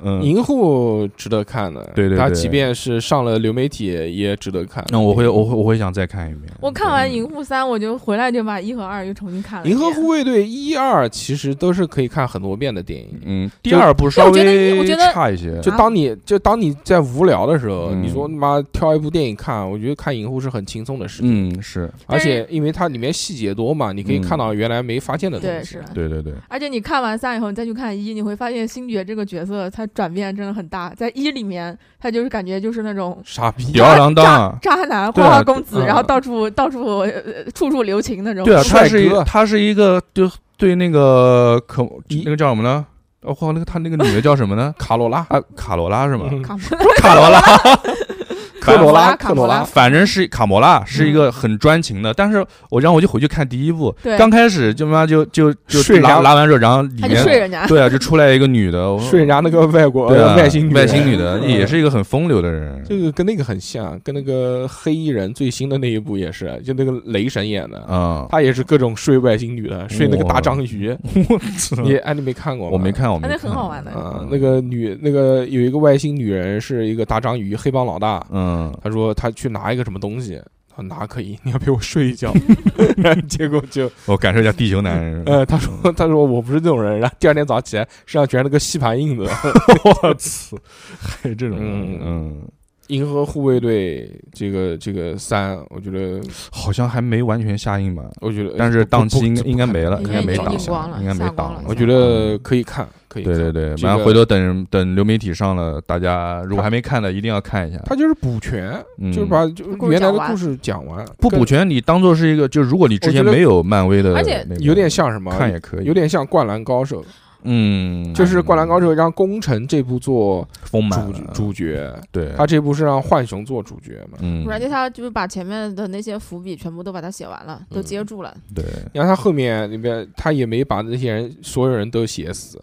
Speaker 4: 嗯，
Speaker 1: 银护值得看的，
Speaker 4: 对对
Speaker 1: 他
Speaker 4: 对
Speaker 1: 即便是上了流媒体也值得看。
Speaker 4: 那我会我会我会想再看一遍。
Speaker 5: 我看完
Speaker 4: 嗯
Speaker 5: 《银护三》，我就回来就把一和二又重新看了一
Speaker 1: 银河
Speaker 5: 遍。
Speaker 1: 护卫队一二其实都是可以看很多遍的电影。
Speaker 4: 嗯，第二部稍
Speaker 5: 我觉得一
Speaker 4: 微
Speaker 5: 我觉得
Speaker 4: 差一些，
Speaker 1: 就当你就当你在无聊的时候，
Speaker 4: 嗯
Speaker 1: 你说他妈挑一部电影看，我觉得看银护是很轻松的事情，
Speaker 4: 嗯是，
Speaker 1: 而且因为它里面细节多嘛，你可以
Speaker 4: 嗯
Speaker 1: 看到原来没发现的
Speaker 5: 对
Speaker 1: 东西
Speaker 5: 是。，
Speaker 4: 对对对，
Speaker 5: 而且你看完三以后，你再去看一，你会发现星爵这个角色他转变真的很大。在一里面，他就是感觉就是那种
Speaker 1: 傻逼，
Speaker 4: 吊儿郎当啊。
Speaker 5: 渣男、
Speaker 4: 对啊
Speaker 5: 花花公子，
Speaker 1: 嗯
Speaker 5: 然后到处到处呃处处留情那种。
Speaker 4: 对啊，
Speaker 1: 哦
Speaker 4: 他
Speaker 1: 帅
Speaker 4: 是一
Speaker 1: 哥
Speaker 4: 他是一个就对那个可
Speaker 1: 一？
Speaker 4: 那个叫什么呢？哦，靠，那个他那个女的叫什么呢
Speaker 1: <laughs> 卡罗拉，
Speaker 4: 啊，卡罗拉是吗？
Speaker 1: 嗯
Speaker 5: 卡莫
Speaker 4: 卡
Speaker 1: <laughs>
Speaker 4: 罗拉，
Speaker 1: 科罗拉，
Speaker 5: <laughs>
Speaker 1: 嗯
Speaker 5: 卡
Speaker 1: 科罗
Speaker 5: 罗拉
Speaker 1: 拉，
Speaker 4: 反正是卡罗拉是一个很专情的，但是我让我就回去看第一部，
Speaker 5: 对
Speaker 4: 刚开始就他妈就就就
Speaker 1: 睡
Speaker 4: 拉
Speaker 1: 人
Speaker 4: 拉完之后，然后里
Speaker 5: 他就睡
Speaker 4: 面
Speaker 5: 人家。
Speaker 4: 对啊，就出来一个女的，我
Speaker 1: <laughs> 睡人家那个外国
Speaker 4: 对啊
Speaker 1: 外星
Speaker 4: 外星女
Speaker 1: 人 <laughs>
Speaker 4: 的
Speaker 1: 嗯
Speaker 4: 也是一个很风流的人，
Speaker 1: 这个跟那个很像，跟那个黑衣人最新的那一部也是，就那个雷神演的， <laughs>
Speaker 4: 啊，
Speaker 1: 他也是各种睡外星女的，睡那个大章鱼。
Speaker 4: 我
Speaker 1: <laughs>
Speaker 4: 操
Speaker 1: 你哎，你没看过吗？
Speaker 4: 我没。看，我
Speaker 5: 啊，
Speaker 4: 没
Speaker 5: 那
Speaker 4: 看，
Speaker 5: 很好玩
Speaker 4: 嗯
Speaker 5: 的，
Speaker 1: 啊，那个女，那个有一个外星女人是一个大章鱼，黑帮老大。
Speaker 4: 嗯，
Speaker 1: 她说她去拿一个什么东西，她说拿可以，你要陪我睡一觉。然后结果就，
Speaker 4: 我感受一下地球
Speaker 1: <laughs>
Speaker 4: 男人，
Speaker 1: 呃，她说她说我不是这种人。然后第二天早上起来，身上全是那个吸盘印子。
Speaker 4: <laughs> 我操，还有这种人，
Speaker 1: 嗯
Speaker 4: 嗯，
Speaker 1: 银河护卫队这个这个三，我觉得
Speaker 4: 好像还没完全下映吧？
Speaker 1: 我觉得，
Speaker 4: 但是档期应
Speaker 1: 呃不
Speaker 4: 应该没了，
Speaker 5: 应
Speaker 4: 应
Speaker 5: 该
Speaker 4: 没
Speaker 5: 已经
Speaker 4: 档
Speaker 5: 印光了
Speaker 4: 应该没
Speaker 5: 下光
Speaker 4: 档
Speaker 5: 了
Speaker 1: 我觉得可以看，可以看。
Speaker 4: 对对对，
Speaker 1: 这
Speaker 4: 反正
Speaker 1: 个
Speaker 4: 回头等等流媒体上了，大家如果还没看的，一定要看一下。
Speaker 1: 他就是补全，
Speaker 4: 嗯
Speaker 1: 就是把就
Speaker 5: 故事
Speaker 1: 原来
Speaker 5: 讲
Speaker 1: 的
Speaker 5: 完
Speaker 1: 故事讲完，
Speaker 4: 不补
Speaker 1: 跟
Speaker 4: 全，你当做是一个，就是如果你之前
Speaker 1: 我觉得
Speaker 4: 没有漫威的那
Speaker 5: 而
Speaker 4: 个，
Speaker 5: 且
Speaker 1: 有点像什么？
Speaker 4: 看也可以，
Speaker 1: 有点像《灌篮高手》，
Speaker 4: 嗯，
Speaker 1: 就是《灌篮高手》让宫城这部做
Speaker 4: 丰满
Speaker 1: 主
Speaker 4: 了
Speaker 1: 主角，
Speaker 4: 嗯对，
Speaker 1: 他这部是让浣熊做主角嘛？
Speaker 4: 嗯，
Speaker 5: 而且他就是把前面的那些伏笔全部都把它写完了，
Speaker 4: 嗯
Speaker 5: 都接住了。
Speaker 4: 对，
Speaker 1: 你看他后面里边，他也没把那些人所有人都写死，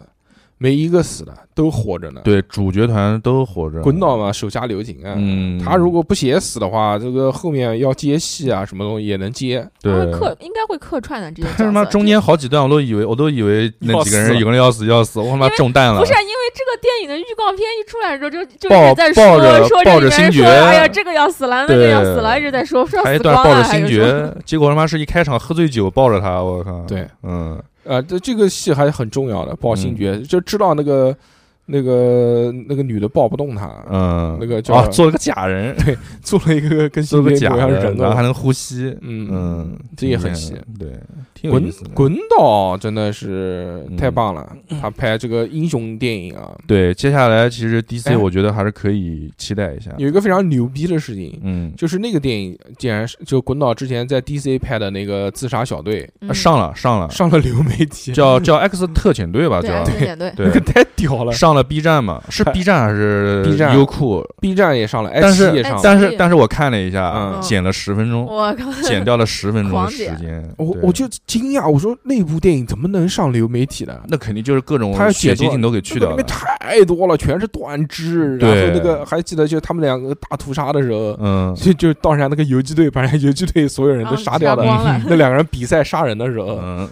Speaker 1: 没一个死的，都活着呢。，
Speaker 4: 对，主角团都活着，
Speaker 1: 滚，倒嘛，手下留情啊！
Speaker 4: 嗯，
Speaker 1: 他如果不写死的话，这个后面要接戏啊，什么东西也能接。
Speaker 5: 他会
Speaker 4: 对，
Speaker 5: 客应该会客串的这些角
Speaker 4: 但是 <laughs> 他
Speaker 5: 色。
Speaker 4: 妈中间好几段我都以为，我都以为那几个
Speaker 1: 要
Speaker 4: 人
Speaker 1: 死
Speaker 4: 有个人要死要死，我他妈
Speaker 5: 因为
Speaker 4: 中弹了。
Speaker 5: 不是因为这个电影的预告片一出来之后，就就一
Speaker 4: 抱
Speaker 5: 直在
Speaker 4: 抱着
Speaker 5: 说说
Speaker 4: 抱着
Speaker 5: 这里
Speaker 4: 星
Speaker 5: 面
Speaker 4: 爵
Speaker 5: 说，哎呀，这个要死了，那个
Speaker 4: 对
Speaker 5: 要死了，一直在说说
Speaker 4: 还有一
Speaker 5: 死
Speaker 4: 段
Speaker 5: 光
Speaker 4: 抱着
Speaker 5: 了，还
Speaker 4: 星
Speaker 5: 有
Speaker 4: 爵
Speaker 5: 说，
Speaker 4: <laughs> 结果他妈是一开场喝醉酒抱着他，我靠！
Speaker 1: 对，呃
Speaker 4: 嗯，
Speaker 1: 啊，这这个戏还是很重要的，报星爵就知道那个那个那个女的抱不动他，
Speaker 4: 嗯，
Speaker 1: 那个叫
Speaker 4: 啊，做了个假人，
Speaker 1: <laughs> 做了一个跟
Speaker 4: 做
Speaker 1: 新 <laughs>
Speaker 4: 个
Speaker 1: 边
Speaker 4: 假
Speaker 1: 国一样的人
Speaker 4: 人，然后还
Speaker 1: 的，
Speaker 4: 能呼吸，
Speaker 1: 嗯
Speaker 4: 嗯，
Speaker 1: 这也很细。
Speaker 4: 对，挺有
Speaker 1: 滚
Speaker 4: 意思的。
Speaker 1: 滚岛真的是
Speaker 4: 嗯
Speaker 1: 太棒了，他拍这个英雄电影啊，
Speaker 4: 对，接下来其实 DC
Speaker 1: 哎
Speaker 4: 我觉得还是可以期待一下。
Speaker 1: 有一个非常牛逼的事情，
Speaker 4: 嗯，
Speaker 1: 就是那个电影竟然是就滚岛之前在 DC 拍的那个自杀小队
Speaker 5: 嗯
Speaker 4: 啊上了上了，
Speaker 1: 上了流媒体，
Speaker 4: 叫叫 X 特遣队吧，
Speaker 5: 对
Speaker 4: 叫
Speaker 5: 啊，对
Speaker 4: <laughs>
Speaker 1: <laughs>
Speaker 5: 对
Speaker 1: 那
Speaker 4: 对
Speaker 1: 个，太屌了
Speaker 4: 上了 B 站嘛，是 B 站还
Speaker 1: <laughs>
Speaker 4: 是
Speaker 1: B 站
Speaker 4: 优酷？
Speaker 1: ，B 站也上了，
Speaker 4: 但是
Speaker 1: X 哎也上
Speaker 5: 哎
Speaker 1: 了，
Speaker 4: 但是但是我看了一下，啊
Speaker 1: 嗯
Speaker 4: 剪了十分钟，
Speaker 5: 我靠，
Speaker 4: 剪掉了十分钟
Speaker 5: 狂
Speaker 4: 的时
Speaker 5: 剪
Speaker 4: 间。
Speaker 1: 我
Speaker 4: 对
Speaker 1: 我就惊讶，我说那部电影怎么能上流媒体呢？
Speaker 4: 那肯定就是各种
Speaker 1: 他要
Speaker 4: 血
Speaker 1: 剪
Speaker 4: 腥
Speaker 1: 多
Speaker 4: 镜头给去掉
Speaker 1: 那个
Speaker 4: 了
Speaker 1: 里面。太多了，全是断肢，然
Speaker 4: 对
Speaker 1: 后那个还记得就是他们两个大屠杀的时候，
Speaker 4: 嗯，
Speaker 1: <laughs> 就就当时那个游击队把人家游击队所有人
Speaker 5: 然
Speaker 1: 都
Speaker 5: 后
Speaker 1: 杀掉了，
Speaker 5: 光了，
Speaker 1: <laughs> 那两个人比赛杀人的时候， <laughs>
Speaker 4: 嗯，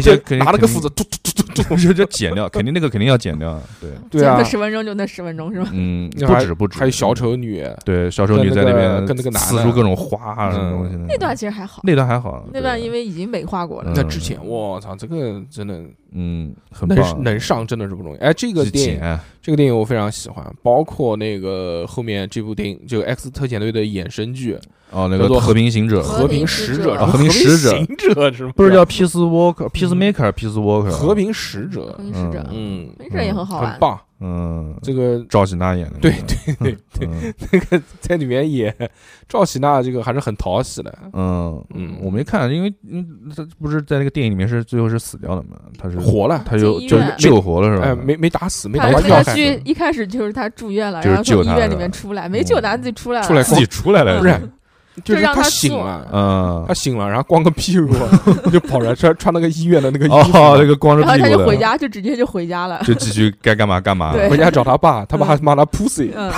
Speaker 1: 就
Speaker 4: 些肯定
Speaker 1: 拿了个斧
Speaker 4: 肯
Speaker 1: 子，
Speaker 4: 定
Speaker 1: 突突突突突，
Speaker 4: <laughs> 就就剪掉，肯定那个肯定要剪掉。
Speaker 1: <laughs>
Speaker 4: 对，
Speaker 1: 对啊，
Speaker 5: 十分钟就那十分钟是吧？
Speaker 4: 嗯，
Speaker 1: 那
Speaker 4: 不
Speaker 1: 还
Speaker 4: 止不止，
Speaker 1: 还有小丑女，
Speaker 4: 对小丑女在那边
Speaker 1: 跟那个跟那个男的
Speaker 4: 撕出各种花啊什么东西的。
Speaker 5: 嗯那段其实还好，
Speaker 4: 那段还好，
Speaker 5: 那段因为已经美化过了
Speaker 4: 嗯。
Speaker 1: 在之前，我操，这个真的
Speaker 4: 嗯很
Speaker 1: 能
Speaker 4: 棒，
Speaker 1: 能上真的是不容易。哎，这
Speaker 4: 这
Speaker 1: 个电影，这个电影我非常喜欢，包括那个后面这部电影就《X 特遣队》的衍生剧
Speaker 4: 哦那
Speaker 1: 叫
Speaker 4: 个
Speaker 1: 做
Speaker 4: 和平行者
Speaker 1: 《和平使者》
Speaker 4: 啊
Speaker 1: 什么
Speaker 4: 和平使
Speaker 1: <laughs>
Speaker 4: 者
Speaker 1: 和平行者是吗？啊
Speaker 4: 不是叫 Peace Walker Peace Maker Peace Walker
Speaker 1: 和平使者
Speaker 5: 和，平使者，
Speaker 1: 嗯，
Speaker 5: 没事也很好玩
Speaker 1: 很。棒。
Speaker 4: 嗯
Speaker 1: 这个 <laughs>
Speaker 4: 赵喜娜演的嗯
Speaker 1: 对对对，
Speaker 4: <laughs> 对对
Speaker 1: 在里面演赵喜娜这个还是很讨喜的，
Speaker 4: 嗯嗯
Speaker 1: 嗯
Speaker 4: 我没看，因为嗯他不是在那个电影里面是最后是死掉的嘛，他是
Speaker 1: 活了，
Speaker 4: 嗯他又
Speaker 5: 进医
Speaker 4: 就
Speaker 5: 院
Speaker 4: 救活了是吧？
Speaker 1: 哎，没没打死，没
Speaker 5: 他
Speaker 1: 打
Speaker 4: 完
Speaker 1: 死
Speaker 4: 全
Speaker 5: 那
Speaker 4: 看
Speaker 5: 个剧一开始就是他住院了，
Speaker 4: 就是
Speaker 5: 然后从
Speaker 4: 救
Speaker 5: 医
Speaker 4: 他
Speaker 5: 院
Speaker 4: 是
Speaker 5: 里
Speaker 4: 吧
Speaker 5: 面出来，没救他自己出来了，
Speaker 1: 出来
Speaker 4: 自己出来了
Speaker 1: <laughs> 不是，就是
Speaker 5: 就让
Speaker 1: 他
Speaker 5: 他
Speaker 1: 醒
Speaker 5: 做
Speaker 1: 了，
Speaker 4: 嗯
Speaker 1: 他醒了，然后光个屁
Speaker 4: <laughs>
Speaker 1: 股就跑出来，穿穿那个医院的那个衣服，
Speaker 4: 哦那个光着
Speaker 5: 然后
Speaker 4: 屁
Speaker 5: 他
Speaker 4: 股
Speaker 5: 就回
Speaker 4: 的
Speaker 5: 家，就直接就回家
Speaker 4: <laughs>
Speaker 5: 了。
Speaker 4: 就继续该干嘛干嘛，
Speaker 5: 对
Speaker 1: 回家找他爸，他爸骂他 pussy，
Speaker 4: <laughs>
Speaker 5: 嗯，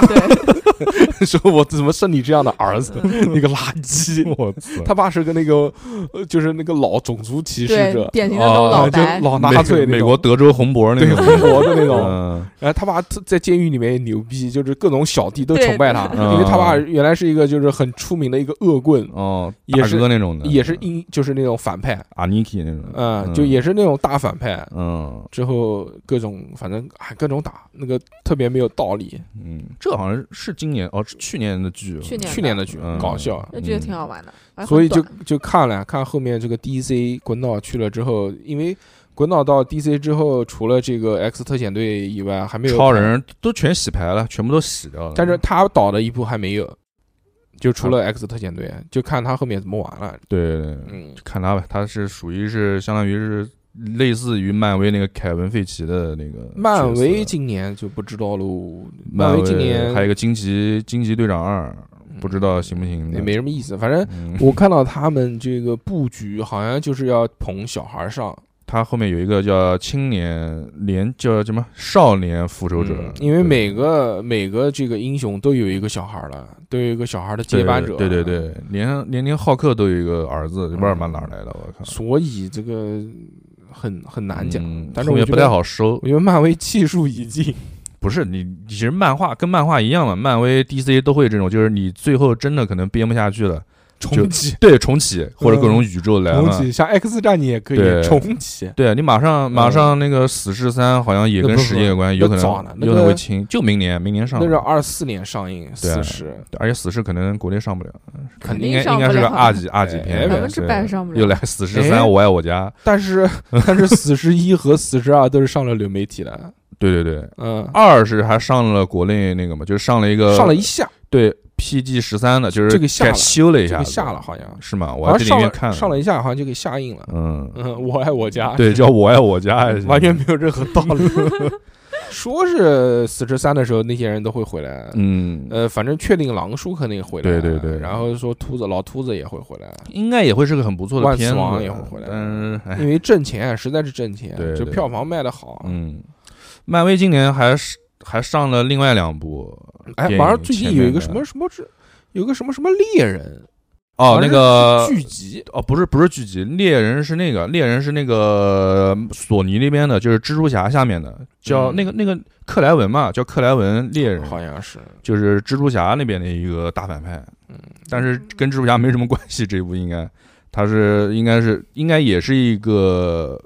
Speaker 1: <laughs>
Speaker 5: 对，
Speaker 1: 说我怎么生你这样的儿子，<laughs>
Speaker 5: 嗯
Speaker 1: 你个垃圾。
Speaker 4: <laughs> 我操
Speaker 1: 他爸是个那个，呃就是那个老种族歧视
Speaker 5: 对
Speaker 1: 者，，
Speaker 5: 典型的那种
Speaker 4: 哦
Speaker 5: 老
Speaker 1: 啊，就
Speaker 5: 白，
Speaker 1: 老
Speaker 4: 美
Speaker 1: 纳粹那
Speaker 4: 美
Speaker 1: 种
Speaker 4: 国德州红脖那
Speaker 1: 对
Speaker 4: 种，
Speaker 1: 红脖的那种。
Speaker 4: 嗯
Speaker 1: 然后他爸特在监狱里面也牛逼，就是各种小弟都
Speaker 5: 对
Speaker 1: 崇拜他，
Speaker 4: 嗯
Speaker 1: 因为他爸原来是一个就是很出名的一个恶棍，
Speaker 4: 哦，
Speaker 1: 也
Speaker 4: 大
Speaker 1: 是
Speaker 4: 哥那种的，
Speaker 1: 也是英就是那种反派，
Speaker 4: 阿尼基那种，
Speaker 1: 嗯，就也是那种大反派。
Speaker 4: 嗯
Speaker 1: 之后各种反正啊各种打，那个特别没有道理。
Speaker 4: 嗯，这好像是今年哦，是去年的剧，
Speaker 5: 去
Speaker 1: 去年的剧
Speaker 4: 嗯
Speaker 1: 搞笑，
Speaker 5: 就觉得挺好玩的，还很
Speaker 1: 所以就
Speaker 5: 短
Speaker 1: 就看了看后面这个 DC 滚岛去了之后，因为滚岛到 DC 之后，除了这个 X 特遣队以外，还没有
Speaker 4: 超，人嗯都全洗牌了，全部都洗掉了，
Speaker 1: 但是他导的一部还没有，就除
Speaker 4: 嗯
Speaker 1: 了 X 特遣队，就看他后面怎么玩了。
Speaker 4: 对对对，
Speaker 1: 嗯，
Speaker 4: 看他吧，他是属于是相当于是类似于漫威那个凯文费奇的那个
Speaker 1: 漫威
Speaker 4: 角色
Speaker 1: 今年就不知道喽，
Speaker 4: 漫
Speaker 1: 漫威今年嗯
Speaker 4: 还有一个惊奇惊奇队长二，不知道行不行的，
Speaker 1: 也没什么意思，反正。
Speaker 4: 嗯。
Speaker 1: <laughs> 我看到他们这个布局，好像就是要捧小孩上，
Speaker 4: 他后面有一个叫青年连叫什么少年复仇者
Speaker 1: 嗯，因为
Speaker 4: 对
Speaker 1: 每个每个这个英雄都有一个小孩了，都有一个小孩的接班者，啊嗯
Speaker 4: 对对对，连连连浩克都有一个儿子，不知道他妈哪儿来的，我靠，
Speaker 1: 所以这个很很难讲，
Speaker 4: 嗯
Speaker 1: 但是
Speaker 4: 后
Speaker 1: 我
Speaker 4: 面
Speaker 1: 觉
Speaker 4: 不
Speaker 1: 得
Speaker 4: 太。好收
Speaker 1: 我。觉得漫威技术已尽，
Speaker 4: 不是你，你其实漫画跟漫画一样嘛，漫威、DC 都会这种，就是你最后真的可能编不下去了，
Speaker 1: 重启，
Speaker 4: 对，重启或者各种宇宙来
Speaker 1: 重
Speaker 4: 了。
Speaker 1: 启，像 X 战警也可
Speaker 4: 对
Speaker 1: 以重启，
Speaker 4: 对你马上马上那个《死侍三》好像也
Speaker 1: 那
Speaker 4: 跟
Speaker 1: 不
Speaker 4: 时间有关，
Speaker 1: 不
Speaker 4: 有可
Speaker 1: 那早了
Speaker 4: 能
Speaker 1: 那
Speaker 4: 有可能
Speaker 1: 个
Speaker 4: 会清，就明年明年上
Speaker 1: 那。是二四年上映，
Speaker 4: 对啊
Speaker 1: 四十
Speaker 4: 对而且《死侍》可能国内上不了，
Speaker 1: 肯
Speaker 5: 定
Speaker 4: 应该
Speaker 5: 上
Speaker 4: 应该
Speaker 5: 不
Speaker 4: 是个
Speaker 5: 了
Speaker 4: 二级二级
Speaker 1: 对
Speaker 4: 片
Speaker 1: 百
Speaker 4: 吧，
Speaker 5: 分之
Speaker 4: 对
Speaker 5: 百上不了
Speaker 4: 又来《死侍
Speaker 1: 哎》，
Speaker 4: 三我爱我家。
Speaker 1: 但是 <laughs> 但是死十一和死十二都是上了流媒体的，
Speaker 4: 对对对，
Speaker 1: 嗯，
Speaker 4: 二是还上了国内那个嘛，就是上了一个
Speaker 1: 上了一下，
Speaker 4: 对 PG 十三的，就是
Speaker 1: 这个下
Speaker 4: 改
Speaker 1: 了
Speaker 4: 修了一
Speaker 1: 这
Speaker 4: 下
Speaker 1: 个
Speaker 4: 子，
Speaker 1: 下了好像，
Speaker 4: 是吗？我
Speaker 1: 好像
Speaker 4: 还去里
Speaker 1: 上
Speaker 4: 面
Speaker 1: 了
Speaker 4: 看
Speaker 1: 上了一下，好像就给下映了。
Speaker 4: 嗯，
Speaker 1: 嗯，我爱我家，
Speaker 4: 对，叫我爱我家，
Speaker 1: 完全没有任何道理。说是死侍三的时候，那些人都会回来。
Speaker 4: 嗯，
Speaker 1: 呃，反正确定狼叔肯定回来，
Speaker 4: 对对对
Speaker 1: 然后说秃子老秃子也会回来，
Speaker 4: 应该也会是个很不错的
Speaker 1: 万
Speaker 4: 片
Speaker 1: 磁
Speaker 4: 子，
Speaker 1: 王也会回来
Speaker 4: 嗯，哎
Speaker 1: 因为挣钱啊实在是挣钱，
Speaker 4: 对
Speaker 1: 就
Speaker 4: 对
Speaker 1: 票房卖的好。
Speaker 4: 嗯，漫威今年还是还上了另外两部
Speaker 1: 哎，
Speaker 4: 电影
Speaker 1: 马上最近有一个什
Speaker 4: 前面
Speaker 1: 么
Speaker 4: 的
Speaker 1: 什么是有个什么什么猎人
Speaker 4: 哦，
Speaker 1: 好像
Speaker 4: 那
Speaker 1: 是
Speaker 4: 个
Speaker 1: 剧集，
Speaker 4: 哦，不是不是剧集，猎人是那个猎人是那个索尼那边的，就是蜘蛛侠下面的，叫
Speaker 1: 嗯
Speaker 4: 那个那个克莱文嘛，叫克莱文猎人，
Speaker 1: 好像是
Speaker 4: 就是蜘蛛侠那边的一个大反派，嗯，但是跟蜘蛛侠没什么关系。这一部应该，他是应该是应该也是一个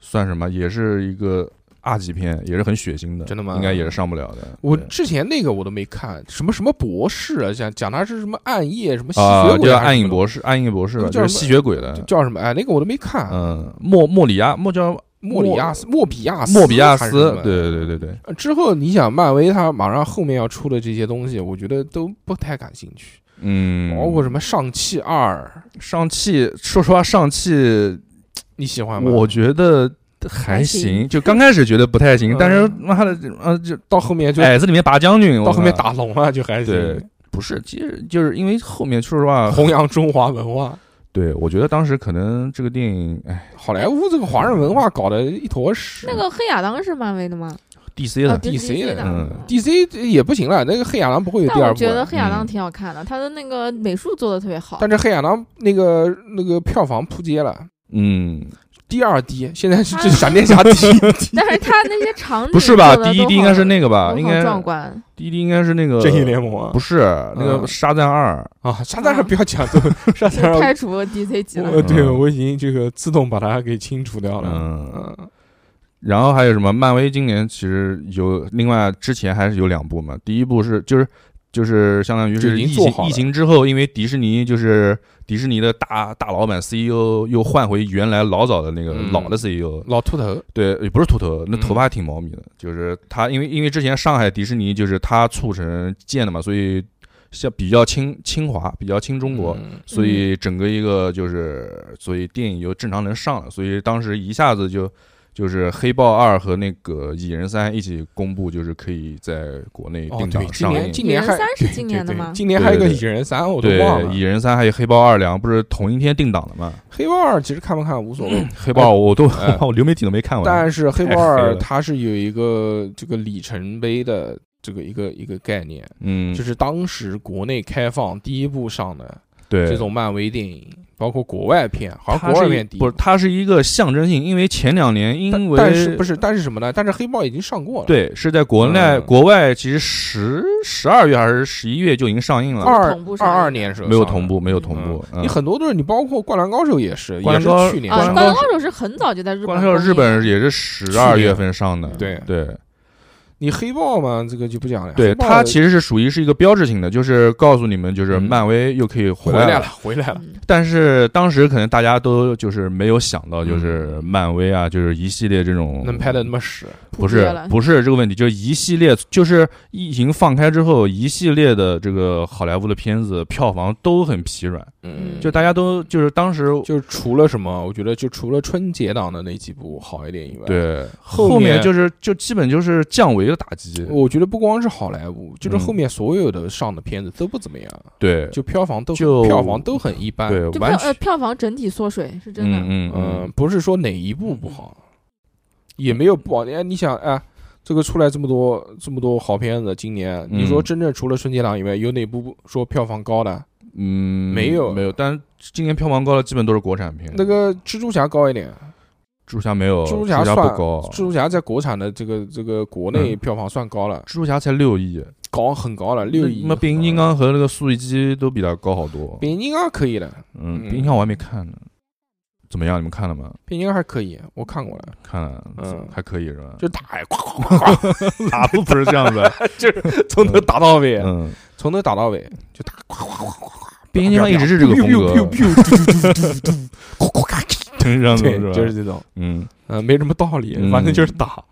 Speaker 4: 算什么，也是一个二级片，也是很血腥的，
Speaker 1: 真的吗
Speaker 4: 应该也是上不了的。
Speaker 1: 我
Speaker 4: 对
Speaker 1: 之前那个我都没看，什么什么博士啊，讲讲他是什么暗夜什么吸
Speaker 4: 啊，
Speaker 1: 血
Speaker 4: 就
Speaker 1: 鬼
Speaker 4: 叫
Speaker 1: 啊，
Speaker 4: 暗影博士，暗影博士吧，
Speaker 1: 那叫
Speaker 4: 就是
Speaker 1: 什么
Speaker 4: 吸血鬼的
Speaker 1: 就，叫什么？哎，那个我都没看。
Speaker 4: 嗯，莫莫里亚，莫叫
Speaker 1: 莫里亚斯，莫比亚斯，
Speaker 4: 莫比亚
Speaker 1: 还
Speaker 4: 斯
Speaker 1: 是什，么
Speaker 4: 对对对对对，
Speaker 1: 呃之后你想，漫威它马上后面要出的这些东西，我觉得都不太感兴趣，
Speaker 4: 嗯，
Speaker 1: 包括什么上汽二，
Speaker 4: 上汽，说实话，上汽
Speaker 1: 你喜欢吗？
Speaker 4: 我觉得还
Speaker 5: 还行
Speaker 4: 行，就刚开始觉得不太行
Speaker 1: 嗯，
Speaker 4: 但是妈的，呃，就
Speaker 1: 到后面就
Speaker 4: 矮子哎里面拔将军，我
Speaker 1: 到后面
Speaker 4: 靠
Speaker 1: 打龙了，就还
Speaker 4: 对
Speaker 1: 行，，
Speaker 4: 不是，其实就是因为后面说实话，
Speaker 1: 弘扬中华文化。
Speaker 4: 对我觉得当时可能这个电影，哎
Speaker 1: 好莱坞这个华人文化搞得一坨屎。
Speaker 5: 那个黑亚当是漫威的吗？
Speaker 4: ，DC 的
Speaker 5: 哦，对
Speaker 1: DC 的
Speaker 4: 嗯
Speaker 1: DC 也不行了，那个黑亚当不会有
Speaker 5: 但
Speaker 1: 第二
Speaker 5: 我
Speaker 1: 部
Speaker 5: 觉得
Speaker 1: 了。
Speaker 5: 黑亚
Speaker 4: 嗯
Speaker 5: 当挺好看的，他的那个美术做的特别好。
Speaker 1: 但是黑亚当那个那个票房扑街了，
Speaker 4: 嗯，
Speaker 1: 第二低，现在是
Speaker 5: 他
Speaker 1: 这闪电侠第
Speaker 4: <laughs>
Speaker 1: 一低，
Speaker 5: 但是他那些场景
Speaker 4: 不是吧？
Speaker 5: 做得
Speaker 4: 第一
Speaker 5: 都
Speaker 4: 滴应
Speaker 5: 好
Speaker 4: 该是那个吧？
Speaker 5: 都
Speaker 4: 应
Speaker 5: 好
Speaker 4: 该
Speaker 5: 壮观，
Speaker 4: 第一滴应该是那个
Speaker 1: 正义联盟啊
Speaker 4: 不是那个
Speaker 1: 嗯
Speaker 4: 沙赞二，
Speaker 1: 啊！沙赞上不要讲，
Speaker 5: <laughs>
Speaker 1: 都沙赞
Speaker 5: 就
Speaker 1: 上
Speaker 5: 开除 DC 级了。
Speaker 1: 我对
Speaker 4: 嗯
Speaker 1: 我已经这个自动把它给清除掉了。
Speaker 4: 嗯，
Speaker 1: 嗯，
Speaker 4: 然后还有什么？漫威今年其实有另外之前还是有两部嘛，第一部是就是。就是相当于
Speaker 1: 就已
Speaker 4: 是
Speaker 1: 经
Speaker 4: 疫
Speaker 1: 做
Speaker 4: 情
Speaker 1: 好了
Speaker 4: 疫情之后，因为迪士尼就是迪士尼的大大老板 CEO 又换回原来老早的那个
Speaker 1: 嗯
Speaker 4: 老的 E CEO，
Speaker 1: 老秃头，
Speaker 4: 对，也不是秃头，那
Speaker 1: 嗯
Speaker 4: 头发挺茂密的。就是他，因为因为之前上海迪士尼就是他促成建的嘛，所以像比较亲亲华，比较亲中国，
Speaker 1: 嗯
Speaker 4: 所以整个一个就是，所以电影就正常能上了。所以当时一下子就就是《黑豹二》和那个《蚁人三》一起公布，就是可以在国内
Speaker 1: 哦
Speaker 4: 定
Speaker 1: 对，
Speaker 4: 档
Speaker 1: 今
Speaker 4: 上
Speaker 1: 年
Speaker 4: 映。
Speaker 1: 今年
Speaker 5: 蚁
Speaker 1: 还
Speaker 5: 人三是
Speaker 1: 对
Speaker 5: 今
Speaker 1: 对
Speaker 5: 年的
Speaker 1: 对
Speaker 5: 吗
Speaker 1: 今年还有一个
Speaker 4: 对对
Speaker 1: 蚁人三，我都
Speaker 4: 对，
Speaker 1: 忘
Speaker 4: 《蚁
Speaker 1: 了。
Speaker 4: 人三》还有《黑豹二》两个不是同一天定档的
Speaker 1: <laughs>
Speaker 4: 嘛？
Speaker 1: 黑豹二其实看不看无所谓，
Speaker 4: 《黑豹二》我都
Speaker 1: 哎
Speaker 4: <laughs> 我流媒体都没看完。
Speaker 1: 但是黑
Speaker 4: 嗯太
Speaker 1: 豹
Speaker 4: 黑
Speaker 1: 二
Speaker 4: 了
Speaker 1: 它是有一个这个里程碑的这个一个一个概念，
Speaker 4: 嗯，
Speaker 1: 就是当时国内开放第一部上的
Speaker 4: 对
Speaker 1: 这种漫威电影，包括国外片，好像
Speaker 4: 它
Speaker 1: 国外
Speaker 4: 是一
Speaker 1: 片第一
Speaker 4: 不是，它是一个象征性，因为前两年
Speaker 1: 但
Speaker 4: 因为
Speaker 1: 但是不
Speaker 4: 是
Speaker 1: 是但是什么呢？但是黑豹已经上过了，，
Speaker 4: 对是在国内、
Speaker 1: 嗯
Speaker 4: 国外，其实十十二月还是十一月就已经上映了，
Speaker 1: 二
Speaker 5: 同步
Speaker 1: 二
Speaker 5: 上
Speaker 1: 二
Speaker 5: 映
Speaker 1: 年时候
Speaker 4: 嗯没有
Speaker 1: 上的
Speaker 4: 同步，没有同步。嗯
Speaker 1: 你很多都是你包括《灌篮高手》也是，也
Speaker 4: 灌篮
Speaker 1: 是
Speaker 4: 高
Speaker 1: 去年
Speaker 5: 啊，
Speaker 4: 灌
Speaker 5: 《
Speaker 1: 上
Speaker 4: 篮
Speaker 1: 的
Speaker 5: 灌
Speaker 4: 高
Speaker 5: 篮高手》是很早就在日本
Speaker 4: 关
Speaker 5: 公
Speaker 4: 照
Speaker 5: 映了，
Speaker 4: 日本也是十二月份上的，
Speaker 1: 对
Speaker 4: 对
Speaker 1: 你黑豹嘛，这个就不讲了。
Speaker 4: 对，
Speaker 1: 黑豹
Speaker 4: 它其实是属于是一个标志性的，就是告诉你们，就是
Speaker 1: 嗯
Speaker 4: 漫威又可以回
Speaker 1: 回
Speaker 4: 来
Speaker 1: 来了，。回来了。
Speaker 5: 嗯
Speaker 4: 但是当时可能大家都就是没有想到，就是漫威啊，就是一系列这种
Speaker 1: 嗯能拍的那么屎，
Speaker 4: 不
Speaker 5: 扑街
Speaker 4: 是
Speaker 5: 了
Speaker 4: 不是这个问题，就是一系列，就是疫情放开之后，一系列的这个好莱坞的片子票房都很疲软，
Speaker 5: 嗯
Speaker 4: 就大家都就是当时
Speaker 1: 就是除了什么，我觉得就除了春节档的那几部好一点以外，，
Speaker 4: 对
Speaker 1: 后
Speaker 4: 后
Speaker 1: 面
Speaker 4: 面就是就基本就是降维的打击，
Speaker 1: 我觉得不光是好莱坞，就是
Speaker 4: 嗯
Speaker 1: 后面所有的上的片子都不怎么样，
Speaker 4: 对
Speaker 1: 就票房都
Speaker 4: 就
Speaker 1: 票房都很一般。
Speaker 4: 对，
Speaker 5: 就
Speaker 4: 完
Speaker 5: 票呃
Speaker 4: 全
Speaker 5: 票房整体缩水是真的。
Speaker 4: 嗯嗯
Speaker 1: 嗯、
Speaker 4: 嗯，嗯
Speaker 1: 不是说哪一部不好，也没有不好。哎，你想啊，这个出来这么多这么多好片子，今年你说
Speaker 4: 嗯
Speaker 1: 真正除了春节档以外，有哪部说票房高的？
Speaker 4: 嗯
Speaker 1: 没有
Speaker 4: 没有，但今年票房高的基本都是国产片，
Speaker 1: 那个蜘蛛侠高一点，
Speaker 4: 蜘蛛侠没有，
Speaker 1: 蜘
Speaker 4: 哦蜘
Speaker 1: 蛛侠
Speaker 4: 不
Speaker 1: 算
Speaker 4: 高，嗯
Speaker 1: 蜘蛛侠在国产的这个这个国内票房算高了，
Speaker 4: 蜘蛛侠才六亿，
Speaker 1: 高很高了，啊六亿。啊
Speaker 4: 那变形金，刚和那个速一机都比它高好多，
Speaker 1: 变形金刚可以的，
Speaker 4: 嗯，
Speaker 1: 嗯
Speaker 4: 变形金刚我还没看呢，怎么样？你们看了吗？
Speaker 1: 变形金刚还可以，我看过了，
Speaker 4: 看了，
Speaker 1: 嗯
Speaker 4: 还可以是吧？
Speaker 1: 就打，咵咵咵 <laughs> 咵
Speaker 4: 打不不是这样子，
Speaker 1: 咵从头打到尾，
Speaker 4: <laughs> 嗯，
Speaker 1: 从头打到尾。
Speaker 4: 变形金刚一直是这个风 <laughs> 格， <laughs> 是这样子
Speaker 1: 对
Speaker 4: 是，吧？
Speaker 1: 就是这种，
Speaker 4: 嗯，
Speaker 1: 嗯，没什么道理，
Speaker 4: 嗯
Speaker 1: 反正就是打。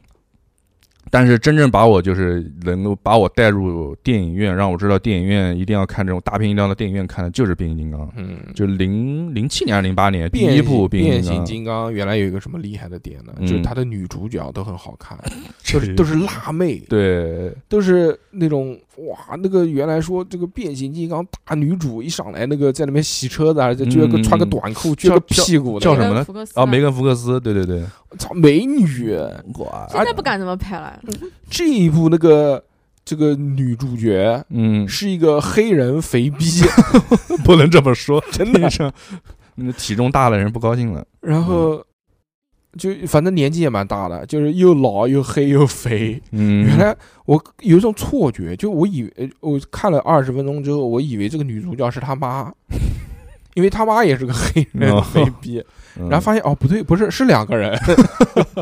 Speaker 4: 但是真正把我就是能够把我带入电影院，让我知道电影院一定要看这种大片一定要到电影院看的就是变形金刚。
Speaker 1: 嗯，
Speaker 4: 就零零七年还是零八年第
Speaker 1: 变
Speaker 4: 一部
Speaker 1: 变
Speaker 4: 形
Speaker 1: 形
Speaker 4: 金
Speaker 1: 金刚原来有一个什么厉害的点呢？
Speaker 4: 嗯
Speaker 1: 就是它的女主角都很好
Speaker 4: <laughs>
Speaker 1: 看，
Speaker 4: 就
Speaker 1: 都是辣妹，
Speaker 4: 对
Speaker 1: 都是那种哇，那个原来说这个变形金刚大女主一上来那个在那边洗车的，就撅个
Speaker 4: 嗯
Speaker 1: 穿个短裤，撅个屁股的，
Speaker 4: 叫
Speaker 5: 梅
Speaker 4: 什么
Speaker 5: 根
Speaker 4: 呢
Speaker 5: 福克斯
Speaker 4: 啊，梅根福克斯，对对对，
Speaker 1: 操美女。
Speaker 5: 现在不敢这么拍了，
Speaker 4: 嗯
Speaker 1: 这一部那个这个女主角
Speaker 4: 嗯，
Speaker 1: 是一个黑人肥
Speaker 4: <laughs>
Speaker 1: 逼，
Speaker 4: 不能这么 <laughs> 说，
Speaker 1: 真的。
Speaker 4: 那个体重大的人不高兴了。
Speaker 1: 然后就反正年纪也蛮大的，就是又老又黑又肥。
Speaker 4: 嗯，
Speaker 1: 原来我有一种错
Speaker 4: <laughs>
Speaker 1: 觉，就我以为呃我看了二十分钟之后，我以为这个女主角是他妈，因为他妈也是个黑人
Speaker 4: 哦
Speaker 1: 黑逼，
Speaker 4: <laughs> 嗯
Speaker 1: 然后发现哦不对，不是是两个人，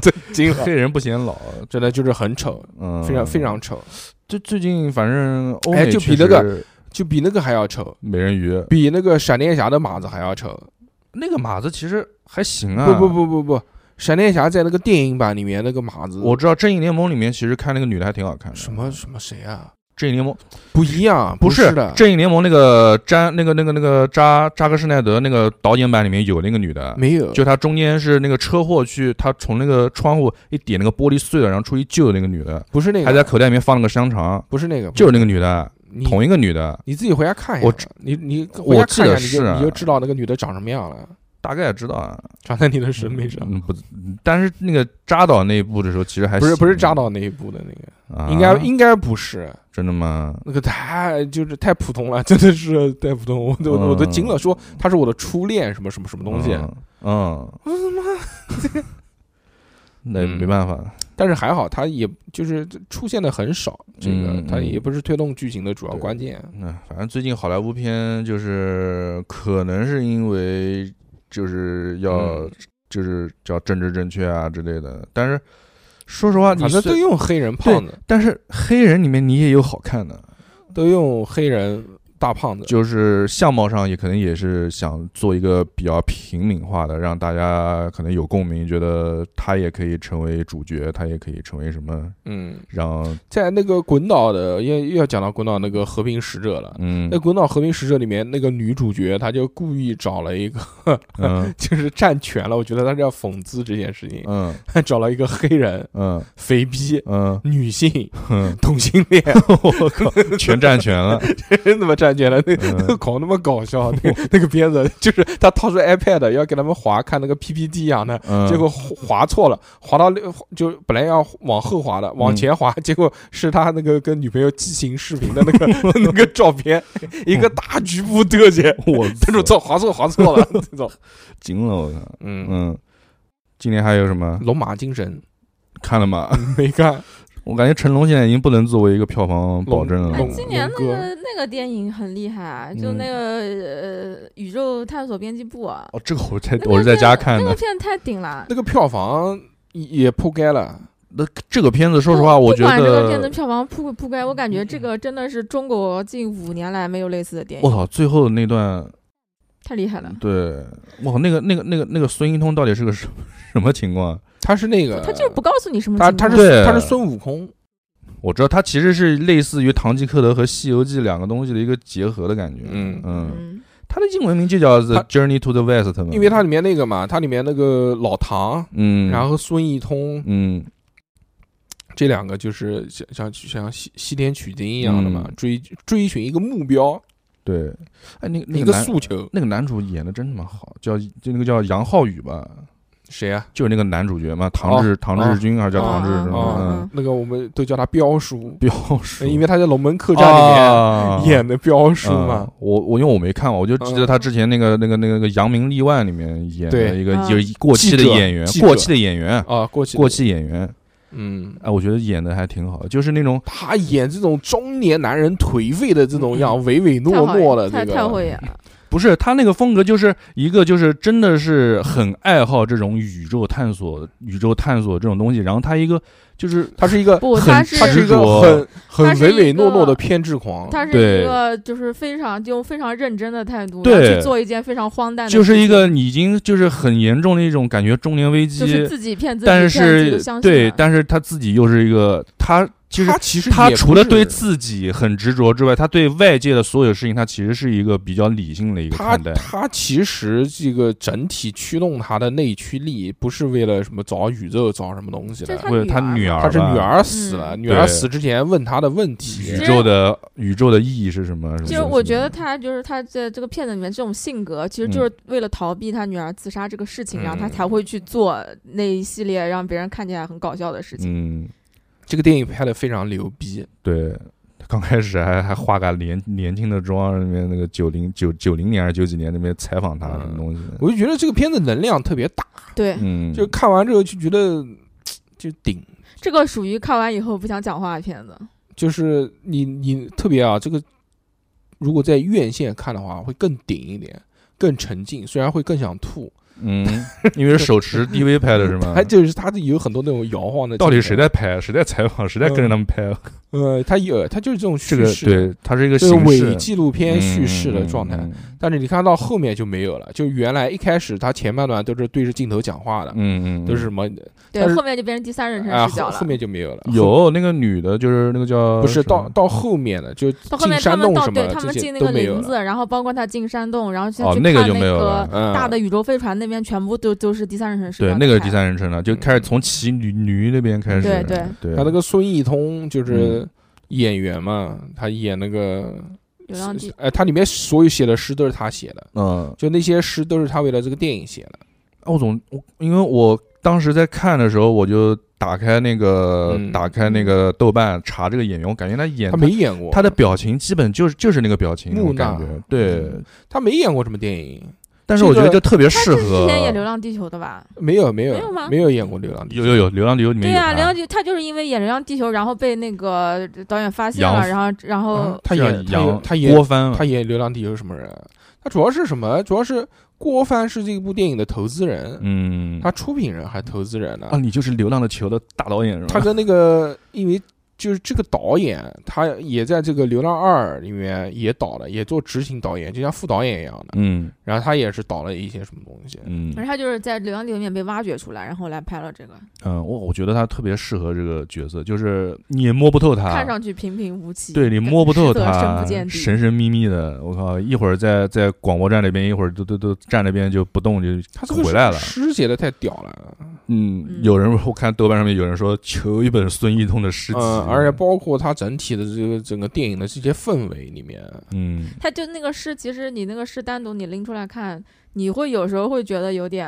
Speaker 1: 对，惊了，
Speaker 4: 黑人不显老，
Speaker 1: 真的就是很丑，
Speaker 4: 嗯，
Speaker 1: 非常非常丑，
Speaker 4: 就最近反正欧
Speaker 1: 哎
Speaker 4: 美
Speaker 1: 就比
Speaker 4: 确
Speaker 1: 那个
Speaker 4: 实
Speaker 1: 就比那个还要丑，
Speaker 4: 美人鱼
Speaker 1: 比那个闪电侠的马子还要丑。
Speaker 4: 那个马子其实还行啊，
Speaker 1: 不不。不不不，闪电侠在那个电影版里面那个马子，
Speaker 4: 我知道《正义联盟》里面其实看那个女的还挺好看的。
Speaker 1: 什么什么谁啊？
Speaker 4: 正义联盟
Speaker 1: 不一样，
Speaker 4: 不
Speaker 1: 是
Speaker 4: 是
Speaker 1: 的，
Speaker 4: 正义联盟那个詹那个那个那个扎扎克施耐德那个导演版里面有那个女的，
Speaker 1: 没有，
Speaker 4: 就她中间是那个车祸去，她从那个窗户一点那个玻璃碎了，然后出去救那个女的，
Speaker 1: 不是那个，
Speaker 4: 还在口袋里面放了个香肠，
Speaker 1: 不是那个，
Speaker 4: 就是那个女的，
Speaker 1: 你
Speaker 4: 同一个女的，
Speaker 1: 你自己回家看一下，
Speaker 4: 我
Speaker 1: 你你回家看一下，
Speaker 4: 我记得啊
Speaker 1: 你就是你就知道那个女的长什么样了，
Speaker 4: 大概知道啊，
Speaker 1: 长在你的审美上，
Speaker 4: 嗯不，但是那个扎导那一部的时候其实还
Speaker 1: 不是
Speaker 4: 行
Speaker 1: 不是扎，导那一部的那个，
Speaker 4: 啊
Speaker 1: 应该应该不是，
Speaker 4: 真的吗？
Speaker 1: 那个太就是太普通了， <laughs> 真的是太普通，我都
Speaker 4: 嗯
Speaker 1: 我都惊了，说她是我的初恋，什么什么什么东西，
Speaker 4: 嗯，嗯 <laughs> 那
Speaker 1: 嗯
Speaker 4: 没办法，
Speaker 1: 但是还好，她也就是出现的很少，这个
Speaker 4: 嗯
Speaker 1: 她
Speaker 4: 嗯
Speaker 1: 也不是推动剧情的主要关键，
Speaker 4: 嗯，反正最近好莱坞片就是可能是因为就是要、
Speaker 1: 嗯
Speaker 4: 就是叫政治正确啊之类的，但是说实话，你
Speaker 1: 反正
Speaker 4: 虽
Speaker 1: 都用黑人胖子，
Speaker 4: 但是黑人里面你也有好看的，
Speaker 1: 都用黑人大胖子，
Speaker 4: 就是相貌上也可能也是想做一个比较平民化的，让大家可能有共鸣，觉得他也可以成为主角，他也可以成为什么，
Speaker 1: 嗯。
Speaker 4: 让
Speaker 1: 在那个滚岛的，又又要讲到滚岛那个和平使者了。
Speaker 4: 嗯
Speaker 1: 那滚岛和平使者里面那个女主角，她就故意找了一个， <laughs>
Speaker 4: 嗯
Speaker 1: 就是占全了。我觉得她是要讽刺这件事情，
Speaker 4: 嗯
Speaker 1: <laughs> 找了一个黑人、
Speaker 4: 嗯
Speaker 1: 肥逼、
Speaker 4: 嗯
Speaker 1: 女性、
Speaker 4: 哼，
Speaker 1: <laughs> 同性恋，
Speaker 4: 我靠，全占全了，
Speaker 1: 真他妈占全了，那
Speaker 4: 嗯
Speaker 1: 那 <laughs> 狂他妈搞笑，那个那个片子 <laughs> 就是他掏出 iPad 要给他们划啊看那个 PPT 一样的，
Speaker 4: 嗯，
Speaker 1: <laughs> 结果划划错了，划到六就本来要往后划的，
Speaker 4: 嗯
Speaker 1: 往前划，结果是他那个跟女朋友激情视频的那个 <laughs> 那个照片，一个大局部特写。
Speaker 4: 我
Speaker 1: <laughs> 他说：“操，划错，划错了。”这种，
Speaker 4: 惊了，我操！
Speaker 1: 嗯，
Speaker 4: <laughs> 嗯，今年还有什么
Speaker 1: 龙马精神
Speaker 4: 看了吗？
Speaker 1: 没看，
Speaker 4: 我感觉成龙现在已经不能作为一个票房保证
Speaker 1: 龙
Speaker 4: 了
Speaker 5: 哎
Speaker 1: 龙，
Speaker 5: 今年那
Speaker 1: 歌
Speaker 5: 个那个电影很厉害啊，就
Speaker 4: 嗯
Speaker 5: 那个呃宇宙探索编辑部啊，
Speaker 4: 哦，这个我在
Speaker 5: 那个
Speaker 4: 我是在
Speaker 5: 片
Speaker 4: 家看
Speaker 5: 那个
Speaker 4: 的。
Speaker 5: 片太顶了。
Speaker 1: 那个票房也扑街了。
Speaker 4: 那这个片子，说实话，
Speaker 5: 不
Speaker 4: 我觉
Speaker 5: 不管这个片子
Speaker 4: 得，
Speaker 5: 票房扑扑街，我感觉这个真的是中国近五年来没有类似的电
Speaker 4: 我嗯
Speaker 5: 影，
Speaker 4: 操，最后那段，
Speaker 5: 太厉害了。
Speaker 4: 对，哇，那个那个那个那个孙一通到底是个什么什么情况？啊
Speaker 1: 他是那个，
Speaker 5: 他就是不告诉你什么
Speaker 1: 他
Speaker 5: 情
Speaker 1: 他
Speaker 5: 况，
Speaker 1: 是
Speaker 4: 对
Speaker 1: 他是孙悟空，
Speaker 4: 我知道他其实是类似于《堂吉诃德》和《西游记》两个东西的一个结合的感觉。
Speaker 1: 嗯
Speaker 4: 嗯，
Speaker 5: 嗯，
Speaker 4: 他的英文名就叫《
Speaker 1: 他
Speaker 4: The Journey to the West》嘛，
Speaker 1: 因为它里面那个嘛，它里面那个老唐，
Speaker 4: 嗯，
Speaker 1: 然后孙一通
Speaker 4: 嗯
Speaker 1: 这两个就是像像像西西天取经一样的嘛，
Speaker 4: 嗯
Speaker 1: 追追寻一个目标，
Speaker 4: 对，哎，那那
Speaker 1: 一个
Speaker 4: 男
Speaker 1: 诉求。
Speaker 4: 那个男主演的真他妈好，叫就那个叫杨浩宇吧，
Speaker 1: 谁啊？
Speaker 4: 就是那个男主角嘛，唐志、唐
Speaker 1: 哦
Speaker 4: 志军还是叫唐志什
Speaker 5: 哦
Speaker 4: 么？嗯，
Speaker 1: 啊那个我们都叫他彪叔，
Speaker 4: 彪叔，
Speaker 1: 因为他在《龙门客栈》里
Speaker 4: 啊
Speaker 1: 面演的彪叔
Speaker 4: 嗯
Speaker 1: 嘛。嗯
Speaker 4: 我我因为我没看嘛，我就记得他之前那个那个那个那个《扬名立万》里面演的
Speaker 1: 对
Speaker 4: 一个
Speaker 5: 啊
Speaker 4: 就是过气的
Speaker 1: 记者
Speaker 4: 演员
Speaker 1: 记，者
Speaker 4: 过气的演员，
Speaker 1: 啊，过去
Speaker 4: 过，气演员，
Speaker 1: 嗯，
Speaker 4: 哎，我觉得演的还挺好，就是那种
Speaker 1: 他演这种中年男人颓废的这种样，唯唯
Speaker 5: 太
Speaker 1: 诺
Speaker 5: 好
Speaker 1: 诺
Speaker 5: 演
Speaker 1: 的
Speaker 5: 嗯太
Speaker 1: 这
Speaker 5: 太
Speaker 1: 个，
Speaker 5: 会演了。
Speaker 4: 不是他那个风格，就是一个就是真的是很爱好这种宇宙探索、宇宙探索这种东西，然后他一个就是
Speaker 1: 他是一个，
Speaker 5: 不，
Speaker 4: 很
Speaker 5: 他
Speaker 1: 他是
Speaker 5: 是
Speaker 1: 一个很很唯唯诺诺的
Speaker 5: 他是一个
Speaker 1: 偏执狂，
Speaker 5: 他是
Speaker 4: 对
Speaker 5: 一个就是非常用非常认真的态度
Speaker 4: 对
Speaker 5: 要去做一件非常荒诞的事
Speaker 4: 就
Speaker 5: 情，
Speaker 4: 是一个你已经就是很严重的一种感觉中年危
Speaker 5: 就
Speaker 4: 机，
Speaker 5: 是自己骗自己，
Speaker 4: 但
Speaker 5: 骗自己
Speaker 4: 是
Speaker 5: 就相信
Speaker 4: 对，
Speaker 5: 了
Speaker 4: 但是他自己又是一个他就是
Speaker 1: 他其实
Speaker 4: 他
Speaker 1: 也
Speaker 4: 除
Speaker 1: 不
Speaker 4: 了
Speaker 1: 是
Speaker 4: 对自己很执着之外，他对外界的所有事情，他其实是一个比较理性的一个
Speaker 1: 他
Speaker 4: 看待。
Speaker 1: 他其实这个整体驱动他的内驱力，不是为了什么找宇宙找什么东西
Speaker 5: 这是
Speaker 1: 的，
Speaker 5: 他
Speaker 4: 或者他
Speaker 5: 女
Speaker 4: 女
Speaker 5: 儿
Speaker 4: 儿
Speaker 1: 他
Speaker 4: 吧，
Speaker 1: 是女儿死了，
Speaker 5: 嗯
Speaker 1: 女儿
Speaker 4: 对
Speaker 1: 死之前问他的问题
Speaker 4: 宇，宙的宇宙的意义是什么？什么
Speaker 5: 就是我觉得他就是他在这个片子里面这种性格，
Speaker 4: 嗯
Speaker 5: 其实就是为了逃避他女儿自杀这个事情，然后他
Speaker 1: 嗯
Speaker 5: 才会去做那一系列让别人看起来很搞笑的事情。
Speaker 4: 嗯，
Speaker 1: 这个电影拍的非常牛逼，
Speaker 4: 对。刚开始还还化个年年轻的妆，那边那个九零九九零年还是九几年那边采访他
Speaker 1: 嗯
Speaker 4: 什么东西的，
Speaker 1: 我就觉得这个片子能量特别大，
Speaker 5: 对，
Speaker 4: 嗯，
Speaker 1: 就看完之后就觉得嘖就顶。
Speaker 5: 这个属于看完以后不想讲话的片子。
Speaker 1: 就是你你特别啊，这个如果在院线看的话会更顶一点。更沉浸，虽然会更想吐，
Speaker 4: 嗯，
Speaker 1: <laughs>
Speaker 4: 因为是手持 DV 拍的是吗
Speaker 1: 它？就是它有很多那种摇晃的镜头。
Speaker 4: 到底谁在拍？谁在采访？谁在跟着他们拍？
Speaker 1: 呃，它有它就是这种
Speaker 4: 这
Speaker 1: 叙
Speaker 4: 个
Speaker 1: 事，
Speaker 4: 对，它是一个
Speaker 1: 就是
Speaker 4: 形式
Speaker 1: 伪纪录片叙事的状态。
Speaker 4: 嗯
Speaker 1: 但是你看到后面就没有了，就原来一开始他前半段都是对着镜头讲话的，
Speaker 4: 嗯嗯，
Speaker 1: 都是什么
Speaker 5: 对
Speaker 1: 但，是
Speaker 5: 后面就变成第三人称
Speaker 1: 啊、
Speaker 5: 视角
Speaker 1: 后
Speaker 5: 了
Speaker 1: 后。面就没有了。后
Speaker 4: 有那个女的，就是那个叫
Speaker 1: 不是
Speaker 4: 什么
Speaker 1: 到到后面的就
Speaker 5: 到后
Speaker 1: 进
Speaker 5: 面他
Speaker 1: 山
Speaker 5: 们
Speaker 1: 洞
Speaker 5: 到
Speaker 1: 什
Speaker 5: 对
Speaker 1: 么
Speaker 5: 他们
Speaker 1: 这
Speaker 5: 进
Speaker 1: 些
Speaker 5: 那
Speaker 1: 都
Speaker 5: 个
Speaker 1: 没有
Speaker 5: 林
Speaker 1: 了。
Speaker 5: 子，然后包括他进山洞，然后去
Speaker 4: 哦
Speaker 5: 去
Speaker 4: 那
Speaker 5: 看
Speaker 4: 个就没有
Speaker 5: 个
Speaker 4: 了
Speaker 1: 嗯，
Speaker 5: 大的宇宙飞船那边全部都都是第三人称视角。
Speaker 4: 对，那个是第。三人称的，就
Speaker 1: 嗯
Speaker 4: 开始从骑驴驴那边开始。
Speaker 5: 对对
Speaker 4: 对，嗯
Speaker 1: 他那个孙艺通就是演员嘛，他演那个
Speaker 5: 流浪地
Speaker 1: 呃，他里面所有写的诗都是他写的，
Speaker 4: 嗯，
Speaker 1: 就那些诗都是他为了这个电影写的。
Speaker 4: 奥总，我因为我当时在看的时候，我就打开那个
Speaker 1: 嗯
Speaker 4: 打开那个豆瓣查这个演员，我感觉他演
Speaker 1: 他没演过，
Speaker 4: 他的表情基本就是就是那个表情，
Speaker 1: 木
Speaker 4: 我感
Speaker 1: 讷
Speaker 4: 觉对。
Speaker 1: 他没演过什么电影，
Speaker 4: 但是我觉得
Speaker 1: 这个
Speaker 4: 就特别
Speaker 5: 他
Speaker 4: 适
Speaker 5: 是之
Speaker 4: 合。
Speaker 5: 前演《流浪地球》的吧？
Speaker 1: 没有没有
Speaker 5: 没有吗
Speaker 1: 没有演过《流浪地球》。
Speaker 4: 有有有，《流浪地球》里面
Speaker 5: 对啊
Speaker 4: 有
Speaker 5: 呀、
Speaker 1: 啊
Speaker 4: 他
Speaker 5: 流浪地球》他就是因为演《流浪地球》，然后被那个导演发现
Speaker 4: 杨
Speaker 5: 了，
Speaker 4: 紫
Speaker 5: 然后然后
Speaker 1: 啊他
Speaker 4: 叫
Speaker 1: 演他
Speaker 4: 杨
Speaker 1: 演他演
Speaker 4: 郭帆啊嘛，
Speaker 1: 他演《流浪地球》是什么人？他主要是什么？主要是郭帆是这部电影的投资人，
Speaker 4: 嗯，
Speaker 1: 他出品人还是投资人呢
Speaker 4: 啊，。你就是《流浪的球》的大导演是吧？
Speaker 1: 他跟那个，因为就是这个导演，他也在这个《流浪二》里面也导了，也做执行导演，就像副导演一样的。
Speaker 4: 嗯
Speaker 1: 然后他也是导了一些什么东西。
Speaker 4: 嗯
Speaker 5: 反正他就是在《流浪地球》里面被挖掘出来，然后来拍了这个，
Speaker 4: 嗯，我我觉得他特别适合这个角色，就是你也摸不透
Speaker 1: 啊
Speaker 4: 他，
Speaker 5: 看上去平平无奇，
Speaker 4: 对你
Speaker 5: 但
Speaker 4: 摸不透
Speaker 5: 实则深
Speaker 4: 他
Speaker 5: 不见，底。
Speaker 4: 神神秘秘的。我靠，一会儿在在广播站那边，一会儿都都都站那边就不动就
Speaker 1: 他这个
Speaker 4: 回来了。
Speaker 1: 诗写的太屌了，
Speaker 4: 嗯，
Speaker 5: 嗯
Speaker 4: 有人我看豆瓣上面有人说求一本孙一通的诗集，
Speaker 1: 嗯，而且包括他整体的这个整个电影的这些氛围里面，
Speaker 4: 嗯
Speaker 5: 他就那个诗，其实你那个诗单独你拎出来看，你会有时候会觉得有点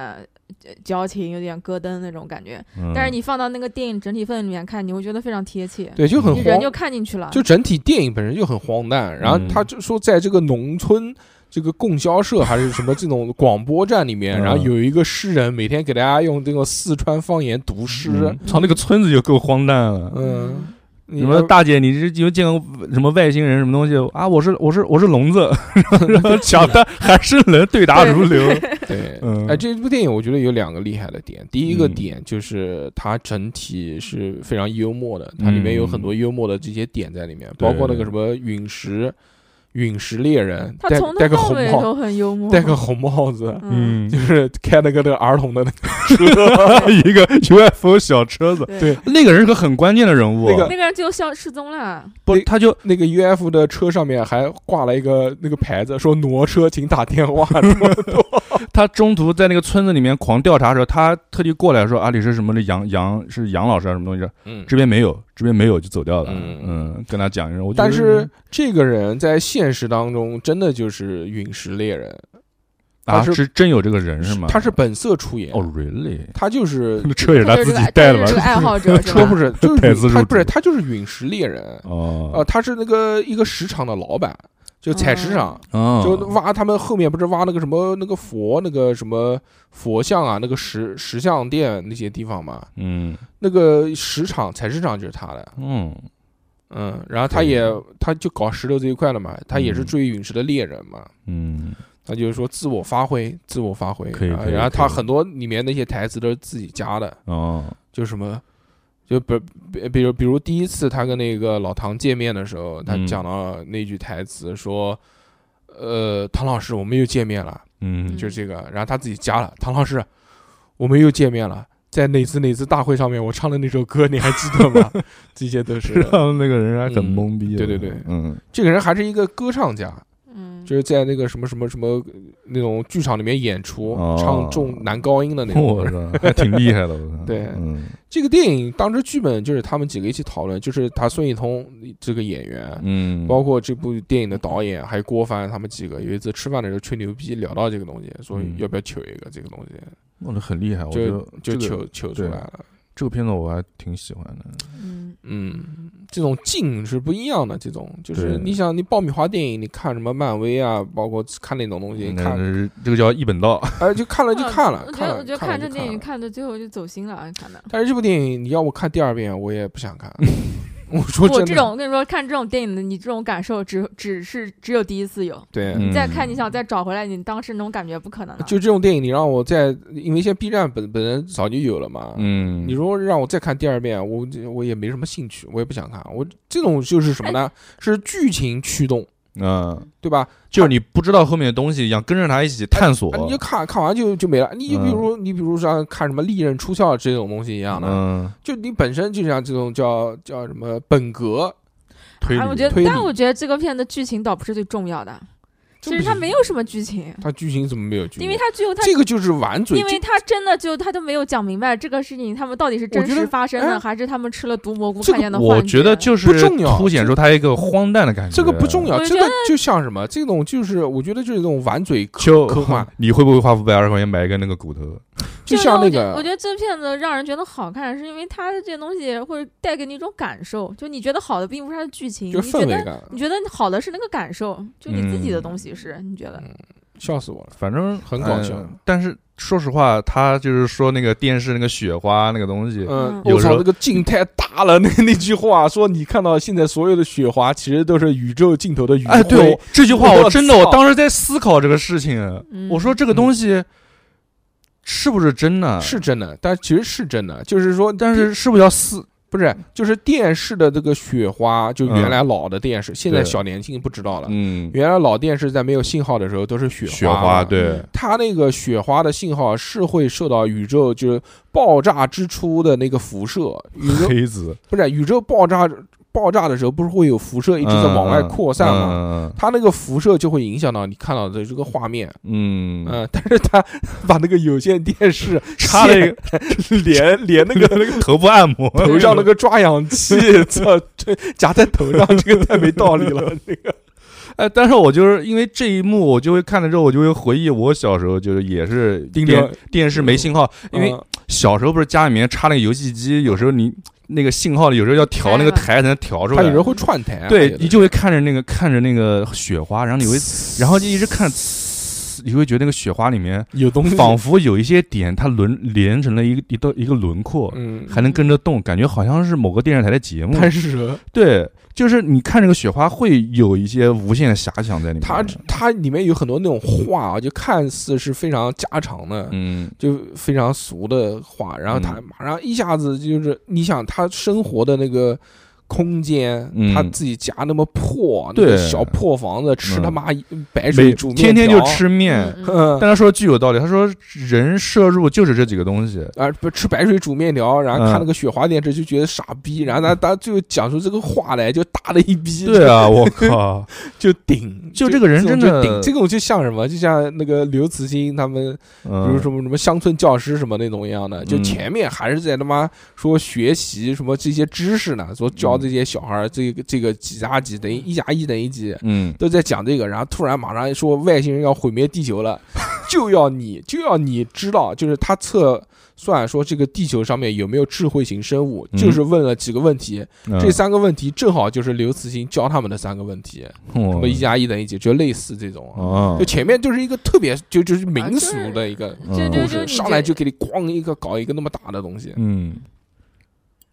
Speaker 5: 呃矫情，有点戈登那种感觉。
Speaker 4: 嗯，
Speaker 5: 但是你放到那个电影整体氛围里面看，你会觉得非常贴切，
Speaker 1: 对，就很
Speaker 5: 你人
Speaker 1: 荒
Speaker 5: 就看进去了。
Speaker 1: 就整体电影本身就很荒诞，然后
Speaker 4: 嗯
Speaker 1: 他就说在这个农村。这个供销社还是什么这种广播站里面，
Speaker 4: 嗯
Speaker 1: 然后有一个诗人每天给大家用这个四川方言读诗
Speaker 4: 嗯，操那个村子就够荒诞了。
Speaker 1: 嗯，你
Speaker 4: 什么大姐，你是有见过什么外星人什么东西啊？我是我是我是聋子， <laughs>
Speaker 1: <laughs>
Speaker 4: 然后讲的还是能对答如流。
Speaker 1: 对，
Speaker 4: 嗯
Speaker 1: 哎，这部电影我觉得有两个厉害的点，第一个
Speaker 4: 嗯
Speaker 1: 点就是它整体是非常幽默的，它里面
Speaker 4: 嗯
Speaker 1: 有很多幽默的这些点在里面，包括那个什么陨石，陨石猎人，
Speaker 5: 嗯他
Speaker 1: 戴
Speaker 5: 从头
Speaker 1: 戴个
Speaker 5: 到
Speaker 1: 红
Speaker 5: 尾
Speaker 1: 帽，
Speaker 5: 都很幽默，
Speaker 1: 戴个红帽子，
Speaker 5: 嗯，
Speaker 1: 就是开那个那个儿童的那个。
Speaker 4: 一个 UFO 小车子，
Speaker 5: 对
Speaker 1: 对
Speaker 4: 那个人是个很关键的人物，啊
Speaker 1: 那个
Speaker 5: 那个人就消失踪了，
Speaker 4: <laughs> 不，他就
Speaker 1: 那个 UF 的车上面还挂了一个那个牌子，说挪车请打电话。
Speaker 4: 他中途在那个村子里面狂调查的时候，他特地过来说啊，你是什么的杨杨是杨老师啊，什么东西？
Speaker 1: 嗯
Speaker 4: 这边没有，这边没有就走掉了。
Speaker 1: 嗯
Speaker 4: 嗯，跟他讲一声，我觉
Speaker 1: <laughs>
Speaker 4: 得嗯
Speaker 1: 但是这个人在现实当中真的就是陨石猎人，
Speaker 4: 啊，
Speaker 1: 他是
Speaker 4: 是真有这个人是吗？
Speaker 1: 他是本色出演，
Speaker 4: 哦，really，
Speaker 1: 他
Speaker 4: <laughs>
Speaker 1: 就是
Speaker 4: 那车也是
Speaker 5: 他
Speaker 4: 他
Speaker 5: 就
Speaker 4: 自
Speaker 5: 是
Speaker 4: 己
Speaker 5: 这个
Speaker 4: 带的
Speaker 5: 他
Speaker 4: 吧
Speaker 5: 就是？
Speaker 1: <laughs>
Speaker 5: 这个爱好者是
Speaker 1: 车不
Speaker 4: <laughs>
Speaker 5: 吧？
Speaker 1: 是就是
Speaker 4: 带资
Speaker 1: 陨他
Speaker 4: 入
Speaker 1: 不是
Speaker 4: 组
Speaker 1: 他就是陨石猎人，呃，
Speaker 4: <laughs> 哦
Speaker 1: 他是那个一个石场的老板，就采石场，
Speaker 4: 哦，
Speaker 1: 就挖他们后面不是挖那个什么那个佛那个什么佛像啊，那个石石像店那些地方嘛，
Speaker 4: 嗯
Speaker 1: 那个石场采石场就是他的，
Speaker 4: 嗯
Speaker 1: 嗯，然后他也他就搞石头这一块了嘛，他也是
Speaker 4: 嗯
Speaker 1: 追陨石的猎人嘛。
Speaker 4: 嗯，
Speaker 1: 他就是说自我发挥，自我发挥。
Speaker 4: 可以
Speaker 1: 啊
Speaker 4: 可以
Speaker 1: 然后
Speaker 4: 可以
Speaker 1: 他很多里面那些台词都是自己加的，
Speaker 4: 哦，
Speaker 1: 就什么，就比比比如比如第一次他跟那个老唐见面的时候，他
Speaker 4: 嗯
Speaker 1: 讲到那句台词说，呃，唐老师，我们又见面了，
Speaker 4: 嗯
Speaker 5: 嗯
Speaker 4: <laughs>
Speaker 1: 就这个，然后他自己加了，唐老师，我们又见面了。在哪次哪次大会上面，我唱的那首歌你还记得
Speaker 4: <laughs>
Speaker 1: 吗？这些都是
Speaker 4: 让那个人还很懵逼、
Speaker 1: 嗯对对对
Speaker 4: 嗯
Speaker 1: 这个人还是一个歌唱家，
Speaker 5: 嗯，
Speaker 1: 就是在那个什么什么什么呃那种剧场里面演出，
Speaker 4: 哦
Speaker 1: 唱重男高音的那种
Speaker 4: 我。操，还挺厉害的，我操，
Speaker 1: 对
Speaker 4: 嗯
Speaker 1: 这个电影当时剧本就是他们几个一起讨论，就是他孙艺通这个演员，
Speaker 4: 嗯，
Speaker 1: 包括这部电影的导演，还有郭帆他们几个，有一次吃饭的时候吹牛逼聊到这个东西，说
Speaker 4: 嗯
Speaker 1: 要不要求一个这个东西，
Speaker 4: 弄得很厉害，我觉
Speaker 1: 就
Speaker 4: 得
Speaker 1: 就
Speaker 4: 这个
Speaker 1: 求求出
Speaker 4: 对
Speaker 1: 来了。
Speaker 4: 这个片子我还挺喜欢的，
Speaker 5: 嗯，
Speaker 1: 嗯，这种劲是不一样的。这种就是
Speaker 4: 对
Speaker 1: 你想，你爆米花电影，你看什么漫威啊，包括看那种东西，
Speaker 4: 嗯那
Speaker 1: 看
Speaker 4: 是这个叫一本道，
Speaker 1: 哎就看了就看了
Speaker 5: 嗯我，
Speaker 1: 看
Speaker 5: 觉得
Speaker 1: 了
Speaker 5: 我觉得
Speaker 1: 看了
Speaker 5: 这
Speaker 1: 就
Speaker 5: 电影
Speaker 1: 了
Speaker 5: 看的最后就走心了，看的。
Speaker 4: <laughs>
Speaker 1: 但是这部电影你要我看第二遍，我也不想看。我说
Speaker 5: 我
Speaker 1: 真
Speaker 5: 这
Speaker 1: 的，
Speaker 5: 种，我跟你说，看这种电影的，你这种感受只只是只有第一次有。
Speaker 1: 对，
Speaker 4: 嗯
Speaker 5: 你再看，你想再找回来，你当时那种感觉不可能了。
Speaker 1: 就这种电影，你让我在，因为现在 B 站本本人早就有了嘛，
Speaker 4: 嗯，
Speaker 1: 你如果让我再看第二遍，我这我也没什么兴趣，我也不想看。我这种就是什么呢？
Speaker 4: 哎
Speaker 1: 是剧情驱动，
Speaker 4: 嗯，
Speaker 1: 对吧？
Speaker 4: 就是你不知道后面的东西，想跟着他一起探索
Speaker 1: 啊，，你就看看完就就没了。你就比如、你比如像看什么《利刃出鞘》这种东西一样的，
Speaker 4: 嗯，
Speaker 1: 就你本身就像这种叫叫什么本格，
Speaker 4: 推理，
Speaker 5: 啊，我觉
Speaker 1: 推
Speaker 5: 得，
Speaker 1: 理
Speaker 5: 但我觉得这个片的剧情倒不是最重要的，其实它没有什么剧情，
Speaker 1: 它剧情怎么没有剧情？
Speaker 5: 因为它最后它，
Speaker 1: 这个就是玩嘴，
Speaker 5: 因为它真的就它都没有讲明白这个事情他们到底是真
Speaker 1: 我觉
Speaker 5: 实
Speaker 1: 得
Speaker 5: 发生
Speaker 1: 哎
Speaker 5: 的，还是他们吃了毒蘑菇
Speaker 1: 这个
Speaker 5: 看见的幻觉。
Speaker 4: 我觉得就是
Speaker 1: 不重要
Speaker 4: 凸显出他一个荒诞的感觉。
Speaker 1: 这个不重要，
Speaker 5: 我
Speaker 1: 这
Speaker 5: 觉
Speaker 1: 个
Speaker 5: 得
Speaker 1: 就像什么？这种就是我觉得就是这种玩嘴科
Speaker 4: 就
Speaker 1: 科
Speaker 4: <laughs>
Speaker 1: 幻，
Speaker 4: 你会不会花五百二十块钱买一个那个骨头？
Speaker 1: 就
Speaker 5: 就
Speaker 1: 像
Speaker 5: 让
Speaker 1: 那
Speaker 5: 我觉得我
Speaker 1: 个
Speaker 5: 觉得这片子让人觉得好看，是因为它这些东西会带给你一种感受，就你觉得好的并不是它的剧情，
Speaker 1: 就
Speaker 5: 你
Speaker 1: 氛
Speaker 5: 觉
Speaker 1: 围
Speaker 5: 得
Speaker 1: 感，
Speaker 5: 你觉得好的是那个感受，就你自己的
Speaker 4: 嗯
Speaker 5: 东西是、你觉得。
Speaker 1: 笑死我了。
Speaker 4: 反正
Speaker 1: 很搞笑
Speaker 4: 嗯但是说实话，他就是说那个电视那个雪花那个东西，
Speaker 1: 嗯
Speaker 5: 嗯，
Speaker 1: 我
Speaker 4: 有时
Speaker 1: 操，
Speaker 4: 候
Speaker 1: 那个劲太大了。那 <laughs> 那句话说，你看到现在所有的雪花，其实都是宇宙尽头的雨。
Speaker 4: 哎，对我这句话，
Speaker 1: 我
Speaker 4: 我真的，
Speaker 1: 操
Speaker 4: 我当时在思考这个事情，
Speaker 5: 嗯
Speaker 4: 我说这个东西是不是真的？
Speaker 1: 是，真的，但其实是真的，就是说，但
Speaker 4: 但
Speaker 1: 是
Speaker 4: 是是不是要撕？
Speaker 1: 不是就是电视的这个雪花，就原
Speaker 4: 嗯
Speaker 1: 来老的电视，现在
Speaker 4: 对
Speaker 1: 小年轻不知道了。
Speaker 4: 嗯，
Speaker 1: 原来老电视在没有信号的时候都是雪
Speaker 4: 雪
Speaker 1: 花
Speaker 4: 花，
Speaker 1: 嘛，
Speaker 4: 对，
Speaker 1: 它那个雪花的信号是会受到宇宙就是爆炸之初的那个辐射，宇宙
Speaker 4: 黑子
Speaker 1: 不是宇宙爆炸爆炸的时候不是会有辐射一直在
Speaker 4: 嗯
Speaker 1: 往外扩散吗？
Speaker 4: 吗？
Speaker 1: 它那个辐射就会影响到你看到的这个画面，
Speaker 4: 嗯，嗯
Speaker 1: 嗯，但是它 <laughs> 把那个有线电
Speaker 4: <laughs>
Speaker 1: 视
Speaker 4: 插了一
Speaker 1: 个连连那
Speaker 4: <laughs>
Speaker 1: 个
Speaker 4: 头部按摩，
Speaker 1: 头上那个抓痒
Speaker 4: <laughs>
Speaker 1: 器，操，这夹在头上，这个太没道理
Speaker 4: <laughs>
Speaker 1: 了。这个
Speaker 4: 哎，但是我就是因为这一幕，我就会看了之后，我就会回忆我小时候，就是也是
Speaker 1: 盯
Speaker 4: 电
Speaker 1: 着，
Speaker 4: 电视没信号，因为
Speaker 1: 嗯
Speaker 4: 小时候不是家里面插那个游戏机，有时候你那个信号有时候要调那个台才能调出
Speaker 1: 嗯它有
Speaker 4: 来
Speaker 1: 时，候会串台啊，
Speaker 4: 对
Speaker 1: 有的
Speaker 4: 你就会看着那个看着那个雪花，然后你会然后就一直看，你会觉得那个雪花里面
Speaker 1: <laughs> 有东西，
Speaker 4: 仿佛有一些点它轮连成了一个一道一个轮廓。
Speaker 1: 嗯，
Speaker 4: 还能跟着动，感觉好像是某个电视台的节目。
Speaker 1: 贪蛇，
Speaker 4: 对，就是你看这个雪花会有一些无限的遐想在里面。
Speaker 1: 它它里面有很多那种话啊，就看似是非常家常的，
Speaker 4: 嗯，
Speaker 1: 就非常俗的话，然后他
Speaker 4: 嗯
Speaker 1: 马上一下子就是，你想他生活的那个空间，
Speaker 4: 嗯
Speaker 1: 他自己家那么破，
Speaker 4: 对
Speaker 1: 那个小破房子，吃
Speaker 4: 嗯
Speaker 1: 他妈一白水
Speaker 4: 每
Speaker 1: 煮面
Speaker 4: 天天就
Speaker 1: 条，
Speaker 4: 吃面。
Speaker 5: 嗯嗯
Speaker 1: 嗯，
Speaker 4: 但他说的巨有道理，他说人摄入就是这几个东西。
Speaker 1: 啊不吃白水煮面条，然后
Speaker 4: 嗯
Speaker 1: 看那个雪花电视就觉得傻逼，然后他他最后讲出这个话来，就打了一逼，
Speaker 4: <laughs> 对啊，我靠，
Speaker 1: 就，就顶，
Speaker 4: 就这个人
Speaker 1: 种
Speaker 4: 真的
Speaker 1: 就顶，这种就像什么，就像那个刘慈欣他们比
Speaker 4: 比
Speaker 1: 如什么什么乡村教师什么那种一样的，就
Speaker 4: 嗯
Speaker 1: 前面还是在他妈说学习什么这些知识呢，说
Speaker 4: 嗯
Speaker 1: 教这些小孩儿这个这个几加几等于一加一等于几，
Speaker 4: 嗯，
Speaker 1: 都在讲这个，然后突然马上说外星人要毁灭地球
Speaker 4: <laughs>
Speaker 1: 了，就要你就要你知道，就是他测算说这个地球上面有没有智慧型生物，
Speaker 4: 嗯
Speaker 1: 就是问了几个问题，
Speaker 4: 嗯
Speaker 1: 这三个问题正好就是刘慈欣教他们的三个问题，
Speaker 4: 嗯
Speaker 1: 什么一加一等于几，就类似这种啊。
Speaker 4: 哦
Speaker 1: 就，前面就是一个特别就啊就是民俗的一个
Speaker 5: 就
Speaker 4: 嗯
Speaker 1: 故
Speaker 5: 就
Speaker 1: 事，
Speaker 5: 就你
Speaker 1: 上
Speaker 5: 这
Speaker 1: 来就给你咣一个搞一个那么大的东西，
Speaker 4: 嗯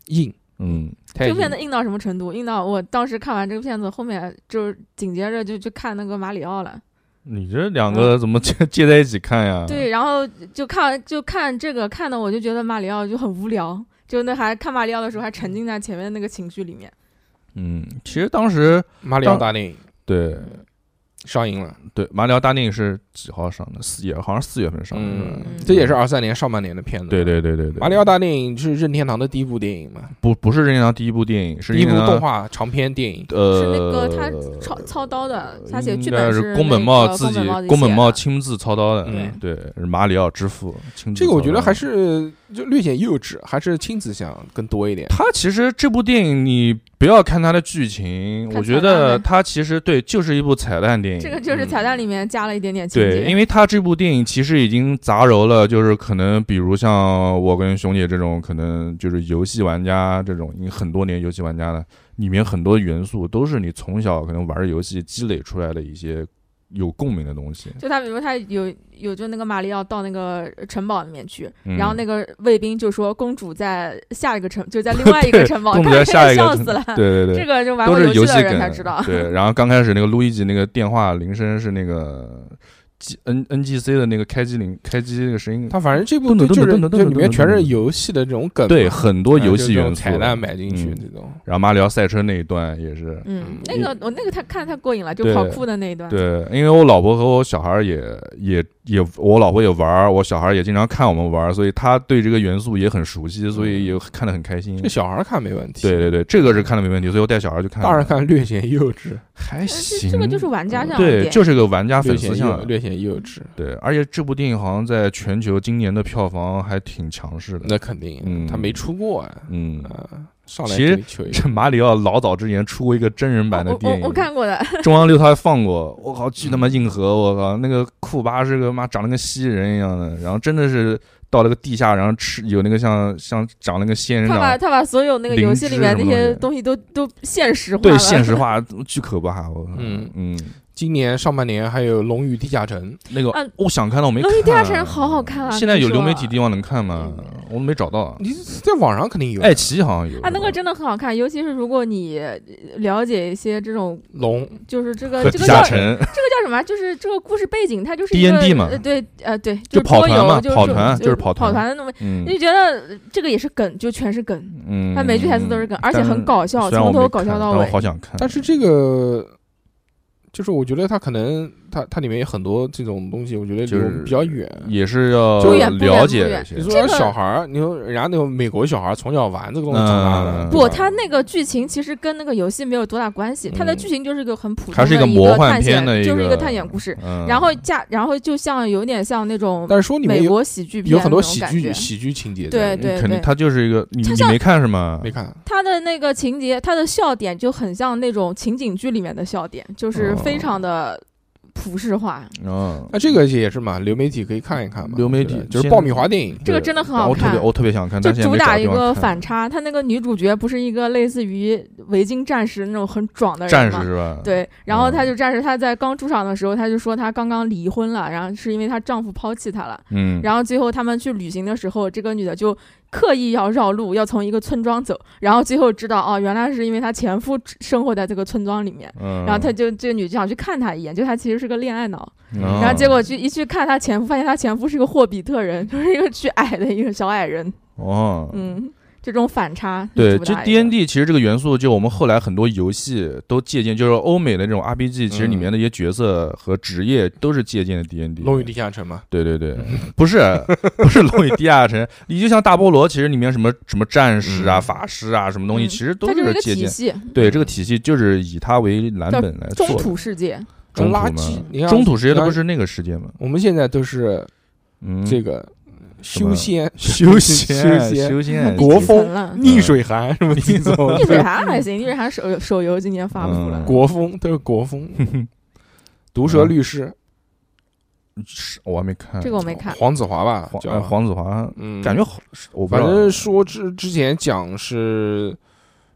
Speaker 1: 硬
Speaker 4: 嗯，
Speaker 1: 太
Speaker 5: 这个
Speaker 1: 硬
Speaker 5: 片。子硬到什么程度？硬到我当时看完这个片子，后面就是紧接着就去看那个马里奥了。
Speaker 4: 你这两个怎么接接在一起看呀？
Speaker 5: 对，然后就看就看这个，看的我就觉得马里奥就很无聊，就那还看马里奥的时候还沉浸在前面那个情绪里面。
Speaker 4: 嗯，其实当时
Speaker 1: 马里奥大电影
Speaker 4: 对
Speaker 1: 上映了，
Speaker 4: 对，马里奥大电影是几号上的？四月，好像四月份上的。是吧
Speaker 1: 嗯
Speaker 5: 嗯，
Speaker 1: 这也是二三年上半年的片子。
Speaker 4: 对，对对对对，
Speaker 1: 马里奥大电影是任天堂的第一部电影嘛，
Speaker 4: 不不是任天堂第一部电影，是
Speaker 1: 第一
Speaker 4: 任
Speaker 1: 部
Speaker 4: 天堂
Speaker 1: 动画长篇电影。
Speaker 4: 呃，
Speaker 5: 是那个他操操刀的他写剧本
Speaker 4: 应该
Speaker 5: 是
Speaker 4: 是
Speaker 5: 那
Speaker 4: 宫本
Speaker 5: 个
Speaker 4: 茂
Speaker 5: 宫
Speaker 4: 自
Speaker 5: 本
Speaker 4: 己
Speaker 5: 茂自己
Speaker 4: 宫本
Speaker 5: 写
Speaker 4: 茂
Speaker 5: 的
Speaker 4: 亲自操刀的，
Speaker 1: 嗯
Speaker 4: 对，是马里奥之父亲自
Speaker 1: 这个我
Speaker 4: 操
Speaker 1: 觉得
Speaker 4: 刀
Speaker 1: 还是就略显幼稚，还是亲子向更多一点。
Speaker 4: 他其实这部电影，你不要看它的剧情，
Speaker 5: 看
Speaker 4: 我觉
Speaker 5: 彩蛋
Speaker 4: 得
Speaker 5: 呗
Speaker 4: 它其实对就是一部彩蛋电影。
Speaker 5: 这个就是
Speaker 4: 嗯
Speaker 5: 彩蛋里面加了一点点情节。
Speaker 4: 对，因为它这部电影其实已经杂糅了，就是可能比如像我跟熊姐这种，可能就是游戏玩家这种，已经很多年游戏玩家了，里面很多元素都是你从小可能玩儿游戏积累出来的一些有共鸣的东西。
Speaker 5: 就他比如他有有就那个玛丽奥到那个城堡里面去，
Speaker 4: 嗯
Speaker 5: 然后那个卫兵就说公主在下一个城，
Speaker 4: <laughs>
Speaker 5: 就在另外一个城堡，
Speaker 4: 公主
Speaker 5: 看
Speaker 4: 在
Speaker 5: 这
Speaker 4: 下一个
Speaker 5: 笑
Speaker 4: 城
Speaker 5: 死了。
Speaker 4: 对对对，
Speaker 5: 这个就玩
Speaker 4: 都
Speaker 5: 过
Speaker 4: 是
Speaker 5: 游戏
Speaker 4: 戏
Speaker 5: 的
Speaker 4: 梗
Speaker 5: 人才知道。嗯
Speaker 4: 对，然后刚开始那个路易吉那个电话铃声是那个 G N N G C 的那个开机铃开机那个声音，
Speaker 1: 他反正这部
Speaker 4: 咚咚
Speaker 1: 就
Speaker 4: 咚
Speaker 1: 是
Speaker 4: 咚咚
Speaker 1: 就
Speaker 4: 咚
Speaker 1: 里面
Speaker 4: 咚
Speaker 1: 全
Speaker 4: 咚
Speaker 1: 是
Speaker 4: 咚
Speaker 1: 游戏的这种梗嘛，
Speaker 4: 对，很多游
Speaker 1: 就这
Speaker 4: 戏
Speaker 1: 种
Speaker 4: 元素
Speaker 1: 彩蛋买进去
Speaker 4: 嗯
Speaker 1: 这种。
Speaker 4: 然后马里奥赛车那一段也是，
Speaker 5: 嗯
Speaker 1: 嗯，
Speaker 5: 那个我那个他看太过瘾了，就
Speaker 4: 对
Speaker 5: 跑酷的那一段。
Speaker 4: 对，因为我老婆和我小孩儿也也也，我老婆也玩儿，我小孩儿也经常看我们玩儿，所以她对这个元素也很熟
Speaker 5: 嗯
Speaker 4: 悉，所以也看得很开心
Speaker 1: 这。小孩儿看没问题，
Speaker 4: 对，对对，这个是看的没问题，所以我带小孩儿去看了。
Speaker 1: 大人看略显幼稚，
Speaker 4: 还
Speaker 5: 但
Speaker 4: 行
Speaker 5: 是，哎这个就是玩家向
Speaker 4: 对，就是个玩家
Speaker 1: 略
Speaker 4: 粉丝
Speaker 1: 显
Speaker 4: 向
Speaker 1: 幼
Speaker 4: 的。
Speaker 1: 略显幼稚，
Speaker 4: 对，而且这部电影好像在全球今年的票房还挺强势的。
Speaker 1: 那肯定
Speaker 4: 嗯，
Speaker 1: 他没出过啊，
Speaker 4: 嗯，
Speaker 1: 啊上来
Speaker 4: 其实
Speaker 1: 就求一个
Speaker 4: 这马里奥老早之前出过一个真人版的
Speaker 5: 我
Speaker 4: 电
Speaker 5: 我
Speaker 4: 影，
Speaker 5: 我看过的，
Speaker 4: <laughs> 中央六套还放过，我靠，巨他妈硬
Speaker 5: 嗯
Speaker 4: 核！我靠，那个库巴是个妈长得跟蜥蜴人一样的，然后真的是到了个地下，然后吃有那个像像长了个仙人
Speaker 5: 他把
Speaker 4: 掌，
Speaker 5: 他把所有那个游戏里面那些东西都都现实化
Speaker 4: 对
Speaker 5: 了。
Speaker 4: 现
Speaker 5: <laughs>
Speaker 4: 实化，巨可怕！我靠，
Speaker 1: 嗯
Speaker 4: 嗯，
Speaker 1: 今年上半年还有《龙与地下城》，
Speaker 4: 那个哦
Speaker 5: 嗯
Speaker 4: 我想看到我没看。
Speaker 5: 龙与地下城》好好看啊！
Speaker 4: 现在有
Speaker 5: 跟你
Speaker 4: 流
Speaker 5: 说
Speaker 4: 媒体地方能看吗
Speaker 1: 嗯？
Speaker 4: 我没找到，啊
Speaker 1: 你在网上肯定有
Speaker 4: 爱奇艺好像有
Speaker 5: 嗯啊，那个真的很好看，尤其是如果你了解一些这种，
Speaker 1: 龙，
Speaker 4: 嗯
Speaker 5: 就是这个
Speaker 4: 和
Speaker 5: 这
Speaker 4: 地
Speaker 5: 个
Speaker 4: 下
Speaker 5: 叫
Speaker 4: 城，
Speaker 5: 这个叫什么啊？就是这个故事背景，它就是一个
Speaker 4: D&D 嘛
Speaker 5: 呃对，呃对，
Speaker 4: 就是跑
Speaker 5: 桌
Speaker 4: 团
Speaker 5: 游
Speaker 4: 嘛
Speaker 5: 就是
Speaker 4: 跑
Speaker 5: 这种
Speaker 4: 团就是跑
Speaker 5: 跑
Speaker 4: 团
Speaker 5: 团的那么，
Speaker 4: 嗯
Speaker 5: <laughs> 你就觉得这个也是梗，就全是梗，
Speaker 4: 嗯，
Speaker 5: 它每句台词都是梗，而且
Speaker 4: 但是
Speaker 5: 很搞笑，
Speaker 4: 虽然我
Speaker 5: 从头
Speaker 4: 没
Speaker 5: 搞
Speaker 4: 看
Speaker 5: 笑到
Speaker 4: 但我
Speaker 5: 尾。
Speaker 4: 好想看，
Speaker 1: 但是这个就是我觉得它可能它它里面有很多这种东西，我觉得离
Speaker 4: 就
Speaker 1: 我
Speaker 4: 是嗯
Speaker 1: 们比较远。
Speaker 4: 也是要
Speaker 5: 不远不远
Speaker 4: 了
Speaker 5: 不
Speaker 4: 解
Speaker 5: 远
Speaker 4: 一些
Speaker 1: 你说
Speaker 5: 这个
Speaker 1: 小孩儿，你说人家那种美国小孩儿从小玩这个东西长大的
Speaker 4: 嗯，
Speaker 1: 对吧
Speaker 5: 不，它那个剧情其实跟那个游戏没有多大关系，它的
Speaker 4: 嗯
Speaker 5: 剧情就是一个很普通
Speaker 4: 还
Speaker 5: 的
Speaker 4: 是
Speaker 5: 一
Speaker 4: 个魔幻
Speaker 5: 探
Speaker 4: 片
Speaker 5: 险，
Speaker 4: 的
Speaker 5: 就是
Speaker 4: 一
Speaker 5: 一
Speaker 4: 个
Speaker 5: 个探险故事。
Speaker 4: 嗯
Speaker 5: 然后加，然后就像有点像那种
Speaker 1: 但是说里面
Speaker 5: 美
Speaker 1: 有
Speaker 5: 国喜剧片
Speaker 1: 有很多
Speaker 5: 那种
Speaker 1: 喜
Speaker 5: 感
Speaker 1: 剧
Speaker 5: 觉
Speaker 1: 喜剧情节在
Speaker 5: 对
Speaker 1: 里面，
Speaker 5: 对
Speaker 4: 肯定
Speaker 5: 对，
Speaker 4: 它就是一个你
Speaker 5: 它
Speaker 4: 你
Speaker 5: 像
Speaker 4: 没看是吗？
Speaker 1: 没看
Speaker 5: 他的那个情节，他的笑点就很像那种情景剧里面的笑点，就是
Speaker 4: 哦
Speaker 5: 非常的普世化。
Speaker 4: 嗯，
Speaker 1: 那这个也是嘛，流媒体可以看一看嘛。
Speaker 4: 流媒体
Speaker 1: 对吧就是
Speaker 4: 现
Speaker 1: 爆米花电影，
Speaker 5: 这个
Speaker 4: 对
Speaker 5: 真的很好
Speaker 4: 我特别
Speaker 5: 看
Speaker 4: 我特别想看，
Speaker 5: 就
Speaker 4: 但现在
Speaker 5: 主
Speaker 4: 没找
Speaker 5: 打
Speaker 4: 地
Speaker 5: 一
Speaker 4: 方
Speaker 5: 个
Speaker 4: 看
Speaker 5: 反差，他那个女主角不是一个类似于维京战士那种很壮的
Speaker 4: 战
Speaker 5: 人
Speaker 4: 士
Speaker 5: 吗？
Speaker 4: 是吧？，
Speaker 5: 对，然后
Speaker 4: 嗯
Speaker 5: 她就战士，她在刚出场的时候，她就说她刚刚离婚了，然后是因为她丈夫抛弃她了，
Speaker 4: 嗯，
Speaker 5: 然后最后他们去旅行的时候，这个女的就刻意要绕路，要从一个村庄走，然后最后知道哦，原来是因为她前夫生活在这个村庄里面，
Speaker 4: 嗯，
Speaker 5: 然后她就这个女就想去看他一眼，就她其实是个恋爱脑，
Speaker 4: 嗯，
Speaker 5: 然后结果去一去看她前夫，发现她前夫是个霍比特人， <laughs> 就是一个巨矮的一个小矮人，
Speaker 4: 哦，
Speaker 5: 嗯，这种反差
Speaker 4: 对，
Speaker 5: 主
Speaker 4: 就
Speaker 5: 打一
Speaker 4: D
Speaker 5: 个
Speaker 4: N D 其实这个元素，就我们后来很多游戏都借鉴，就是欧美的这种 R P G，其实里
Speaker 5: 嗯
Speaker 4: 面的一些角色和职业都是借鉴的 D N D。
Speaker 1: 《龙与地嗯下城》嘛，
Speaker 4: 对对对，不是 <laughs> 不是龙与地下城，你就像大菠萝，其实里面什么什么战士啊、
Speaker 1: 嗯
Speaker 4: 法师啊，什么东西，
Speaker 5: 嗯
Speaker 4: 其实都
Speaker 5: 它就是一个
Speaker 4: 借
Speaker 5: 体
Speaker 4: 鉴。
Speaker 5: 系，
Speaker 4: 对，这个体系就是以它为蓝
Speaker 5: 叫
Speaker 4: 本来做
Speaker 5: 中
Speaker 4: 的。
Speaker 5: 土世界，
Speaker 4: 中
Speaker 1: 垃
Speaker 4: 嘛
Speaker 1: 圾你看
Speaker 4: 中土世界
Speaker 1: 你
Speaker 4: 它
Speaker 1: 看
Speaker 4: 不是那个世界吗？
Speaker 1: 我们现在都是
Speaker 4: 嗯，
Speaker 1: 这个
Speaker 4: 么
Speaker 1: 修仙、
Speaker 4: 修
Speaker 1: 仙、
Speaker 4: 仙、修仙
Speaker 1: 国
Speaker 5: 层
Speaker 1: 风、
Speaker 5: 了。
Speaker 1: 逆嗯水寒 <laughs> 什么这
Speaker 5: <laughs>
Speaker 1: 种，
Speaker 5: 逆水
Speaker 4: <laughs>
Speaker 5: 寒还行，逆水寒手游手游今年发布了，
Speaker 4: 嗯
Speaker 1: 国风都是国风。毒蛇律师，
Speaker 4: 是我还没看
Speaker 5: 这个我没看。
Speaker 1: 黄子华吧，
Speaker 4: 嗯黄
Speaker 1: 叫
Speaker 4: 呃黄子华，
Speaker 1: 嗯，
Speaker 4: 感觉好，是我不知
Speaker 1: 反
Speaker 4: 道
Speaker 1: 正说之之前讲是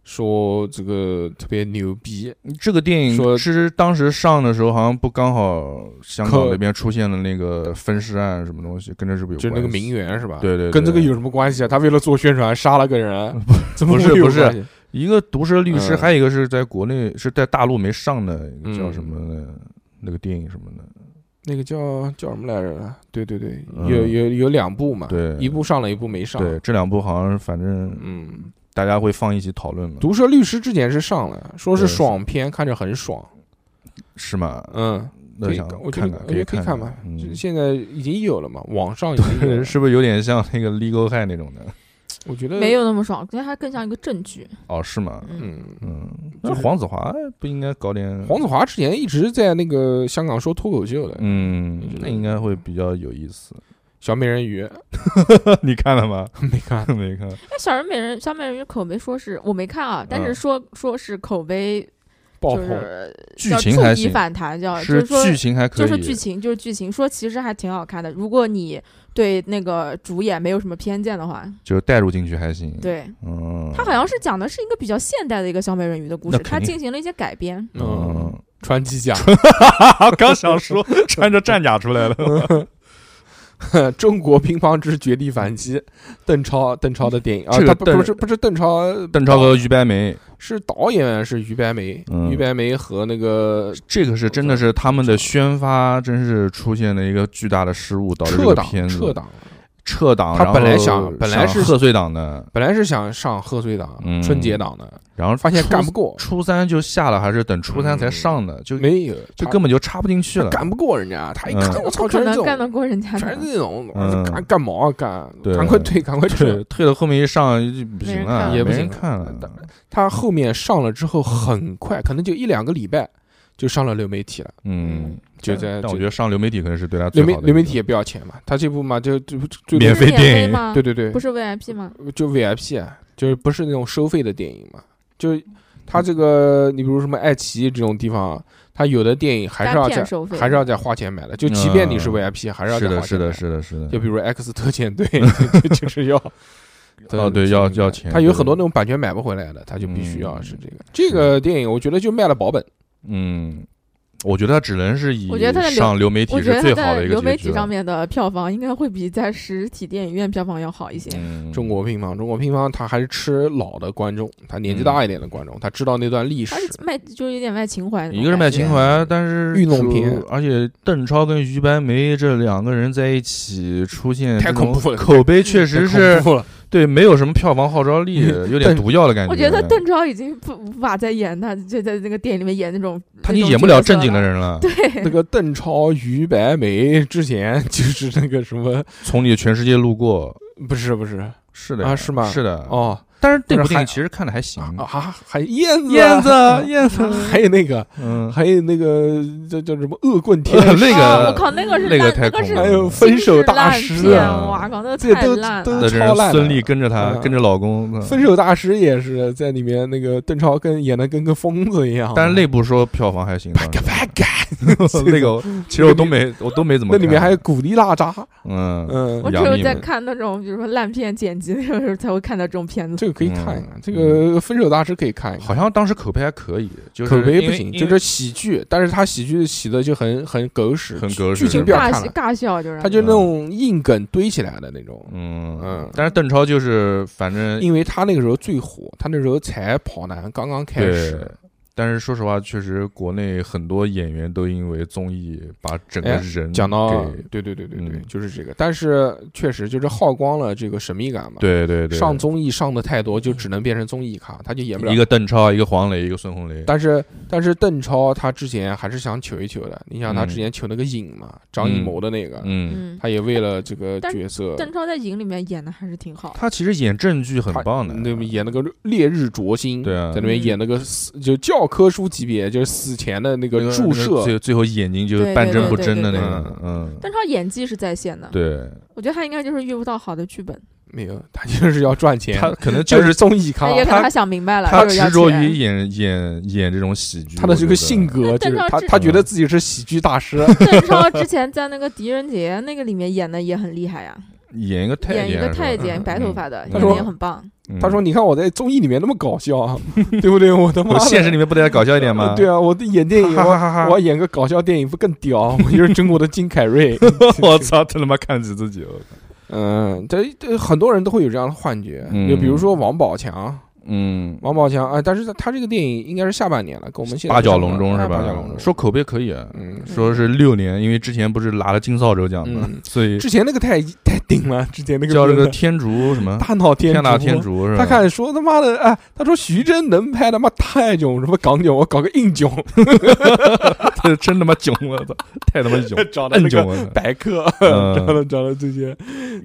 Speaker 1: 说这个特别牛逼，
Speaker 4: 这个电影
Speaker 1: 说
Speaker 4: 是当时上的时候，好像不刚好香港
Speaker 1: 可
Speaker 4: 那边出现了那个分尸案什么东西，跟这是不是有
Speaker 1: 就是那个
Speaker 4: 关系
Speaker 1: 名媛是吧？
Speaker 4: 对对对
Speaker 1: 跟这个有什么关系啊？他为了做宣传杀了个人，怎么
Speaker 4: <laughs> 不
Speaker 1: 会
Speaker 4: 是
Speaker 1: 有
Speaker 4: 不是
Speaker 1: 关系
Speaker 4: 一个毒蛇律师，
Speaker 1: 嗯
Speaker 4: 还有一个是在国内是在大陆没上的一个叫
Speaker 1: 嗯
Speaker 4: 什么的那个电影什么的，
Speaker 1: 那个叫叫什么来着？对对对，
Speaker 4: 嗯
Speaker 1: 有有有两部嘛，
Speaker 4: 对
Speaker 1: 啊一部上了，一部没上。
Speaker 4: 对，这两部好像反正
Speaker 1: 嗯，
Speaker 4: 大家会放一起讨论嘛，
Speaker 1: 毒蛇律师之前是上了，说是
Speaker 4: 对是
Speaker 1: 爽片，看着很爽。
Speaker 4: 是吗？
Speaker 1: 嗯，
Speaker 4: 那
Speaker 1: 可以
Speaker 4: 想
Speaker 1: 我觉
Speaker 4: 看
Speaker 1: 得
Speaker 4: 看，
Speaker 1: 我觉得可以看
Speaker 4: 看
Speaker 1: 吧
Speaker 4: 嗯
Speaker 1: 这现在已经有了嘛，网上已经有了。
Speaker 4: 是不是有点像那个 Legal High 那种的？
Speaker 1: 我觉
Speaker 4: 呃
Speaker 1: 得
Speaker 5: 没。有那么爽，觉得它更像一个正剧。
Speaker 4: <laughs> 哦，是吗？
Speaker 5: 嗯，
Speaker 1: 嗯，
Speaker 4: 嗯，那黄子华不应该搞点
Speaker 1: 黄子华之前一直在那个香港说脱口秀的，
Speaker 4: 嗯，那应该会比较有意思。
Speaker 1: 小美人鱼
Speaker 4: <laughs> 你看了吗？ <laughs>
Speaker 1: 没看。
Speaker 4: 没看。
Speaker 5: 哎，小人美人小美人鱼口碑说是我没看啊，但是
Speaker 4: 嗯
Speaker 5: 说说是口碑
Speaker 1: 爆
Speaker 5: 就
Speaker 1: 棚，
Speaker 5: 是
Speaker 4: 剧
Speaker 5: 叫
Speaker 4: 情
Speaker 5: 触
Speaker 4: 还
Speaker 5: 底
Speaker 4: 行
Speaker 5: 反弹，叫啊就是是说
Speaker 4: 剧情还可
Speaker 5: 就
Speaker 4: 以，
Speaker 5: 是剧情就是剧情，说其实还挺好看的。如果你对那个主演没有什么偏见的话，
Speaker 4: 就是带入进去还行。，
Speaker 5: 对
Speaker 4: 嗯，
Speaker 5: 他好像是讲的是一个比较现代的一个小美人鱼的故
Speaker 4: 那
Speaker 5: 事，
Speaker 4: 肯
Speaker 5: 他
Speaker 4: 定
Speaker 5: 进行了一些改编。
Speaker 1: 嗯
Speaker 4: <laughs> 嗯，
Speaker 1: 穿机甲，
Speaker 4: 啊，刚想 <laughs> 说穿着战甲出来 <laughs> 了，
Speaker 1: <laughs> 中国乒乓之绝地反击，邓超邓超的电影啊，
Speaker 4: 这个
Speaker 1: 他不
Speaker 4: 邓
Speaker 1: 不是不是邓超，
Speaker 4: 邓超和于白眉，
Speaker 1: 是导演是于白眉，
Speaker 4: 嗯
Speaker 1: 于白眉和那个
Speaker 4: 这个是真的是他们的宣发，真是出现了一个巨大的失误，导致这
Speaker 1: 撤
Speaker 4: 个
Speaker 1: 档
Speaker 4: 片子
Speaker 1: 撤档，
Speaker 4: 撤档。
Speaker 1: 他
Speaker 4: 然
Speaker 1: 本来
Speaker 4: 后
Speaker 1: 想本来是
Speaker 4: 贺岁档的，
Speaker 1: 本来是想上贺岁档
Speaker 4: 嗯、
Speaker 1: 春节档的，
Speaker 4: 然后
Speaker 1: 发现
Speaker 4: 初
Speaker 1: 干不过，
Speaker 4: <laughs> 初三就下了，还是等初三才上的，就
Speaker 1: 没有，
Speaker 4: 就
Speaker 1: 他
Speaker 4: 根本就插不进去了。
Speaker 1: 干不过人家，他一
Speaker 4: 嗯
Speaker 1: 看我操，
Speaker 5: 不可
Speaker 1: 全是这
Speaker 5: 能干得
Speaker 1: 种，
Speaker 5: 过人家
Speaker 1: 全是
Speaker 5: 的。
Speaker 1: 这种
Speaker 4: 嗯，
Speaker 1: 干干毛啊干，
Speaker 4: 对
Speaker 1: 赶快退，赶快
Speaker 4: 退
Speaker 1: 撤。
Speaker 4: 退到后面一上就不行了，
Speaker 1: 也
Speaker 4: 没
Speaker 1: 不
Speaker 4: 人
Speaker 1: 行
Speaker 4: 看了。
Speaker 1: 他后面上了之后，很快，可能就一两个礼拜就上了流媒体了，
Speaker 4: 嗯，
Speaker 1: 就在
Speaker 4: 但我
Speaker 1: 就
Speaker 4: 觉得上流媒体可能是对他最
Speaker 1: 流媒
Speaker 4: 好的一个。
Speaker 1: 流媒体也不要钱嘛，他这部嘛就就就
Speaker 4: 免
Speaker 5: 是
Speaker 4: 费电
Speaker 5: 费
Speaker 4: 影
Speaker 5: 吗？
Speaker 1: 对对对
Speaker 5: 不，是 VIP 吗？
Speaker 1: 就 VIP 啊，就是不是那种收费的电影嘛，就是
Speaker 4: 嗯
Speaker 1: 它这个，你比如什么爱奇艺这种地方，它有的电影还是要
Speaker 5: 单片
Speaker 1: 在
Speaker 5: 收费
Speaker 1: 还是要再花钱买的，就即便你是
Speaker 4: 嗯
Speaker 1: VIP，还是要
Speaker 4: 是
Speaker 1: 再花钱
Speaker 4: 的，是的，
Speaker 1: 买
Speaker 4: 是的，是的
Speaker 1: 就。比如 X 特遣队 <laughs> 就，就是要。
Speaker 4: <laughs> 哦对要要钱
Speaker 1: 他有很
Speaker 4: 对
Speaker 1: 多那种版权买不回来的，他就必须要
Speaker 4: 嗯
Speaker 1: 是这个。这个电影我觉得就卖了保本，
Speaker 4: 嗯，我觉得他只能是以
Speaker 5: 我觉得他在流
Speaker 4: 上流媒体
Speaker 5: 我觉
Speaker 4: 是
Speaker 5: 得
Speaker 4: 最
Speaker 5: 它
Speaker 4: 好
Speaker 5: 在
Speaker 4: 的一个
Speaker 5: 流媒
Speaker 4: 结局
Speaker 5: 体上
Speaker 4: 了。
Speaker 5: 面的票房应该会比在实体电影院票房要好一些。
Speaker 4: 嗯，
Speaker 1: 中国乒乓，中国乒乓他还是吃老的观众，他
Speaker 4: 嗯
Speaker 1: 年纪大一点的观众，他知道那段历史
Speaker 5: 它。是卖就是有点卖情怀那种感觉，
Speaker 4: 一个是卖情怀，但是
Speaker 1: 运动
Speaker 4: 主
Speaker 1: 片
Speaker 4: 而且邓超跟于白眉这两个人在一起出现
Speaker 1: 太
Speaker 4: 这种
Speaker 1: 恐怖了
Speaker 4: 口碑确实是
Speaker 1: 恐怖了
Speaker 4: 对没有什么票房号召力，有点
Speaker 1: 邓
Speaker 4: 毒药的感觉。
Speaker 5: 我觉得邓超已经不无法再演他就在那个电影里面演那种
Speaker 4: 他
Speaker 5: 那
Speaker 4: 你
Speaker 5: 种
Speaker 4: 演不了
Speaker 5: 角色
Speaker 4: 正经的人了，
Speaker 1: 那个邓超、于白眉之前 <laughs> 就是那个什么，
Speaker 4: 从你全世界路过。
Speaker 1: 不是不是
Speaker 4: 是的
Speaker 1: 啊
Speaker 4: 呀
Speaker 1: 是吗
Speaker 4: 是的，
Speaker 1: 哦
Speaker 4: 但是这
Speaker 1: 不
Speaker 4: 部
Speaker 1: 是
Speaker 4: 电
Speaker 1: 还
Speaker 4: 影其实看的还行。
Speaker 1: 啊啊，还燕子
Speaker 4: 嗯燕子
Speaker 1: 啊，
Speaker 4: 燕子，
Speaker 1: 还有那个
Speaker 4: <laughs> 嗯，
Speaker 1: 还有那个叫叫什么恶棍
Speaker 4: <laughs>
Speaker 1: 天
Speaker 4: 呃
Speaker 1: 使，
Speaker 4: <laughs> 那
Speaker 5: 啊我
Speaker 4: 个
Speaker 5: 靠，那个是
Speaker 4: 那个
Speaker 5: 烂
Speaker 4: 太
Speaker 5: 那个
Speaker 4: 恐
Speaker 5: 是 <laughs>
Speaker 4: 怖了，
Speaker 1: 还有哎分手大
Speaker 5: 真
Speaker 1: 师
Speaker 5: 是烂片
Speaker 1: 啊，
Speaker 4: 啊
Speaker 5: 哇靠，那个
Speaker 1: 这
Speaker 5: 太
Speaker 1: 都
Speaker 5: 烂
Speaker 1: 都
Speaker 5: 了。
Speaker 4: 那
Speaker 1: 都
Speaker 4: 真
Speaker 1: 超
Speaker 4: 是
Speaker 1: 烂
Speaker 4: 孙
Speaker 1: 的。
Speaker 4: 俪跟着他
Speaker 1: 嗯
Speaker 4: 跟着老公，嗯
Speaker 1: 分手大师也是在里面那个邓超跟演的跟个疯子一样，啊
Speaker 4: 但是那部说票房还行，
Speaker 1: 啪嘎啪嘎，
Speaker 4: <laughs> 那个其实我都没我都没怎么
Speaker 1: 那
Speaker 4: 看。
Speaker 1: 里面还有古力娜扎，
Speaker 4: 嗯，
Speaker 1: 嗯
Speaker 5: 我，只
Speaker 4: 杨
Speaker 5: 有
Speaker 4: 幂
Speaker 5: 在
Speaker 4: 嘛
Speaker 5: 看那种，比如说烂片剪辑的时候才会看到这种片子。
Speaker 1: 这个可以看一看，这个分手大师可以看一看
Speaker 4: 嗯好。像当时口碑还可以，就是
Speaker 1: 口碑
Speaker 4: 因
Speaker 1: 不
Speaker 4: 为
Speaker 1: 行，
Speaker 4: 因
Speaker 1: 就
Speaker 4: 为
Speaker 1: 是喜剧，但是他喜剧洗的就很很狗屎，
Speaker 4: 很狗屎
Speaker 1: 剧情不要
Speaker 5: 尬
Speaker 1: 看
Speaker 5: 笑
Speaker 1: 了，
Speaker 5: 尬笑就是
Speaker 1: 他就那种硬梗堆起来的那种。
Speaker 4: 嗯
Speaker 1: 嗯
Speaker 4: 但是邓超就是反正
Speaker 1: 因为他那个时候最火，他那时候才跑男刚刚开
Speaker 4: 对
Speaker 1: 始，。
Speaker 4: 但是说实话，确实国内很多演员都因为综艺把整个
Speaker 1: 哎
Speaker 4: 人
Speaker 1: 讲到
Speaker 4: 给
Speaker 1: 对对对对对，
Speaker 4: 嗯
Speaker 1: 就是这个。但是确实就是耗光了这个神秘感嘛。，
Speaker 4: 对对对
Speaker 1: 上综艺上的太多，就
Speaker 5: 嗯
Speaker 1: 只能变成综艺咖，他就演不了
Speaker 4: 一。个邓超，一个黄磊，一个孙红雷，
Speaker 1: 但是但是邓超他之前还是想求一求的，你想他
Speaker 4: 嗯
Speaker 1: 之前求那个影嘛，张艺谋的那个，
Speaker 4: 嗯，
Speaker 5: 嗯，
Speaker 1: 他也为了这个
Speaker 5: 但
Speaker 1: 角色，
Speaker 5: 邓超在影里面演的还是挺好的。
Speaker 4: 他其实演正剧很
Speaker 1: 他
Speaker 4: 棒的，
Speaker 1: 那么演那个烈日灼心，
Speaker 4: 对啊
Speaker 1: 在
Speaker 5: 嗯
Speaker 1: 那边演那个死，就教科书级别，就是死前的那
Speaker 4: 那
Speaker 1: 个注
Speaker 4: 那个
Speaker 1: 射，
Speaker 4: 最最后眼睛就是
Speaker 5: 对
Speaker 4: 半
Speaker 5: 对
Speaker 4: 睁
Speaker 5: 对
Speaker 4: 不
Speaker 5: 对
Speaker 4: 睁的那
Speaker 1: 对
Speaker 4: 个，嗯，
Speaker 5: 邓超演技是在线的，
Speaker 1: <laughs>
Speaker 4: 对，
Speaker 5: 我觉得他应该就是遇不到好的剧本，
Speaker 1: 没有，他就是要赚钱，
Speaker 4: 他可能
Speaker 1: 就
Speaker 4: 就是是
Speaker 1: 综艺咖
Speaker 5: 也，可
Speaker 1: 他
Speaker 5: 能他想明白了，
Speaker 4: 他
Speaker 5: 就是
Speaker 4: 执
Speaker 5: 要
Speaker 4: 着
Speaker 5: 钱 <laughs>
Speaker 4: 于演演演这种喜剧，
Speaker 1: 他的
Speaker 4: 我
Speaker 1: 这
Speaker 4: 觉
Speaker 1: 个
Speaker 4: 得
Speaker 1: 性格
Speaker 5: 那
Speaker 1: 就是
Speaker 5: 邓超
Speaker 1: 他，
Speaker 5: 这
Speaker 1: 他觉
Speaker 4: 嗯
Speaker 1: 得自己是喜剧大师，
Speaker 5: 邓超之前在那个《狄仁杰》那个里面演的也很厉害呀，
Speaker 4: 演一个太
Speaker 5: 演一个
Speaker 4: 是
Speaker 5: 太
Speaker 4: 吧
Speaker 5: 监，
Speaker 1: 嗯
Speaker 5: 白头发的，
Speaker 4: 嗯
Speaker 5: 演的也很棒。
Speaker 4: 嗯
Speaker 1: 他说：“你看我在综艺里面那么搞笑啊， <laughs> 对不对？我他妈
Speaker 4: 我
Speaker 1: 的
Speaker 4: 现实里面不得搞笑一点吗？
Speaker 1: 对啊，我的演
Speaker 4: <laughs>
Speaker 1: 电影，
Speaker 4: 哈哈
Speaker 1: 我
Speaker 4: 哈哈
Speaker 1: 我演个搞笑电影不更屌？我就是 <laughs> 中国的金凯瑞。
Speaker 4: <laughs> 我操，真他妈看起自己了，
Speaker 1: 嗯，这这很多人都会有这样的幻觉，
Speaker 4: 嗯
Speaker 1: 就比如说王宝强，
Speaker 4: 嗯，
Speaker 1: 王宝强啊，但是他他这个电影应该是下半年了，跟我们现在
Speaker 4: 八角笼中
Speaker 1: 哎
Speaker 4: 是吧
Speaker 1: 八角笼？中
Speaker 4: 说口碑可以，啊
Speaker 1: 嗯，
Speaker 4: 说是六年，因为之前不是拿了金扫帚奖嘛
Speaker 1: 嗯，
Speaker 4: <laughs> 所以
Speaker 1: 之前那个太太顶了，之前那个
Speaker 4: 叫这
Speaker 1: 片
Speaker 4: 个
Speaker 1: 子
Speaker 4: 天竺什么
Speaker 1: 大闹天
Speaker 4: 天大天
Speaker 1: 竺。
Speaker 4: 竺是吧？
Speaker 1: 他看说他妈的，哎，他说徐峥能拍他妈泰囧什么港囧，我搞个硬囧， <laughs>
Speaker 4: 这 <laughs> 真他妈囧，我操，太他妈囧，
Speaker 1: <laughs> 找到
Speaker 4: 摁
Speaker 1: 那
Speaker 4: 囧
Speaker 1: 个
Speaker 4: 我操，
Speaker 1: 白客，<laughs>
Speaker 4: 嗯
Speaker 1: 找到找到这些，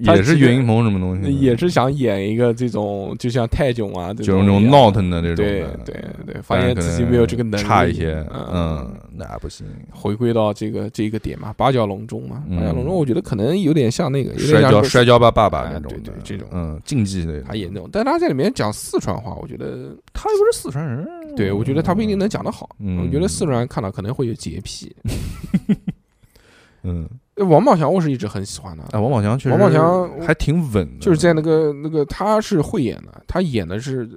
Speaker 1: 他 <laughs>
Speaker 4: 也是
Speaker 1: 其实
Speaker 4: 岳云鹏什么东西的，
Speaker 1: 也是想演一个这种，嗯就像泰囧啊，
Speaker 4: 就是
Speaker 1: 那
Speaker 4: 那种闹腾的这种
Speaker 1: 对
Speaker 4: 的，
Speaker 1: 对对，发
Speaker 4: 但是
Speaker 1: 现
Speaker 4: 可
Speaker 1: 自己
Speaker 4: 能
Speaker 1: 没有这个能力，
Speaker 4: 差一些，
Speaker 1: 嗯
Speaker 4: 嗯，，那不行，
Speaker 1: 回归到这个这一个点嘛，八角笼中嘛，
Speaker 4: 嗯
Speaker 1: 八角笼中，我觉得可能有点像那个有
Speaker 4: 摔
Speaker 1: 点像
Speaker 4: 跤
Speaker 1: 是
Speaker 4: 摔跤吧爸爸
Speaker 1: 哎
Speaker 4: 那种
Speaker 1: 对
Speaker 4: 的
Speaker 1: 对，这种
Speaker 4: 嗯，竞技类的，
Speaker 1: 他演那种，但他在里面讲四川话，我觉得
Speaker 4: 他又不是四川人，
Speaker 1: 对我觉得他不一定能讲得好，
Speaker 4: 嗯
Speaker 1: 我觉得四川人看了可能会有洁癖。
Speaker 4: 嗯，
Speaker 1: 呃王宝强我是一直很喜欢的，
Speaker 4: 哎，王宝强确实，
Speaker 1: 王宝强
Speaker 4: 还挺稳的，
Speaker 1: 就是在那个那个他是会演的，他演的是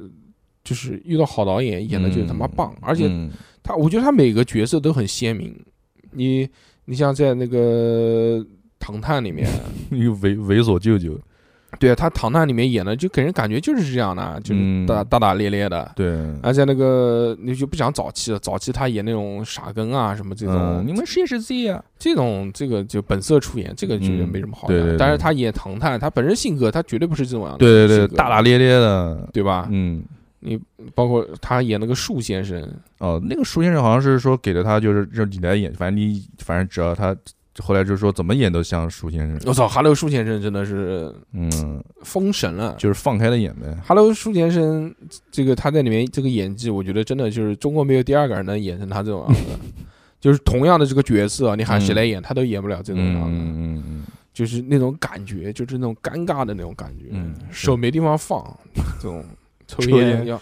Speaker 1: 就是遇到好导演演的就他妈棒，而且
Speaker 4: 嗯
Speaker 1: 他我觉得他每个角色都很鲜明。你你像在那个《唐探》里
Speaker 4: <laughs>
Speaker 1: 面，
Speaker 4: 那个猥猥琐舅舅，
Speaker 1: 对啊他《唐探》里面演的就给人感觉就是这样的，啊就是
Speaker 4: 嗯
Speaker 1: 大大大咧咧的。
Speaker 4: 对，
Speaker 1: 而且那个你就不讲早期了，早期他演那种傻根啊什么这种，
Speaker 4: 嗯你们试一试 Z 啊，
Speaker 1: 这种这个就本色出演，这个觉得
Speaker 4: 嗯
Speaker 1: 没什么好
Speaker 4: 对对
Speaker 1: 的。
Speaker 4: 对
Speaker 1: 但是他演唐探，他本身性格他绝对不是这种样的，
Speaker 4: 对对对，大
Speaker 1: 大
Speaker 4: 大咧咧的，
Speaker 1: 对吧？
Speaker 4: 嗯，
Speaker 1: 包括他演那个树先生，
Speaker 4: 哦，那个舒先生好像是说给了他，就是让你来演，反正你反正只要他后来就是说怎么演都像舒先生，
Speaker 1: 我操，哈喽树先生真的是
Speaker 4: 嗯，
Speaker 1: 封神了。
Speaker 4: 就是放开了演呗，
Speaker 1: Hello，舒先生，这个他在里面这个演技，我觉得真的就是中国没有第二个人能演成他这种
Speaker 4: <laughs>
Speaker 1: 样子。就是同样的这个角色，你喊谁来演，他都演不了这啊种样子，
Speaker 4: 嗯嗯
Speaker 1: 就是那种感觉，就是那种尴尬的那种感觉，
Speaker 4: 嗯
Speaker 1: 手没地方放，这种抽
Speaker 4: 抽烟
Speaker 1: 要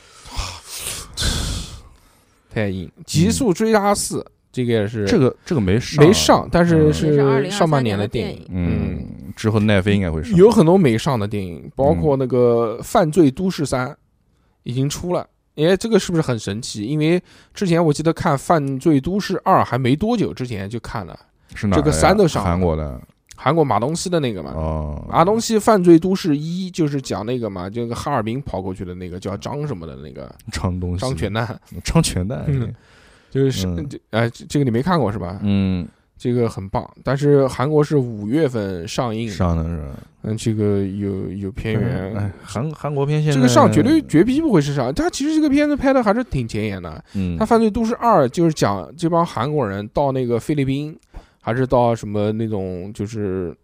Speaker 1: 太硬。极速追杀四，这个也是
Speaker 4: 嗯，这个这个没上，
Speaker 1: 没上，但是
Speaker 4: 嗯
Speaker 5: 也是
Speaker 1: 是
Speaker 5: 2023
Speaker 1: 上半
Speaker 5: 年
Speaker 1: 的
Speaker 5: 的
Speaker 1: 电
Speaker 5: 电
Speaker 1: 影
Speaker 5: 影，
Speaker 4: 嗯，之后奈飞应该
Speaker 1: <laughs>
Speaker 4: 会上，
Speaker 1: 有很多没上的电影，包括那个《犯罪都市三》已经出了。哎，这个是不是很神奇？因为之前我记得看《犯罪都市二》还没多久之前就看了
Speaker 4: 是哪
Speaker 1: 这个
Speaker 4: 来的
Speaker 1: 三都上了啊
Speaker 4: 韩国的
Speaker 1: 韩国马东锡的那个嘛，
Speaker 4: 哦，
Speaker 1: 马东锡《犯罪都市一》就是讲那个嘛，就那个哈尔滨跑过去的那个叫张什么的那个
Speaker 4: 张东
Speaker 1: 张全蛋，
Speaker 4: 张
Speaker 1: <laughs>
Speaker 4: 全蛋，
Speaker 1: 嗯就是
Speaker 4: 嗯
Speaker 1: 这哎，这这个你没看过是吧？
Speaker 4: 嗯，
Speaker 1: 这个很棒，但是韩国是五月份上映，
Speaker 4: 上的是吧
Speaker 1: 嗯，这个有有片源，
Speaker 4: 哎，韩韩国片现在
Speaker 1: 这个上绝对绝逼不会是上。他其实这个片子拍的还是挺前沿的。
Speaker 4: 嗯，
Speaker 1: 他《犯罪都市二》就是讲这帮韩国人到那个菲律宾，还是到什么那种就是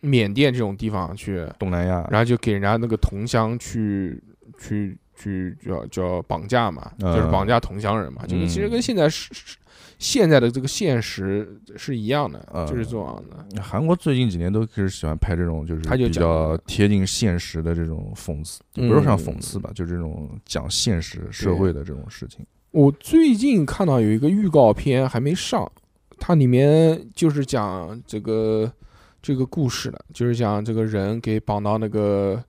Speaker 1: 缅甸这种地方去，
Speaker 4: 东南亚，
Speaker 1: 然后就给人家那个同乡去去去叫叫绑架嘛，
Speaker 4: 嗯
Speaker 1: 就是绑架同乡人嘛。这个其实跟现在是是现在的这个现实是一样的，
Speaker 4: 嗯
Speaker 1: 就是这种样的。
Speaker 4: 韩国最近几年都开始喜欢拍这种，就是
Speaker 1: 他就
Speaker 4: 比
Speaker 1: 讲
Speaker 4: 较贴近现实的这种讽刺，
Speaker 1: 嗯
Speaker 4: 也不是像讽刺吧，就是这种讲现实社会的这种事情。
Speaker 1: 我最近看到有一个预告片还没上，它里面就是讲这个这个故事的，就是讲这个人给绑到那个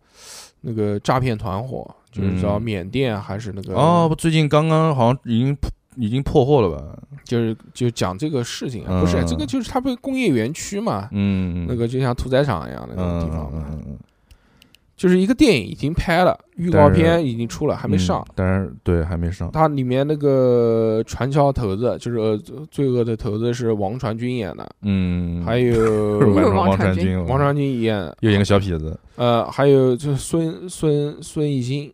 Speaker 1: 那个诈骗团伙，就是叫
Speaker 4: 嗯
Speaker 1: 缅甸还是那个
Speaker 4: 哦，，不最近刚刚好像已经破已经破获了吧？
Speaker 1: 就是就讲这个事情啊，
Speaker 4: 嗯
Speaker 1: 不是这个就是它不是工业园区嘛，
Speaker 4: 嗯，
Speaker 1: 那个就像屠宰场一样的那种
Speaker 4: 嗯
Speaker 1: 地方嘛，
Speaker 4: 嗯嗯
Speaker 1: 就是一个电影已经拍了，预告片已经出了，还没上。
Speaker 4: 嗯但是对还没上。
Speaker 1: 它里面那个传销头子，就是呃罪恶的头子是王传君演的，
Speaker 4: 嗯，
Speaker 1: 还有
Speaker 4: <laughs>
Speaker 5: 又是
Speaker 4: 王
Speaker 5: 王传
Speaker 4: 传
Speaker 5: 君
Speaker 4: 君，
Speaker 1: 王传君演，
Speaker 4: 又演个小痞子，
Speaker 1: 呃，还有就是孙孙孙艺兴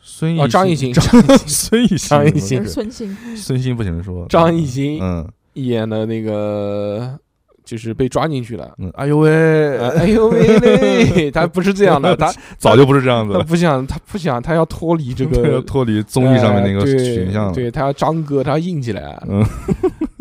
Speaker 4: 孙
Speaker 1: 啊，
Speaker 4: 艺
Speaker 1: 张艺
Speaker 4: 兴
Speaker 1: 兴，
Speaker 4: <laughs> 孙艺兴，
Speaker 1: 张艺
Speaker 5: 就
Speaker 1: 兴
Speaker 5: 是孙兴，
Speaker 4: 孙兴不行说，
Speaker 1: <laughs> 张艺兴
Speaker 4: 嗯
Speaker 1: 演的那个就是被抓进去了。
Speaker 4: 嗯，哎呦喂，
Speaker 1: 呃哎呦喂
Speaker 4: <laughs>
Speaker 1: 嘞，他不是这样的，他
Speaker 4: 早就不是这样子
Speaker 1: 他
Speaker 4: 了，
Speaker 1: 不想，他不想，他要脱离这
Speaker 4: 对
Speaker 1: 个
Speaker 4: 要 <laughs> 脱离综艺上面那个
Speaker 1: 呃对
Speaker 4: 形象了，
Speaker 1: 对他要张哥，他要硬起来，
Speaker 4: 嗯，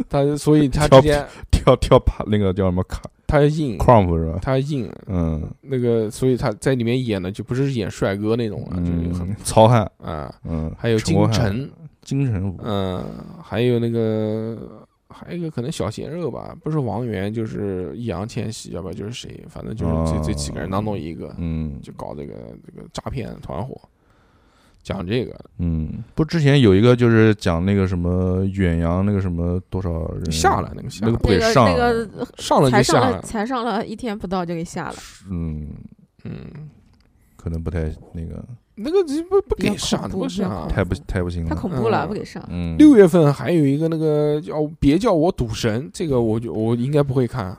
Speaker 1: 他
Speaker 4: <laughs>
Speaker 1: 所以他
Speaker 4: 跳
Speaker 1: 之前
Speaker 4: 跳跳爬那个叫什么卡
Speaker 1: 他硬，
Speaker 4: crump 是吧？
Speaker 1: 他硬，
Speaker 4: 嗯，
Speaker 1: 那个所以他在里面演的就不是演帅哥那种了，就是很
Speaker 4: 嗯，糙汉，
Speaker 1: 啊，
Speaker 4: 嗯，
Speaker 1: 还有
Speaker 4: 陈
Speaker 1: 金
Speaker 4: 国汉
Speaker 1: 晨，
Speaker 4: 金城武，
Speaker 1: 嗯，还有那个，还有一个可能小鲜肉吧，不是王源就是易烊千玺，要不然就是谁，反正就是这、
Speaker 4: 哦
Speaker 1: 这几个人当中一个，
Speaker 4: 嗯
Speaker 1: 就搞这个这个诈骗团伙，讲这个
Speaker 4: 嗯，不，之前有一个就是讲那个什么远洋那个什么多少人
Speaker 1: 下了那个下
Speaker 4: 那
Speaker 1: 了
Speaker 4: 个不
Speaker 5: 那
Speaker 4: 给
Speaker 5: 个
Speaker 4: 上
Speaker 5: 那
Speaker 4: 了，
Speaker 5: 个
Speaker 1: 上了
Speaker 5: 才
Speaker 1: 就
Speaker 5: 上
Speaker 1: 下
Speaker 5: 了
Speaker 1: 了，
Speaker 5: 才上了一天不到就给下了，
Speaker 4: 嗯，
Speaker 1: 嗯，
Speaker 4: 可能不太那个，
Speaker 1: 那个这不不
Speaker 5: 比较
Speaker 1: 给上，
Speaker 5: 恐
Speaker 1: 不
Speaker 5: 怖
Speaker 1: 给
Speaker 5: 比较
Speaker 1: 上
Speaker 5: 恐。
Speaker 4: 太不太不行
Speaker 5: 太
Speaker 4: 了，
Speaker 5: 恐怖了，
Speaker 1: 嗯
Speaker 5: 不给上。
Speaker 4: 嗯，
Speaker 1: 六月份还有一个那个叫别叫我赌神，这个我就我应该不会看。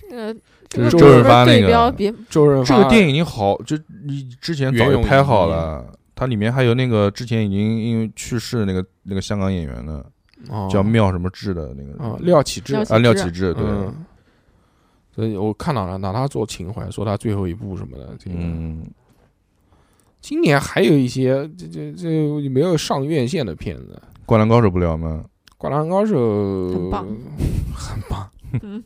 Speaker 5: 这个
Speaker 4: 这
Speaker 5: 这
Speaker 4: 嗯是
Speaker 5: 个
Speaker 4: 周
Speaker 5: 不
Speaker 4: 润
Speaker 5: 是
Speaker 4: 发那
Speaker 5: 对
Speaker 4: 个
Speaker 5: 标别
Speaker 1: 周润
Speaker 4: 这
Speaker 1: 发
Speaker 4: 个电影已经好，就你之前早
Speaker 1: 袁
Speaker 4: 就
Speaker 1: 咏仪
Speaker 4: 拍好了。它里面还有那个之前已经因为去世的那个那个香港演员呢，
Speaker 1: 哦
Speaker 4: 叫妙什么志的那个人
Speaker 1: 啊廖启智
Speaker 5: 廖
Speaker 4: 啊廖
Speaker 5: 启
Speaker 4: 启智，对，
Speaker 1: 嗯，所以我看到了拿他做情怀，说他最后一部什么的。这个、
Speaker 4: 嗯，
Speaker 1: 今年还有一些这这这没有上院线的片子，《
Speaker 4: 《灌篮高手》不聊吗？
Speaker 1: 灌篮高手》
Speaker 5: 很棒，
Speaker 4: 嗯
Speaker 1: 很棒，
Speaker 5: 嗯，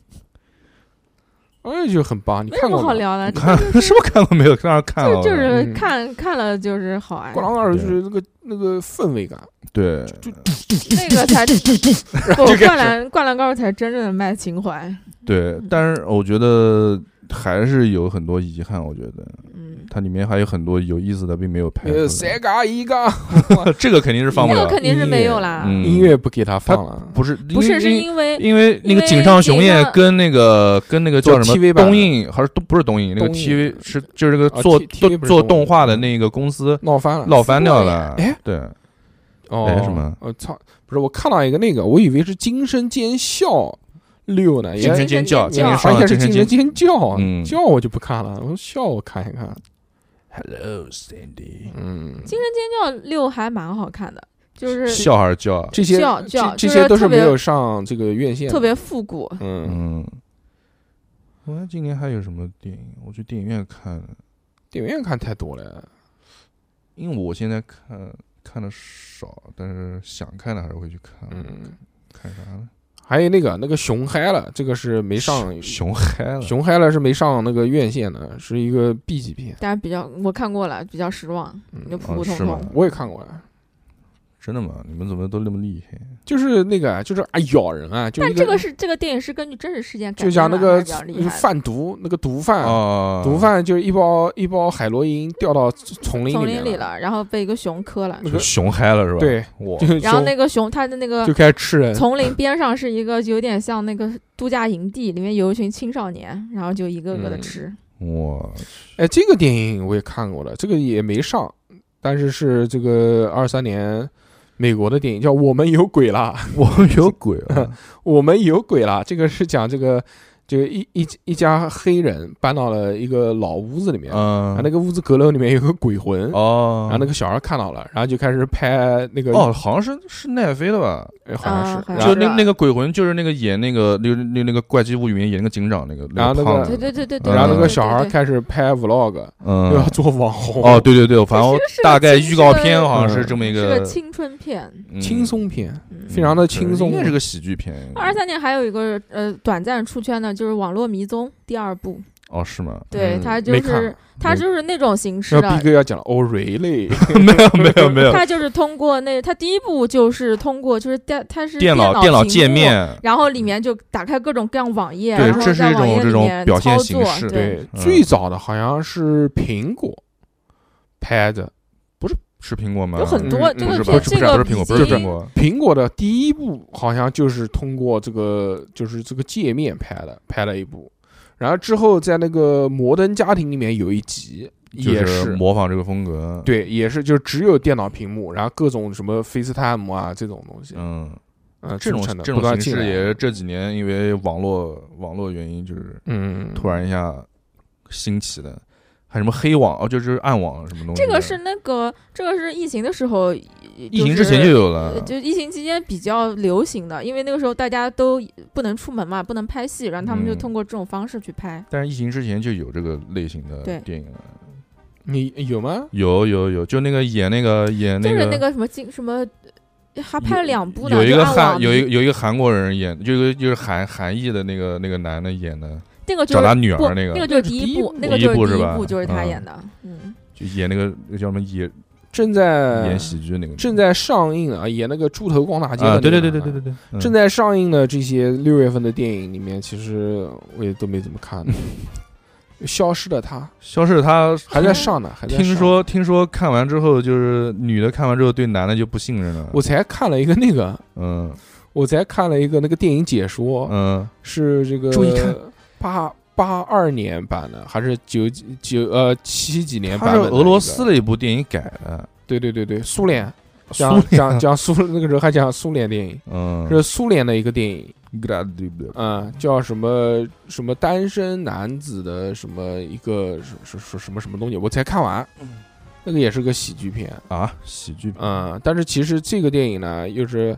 Speaker 1: <laughs> 哎，就很棒。你
Speaker 5: 没什
Speaker 1: 看
Speaker 5: 么
Speaker 1: 过吗？
Speaker 5: 好
Speaker 4: <laughs>
Speaker 5: 聊的，
Speaker 4: 你
Speaker 5: <laughs>
Speaker 4: 看什么看过没有？当然看了
Speaker 5: 就
Speaker 4: 吧，
Speaker 5: 就是
Speaker 1: 嗯
Speaker 5: 看看了就是
Speaker 4: <laughs>
Speaker 5: 好哎
Speaker 1: 《灌，篮高手》就是那个那个氛围感，
Speaker 4: 对，
Speaker 5: 那个才不灌篮灌篮高手才真正的卖情怀，
Speaker 4: 对，但是我觉得还是有很多遗憾，我觉得
Speaker 5: 嗯，
Speaker 4: 它里面还有很多有意思的并没有拍出
Speaker 1: 呃，
Speaker 4: 来。
Speaker 1: 三嘎一嘎，
Speaker 4: <laughs> 这个肯定是放不
Speaker 5: 那个
Speaker 4: 了，
Speaker 5: 肯定是没有啦，
Speaker 4: 嗯，
Speaker 2: 音乐不给他放了，
Speaker 4: 不是
Speaker 5: 不是是
Speaker 4: 因
Speaker 5: 因为
Speaker 4: 因为那个井上雄彦跟那个跟那个叫什
Speaker 1: 做
Speaker 4: 么
Speaker 1: TV 版的
Speaker 4: 东映还是东不是东映那个
Speaker 1: 东映
Speaker 4: TV 是就是那个
Speaker 1: 啊
Speaker 4: 做
Speaker 1: T-
Speaker 4: 做
Speaker 1: TV 不是
Speaker 4: 做
Speaker 1: 东
Speaker 4: 动
Speaker 1: 映
Speaker 4: 画的那个公司
Speaker 1: 闹翻啊了。
Speaker 4: 闹翻掉了
Speaker 1: 哎，
Speaker 4: 对，
Speaker 1: 哦
Speaker 4: 哎什么
Speaker 1: 我操！不是，我看到一个那个，我以为是惊声尖笑六呢，也
Speaker 4: 精
Speaker 5: 惊
Speaker 4: 神
Speaker 5: 声
Speaker 4: 尖叫，
Speaker 5: 尖
Speaker 4: 啊今天
Speaker 5: 叫
Speaker 1: 而
Speaker 4: 上了
Speaker 1: 哎且是
Speaker 4: 精神
Speaker 1: 惊
Speaker 4: 尖
Speaker 1: 声尖叫，啊
Speaker 4: 嗯
Speaker 1: 叫我就不看了，我说笑我看一看，
Speaker 4: ，Hello Sandy，
Speaker 1: 嗯，
Speaker 5: 《惊声尖叫六》还蛮好看的，就是
Speaker 4: 笑还是叫？啊
Speaker 1: 这些
Speaker 5: 叫
Speaker 1: 这这
Speaker 5: 叫就是
Speaker 1: 些都是
Speaker 5: 特别
Speaker 1: 没有上这个院线的，
Speaker 5: 特别复古。
Speaker 1: 嗯，
Speaker 4: 嗯，我看今年还有什么电影？我去电影院看了，
Speaker 1: 电影院看太多了，
Speaker 4: 因为我现在看看的少，但是想看的还是会去看。
Speaker 1: 嗯，
Speaker 4: 看啥呢？
Speaker 1: 还有那个那个熊嗨了，这个是没上
Speaker 4: 熊嗨了，
Speaker 1: 熊嗨了是没上那个院线的，是一个 B 级片，
Speaker 5: 但是比较我看过了，比较失望，就
Speaker 1: 嗯，
Speaker 5: 普普
Speaker 4: 哦
Speaker 5: 通
Speaker 4: 是吗
Speaker 5: 通。
Speaker 1: 我也看过了。
Speaker 4: 真的吗？你们怎么都那么厉害？
Speaker 1: 就是那个，就是啊，咬人啊，就
Speaker 5: 但
Speaker 1: 一
Speaker 5: 这个是这个电影是根据真实事件改
Speaker 1: 就
Speaker 5: 编
Speaker 1: 像
Speaker 5: 的
Speaker 1: 那个
Speaker 5: 还是比较厉害的。
Speaker 1: 贩毒，那个毒贩，
Speaker 4: 哦，
Speaker 1: 啊毒贩就是一包一包海洛因掉到丛林
Speaker 5: 丛
Speaker 1: 面
Speaker 5: 林里，了，然后被一个熊磕了，
Speaker 1: 那
Speaker 4: 就
Speaker 1: 个
Speaker 4: 熊嗨了是吧？，
Speaker 1: 对，
Speaker 4: 哇，
Speaker 1: 就
Speaker 5: 然后那个熊它的那个
Speaker 1: 就开始吃人，
Speaker 5: 丛林边上是一个有点像那个度假营地，里面有一群青少年，然后就一个个的
Speaker 1: 嗯
Speaker 5: 吃。
Speaker 1: <laughs>
Speaker 4: 哇，
Speaker 1: 哎，这个电影我也看过了，这个也没上，但是是这个二三年美国的电影叫《我们有鬼啦》， <laughs>
Speaker 4: 我有鬼啊！
Speaker 1: 我们有鬼啦，这个是讲这个这个一一一家黑人搬到了一个老屋子里面，啊，
Speaker 4: <laughs> 嗯，
Speaker 1: 那个屋子阁楼里面有个鬼魂。
Speaker 4: 哦，
Speaker 1: 然后那个小孩看到了，然后就开始拍那个，
Speaker 4: 哦，好像是是奈飞的吧？
Speaker 1: 哎好像
Speaker 5: 啊
Speaker 1: 是，
Speaker 5: 好
Speaker 1: 然
Speaker 5: 像
Speaker 1: 后
Speaker 4: 就是那
Speaker 5: 吧
Speaker 4: 那个鬼魂，就是那个演那个那那那个怪奇物语里面演那个警长那个，
Speaker 1: 然啊后那个
Speaker 4: 胖
Speaker 5: 对
Speaker 4: 子，
Speaker 5: 对对对对。
Speaker 1: 嗯然后那
Speaker 5: 对
Speaker 1: 个
Speaker 5: 对
Speaker 1: 小孩
Speaker 5: 对
Speaker 1: 开始拍 vlog，又要
Speaker 4: 嗯，
Speaker 1: 做网红，
Speaker 4: 哦，，对对对，反正我
Speaker 5: 这是个
Speaker 4: 大概
Speaker 5: 青
Speaker 4: 预告
Speaker 5: 春
Speaker 4: 片好像是这么一
Speaker 5: 是
Speaker 4: 个
Speaker 5: 个青春片。
Speaker 4: 嗯
Speaker 1: 轻松片，
Speaker 5: 嗯
Speaker 1: 非常的轻松
Speaker 4: 应该是个喜剧片。
Speaker 5: 二三年还有一个呃短暂出圈的，就是《网络迷踪》第二部，
Speaker 4: 哦，是
Speaker 5: <laughs>
Speaker 4: 吗？
Speaker 5: 对
Speaker 1: 嗯
Speaker 5: 它就
Speaker 1: 没看
Speaker 5: 是
Speaker 4: 嗯
Speaker 5: 它
Speaker 1: 没
Speaker 5: 就是那种形式
Speaker 1: 然后
Speaker 5: 的
Speaker 1: B，哥要讲了，哦，really，
Speaker 4: 没有没有没有，
Speaker 5: 它就是通过那它第一部就是通过就是电它是
Speaker 4: 电脑
Speaker 5: 脑
Speaker 4: 电
Speaker 5: 电
Speaker 4: 脑界，面，
Speaker 5: 然后里面就打开各种各样网页，
Speaker 4: 对
Speaker 5: 然后
Speaker 4: 这是
Speaker 5: 在
Speaker 4: 一种
Speaker 5: 网页
Speaker 4: 这
Speaker 5: 里
Speaker 4: 种
Speaker 5: 面
Speaker 4: 表现
Speaker 5: 操
Speaker 4: 形
Speaker 5: 作
Speaker 4: 式
Speaker 5: 对，
Speaker 1: 对，
Speaker 4: 嗯
Speaker 1: 最早的好像是苹果拍的，
Speaker 4: 是苹果吗？
Speaker 5: 有很多
Speaker 1: 嗯
Speaker 5: 这
Speaker 4: 不
Speaker 5: 个
Speaker 4: 是吧？
Speaker 5: 片
Speaker 4: 不是不是不是苹果，不是
Speaker 5: 这个已经
Speaker 4: 苹果。
Speaker 1: 苹果的第一部好像就是通过这个就是这个界面拍的，拍了一部，然后之后在那个《摩登家庭》里面有一集也
Speaker 4: 就是
Speaker 1: 是。
Speaker 4: 模仿这个风格，，
Speaker 1: 对，也是，就只有电脑屏幕，然后各种什么 FaceTime 啊这种东西，
Speaker 4: 嗯，
Speaker 1: 嗯，
Speaker 4: 这种
Speaker 1: 组成的
Speaker 4: 这
Speaker 1: 不断
Speaker 4: 种形
Speaker 1: 进
Speaker 4: 式
Speaker 1: 来
Speaker 4: 也是这几年因为网络网络原因，就是
Speaker 1: 嗯，
Speaker 4: 突然一下兴起的，还有什么黑网哦，就是暗网什么东西的。
Speaker 5: 这个是那个这个是疫情的时候，
Speaker 4: 嗯疫
Speaker 5: 疫
Speaker 4: 情之前就有
Speaker 5: 呃，
Speaker 4: 了，
Speaker 5: 就疫情期间比较流行的，因为那个时候大家都不能出门嘛，不能拍戏，然后他们就
Speaker 4: 嗯
Speaker 5: 通过这种方式去拍。
Speaker 4: 但是疫情之前就有这个类型的
Speaker 5: 对
Speaker 4: 电影了。
Speaker 1: 你有吗？
Speaker 4: 有有有，就那个演那个演
Speaker 5: 就
Speaker 4: 个
Speaker 5: 是那个什么金什么，呃还拍了两部呢，
Speaker 4: 有一
Speaker 5: 就
Speaker 4: 个
Speaker 5: 暗
Speaker 4: 韩
Speaker 5: 网
Speaker 4: 有一
Speaker 5: 迷
Speaker 4: 个有一个韩国人演，就一个就是韩韩裔的那个那个男的演的，
Speaker 5: 那个就
Speaker 4: 找
Speaker 5: 是
Speaker 4: 他女儿
Speaker 5: 不
Speaker 4: 那
Speaker 5: 那
Speaker 4: 个，
Speaker 5: 个就是
Speaker 1: 那是
Speaker 5: 第
Speaker 1: 第一
Speaker 5: 一部
Speaker 1: 部，
Speaker 5: 那个
Speaker 4: 第一
Speaker 5: 就是
Speaker 4: 部
Speaker 5: 第
Speaker 4: 是
Speaker 5: 一
Speaker 4: 吧
Speaker 5: 部就是他
Speaker 4: 嗯
Speaker 5: 演的，嗯，
Speaker 4: 就演那个那叫什么演
Speaker 1: 正在
Speaker 4: 演喜剧那个
Speaker 1: 呃正在上映啊，演那个猪头逛大街的
Speaker 4: 啊，
Speaker 1: 那
Speaker 4: 对
Speaker 1: 个
Speaker 4: 对
Speaker 1: 男的、
Speaker 4: 对对对对对，嗯
Speaker 1: 正在上映的这些六月份的电影里面，其实我也都没怎么
Speaker 4: <laughs>
Speaker 1: 看。消失的他
Speaker 4: 消失的他。
Speaker 1: 还在上
Speaker 4: <laughs>
Speaker 1: 呢，还在上
Speaker 4: 听说听说看完之后，就是女的看完之后对男的就不信任了。
Speaker 1: 我才看了一个那个，
Speaker 4: 嗯
Speaker 1: 我才看了一个那个电影解说，
Speaker 4: 嗯，
Speaker 1: 是这个
Speaker 4: 注意看
Speaker 1: 八八二年版的，还是九几九呃七几年
Speaker 4: 他
Speaker 1: 版
Speaker 4: 是
Speaker 1: 本的一个？
Speaker 4: 俄罗斯的一部电影改的，
Speaker 1: 对对对对，苏联
Speaker 4: 苏
Speaker 1: 讲
Speaker 4: 联
Speaker 1: 讲讲苏那个时候还讲苏联电影，
Speaker 4: 嗯，
Speaker 1: 是苏联的一个电影，
Speaker 4: Glad-
Speaker 1: 嗯，叫什么什么单身男子的什么一个什什什什么什么东西，我才看完，那个也是个喜剧片，
Speaker 4: 啊，喜剧
Speaker 1: 嗯，但是其实这个电影呢，又是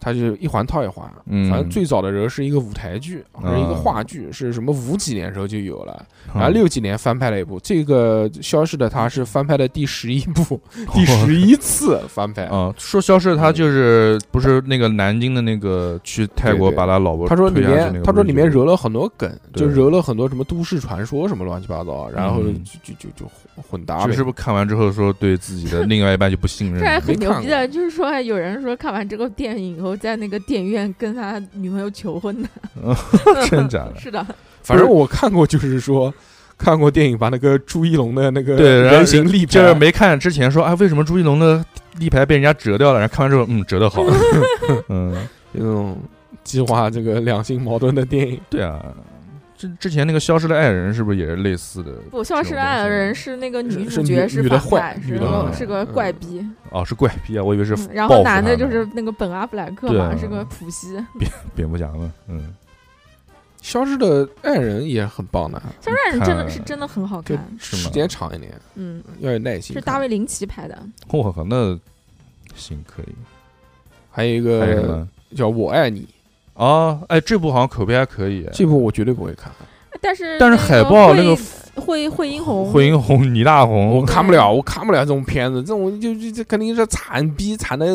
Speaker 1: 它就一环套一环，
Speaker 4: 嗯
Speaker 1: 反正最早的时候是一个舞台剧，
Speaker 4: 嗯
Speaker 1: 是一个话剧，是什么五几年时候就有了，然后
Speaker 4: 啊
Speaker 1: 六几年翻拍了一部，这个《消失的她》是翻拍的第十一
Speaker 4: <laughs>
Speaker 1: 部，第十一次翻拍。
Speaker 4: 啊，说消失的他就是不是那个南京的那个去泰国
Speaker 1: 对对
Speaker 4: 把他老婆
Speaker 1: 他说里
Speaker 4: 推下去那
Speaker 1: 面，
Speaker 4: 个
Speaker 1: 他说里面
Speaker 4: 不是
Speaker 1: 揉了很多梗，
Speaker 4: 对
Speaker 1: 就揉了很多什么都市传说什么乱七八糟，然后
Speaker 4: 嗯
Speaker 1: 就就就就混混搭
Speaker 4: 就
Speaker 1: 呗
Speaker 4: 是。不是看完之后说对自己的另外一半就不信
Speaker 5: 这还
Speaker 1: <laughs>
Speaker 4: 任？
Speaker 5: 很
Speaker 1: 没
Speaker 5: 牛
Speaker 1: 看
Speaker 5: 逼的，就是说有人说看完这个电影以后头在那个电影院跟他女朋友求
Speaker 1: <laughs>
Speaker 5: 婚的，
Speaker 1: 啊
Speaker 4: 真假的
Speaker 5: 是的，
Speaker 1: 反正我看过，就是说看过电影，把那个朱一龙的那个
Speaker 4: 对然后
Speaker 1: 人形立牌
Speaker 4: 就是没看之前说啊，为什么朱一龙的立牌被人家折掉了？然后看完之后，嗯，
Speaker 1: <laughs>
Speaker 4: 折的好。嗯，
Speaker 1: 这种激化这个两性矛盾的电影。
Speaker 4: 对啊，之之前那个《消失的爱人》是不是也是类似的？
Speaker 5: 不消失的爱人是那个女
Speaker 1: 是
Speaker 5: 主
Speaker 1: 女
Speaker 5: 角
Speaker 1: 女
Speaker 5: 是
Speaker 1: 的
Speaker 5: 反
Speaker 1: 坏
Speaker 5: 派，
Speaker 1: 女
Speaker 5: 是
Speaker 1: 的
Speaker 5: 个
Speaker 4: 坏
Speaker 5: 是个
Speaker 1: 嗯
Speaker 5: 怪逼，
Speaker 4: 哦，是怪癖啊，我以为是
Speaker 5: 嗯然
Speaker 4: 报
Speaker 5: 后
Speaker 4: 复
Speaker 5: 男
Speaker 4: 他
Speaker 5: 的
Speaker 4: 呢
Speaker 5: 就是那个本阿弗莱克
Speaker 4: 对
Speaker 5: 嘛，
Speaker 4: 啊
Speaker 5: 是个普希。
Speaker 4: 蝙蝠侠嘛。嗯，
Speaker 1: 消失的爱人也很棒的，
Speaker 5: 消失爱人真
Speaker 4: 看
Speaker 5: 的是真的很好
Speaker 1: 就
Speaker 5: 看，
Speaker 4: 是
Speaker 1: 时
Speaker 4: 吗
Speaker 1: 间长一点，
Speaker 5: 嗯，
Speaker 1: 要有耐心
Speaker 5: 是
Speaker 1: 看。
Speaker 5: 大卫林奇拍的，
Speaker 4: 嚯呵，那嗯行可以。
Speaker 1: 还有一
Speaker 4: 还有什
Speaker 1: 个
Speaker 4: 么？
Speaker 1: 叫《我爱你》，
Speaker 4: 哦，哎，这部好像口碑还可以。
Speaker 1: 这部我绝对不会
Speaker 5: <laughs>
Speaker 1: 看，
Speaker 5: 但是
Speaker 4: 但是海报那个
Speaker 5: 个惠惠英红
Speaker 4: 惠英红、倪大红
Speaker 1: 我，看不了，我看不了这种片子，这种就就这肯定是惨逼惨的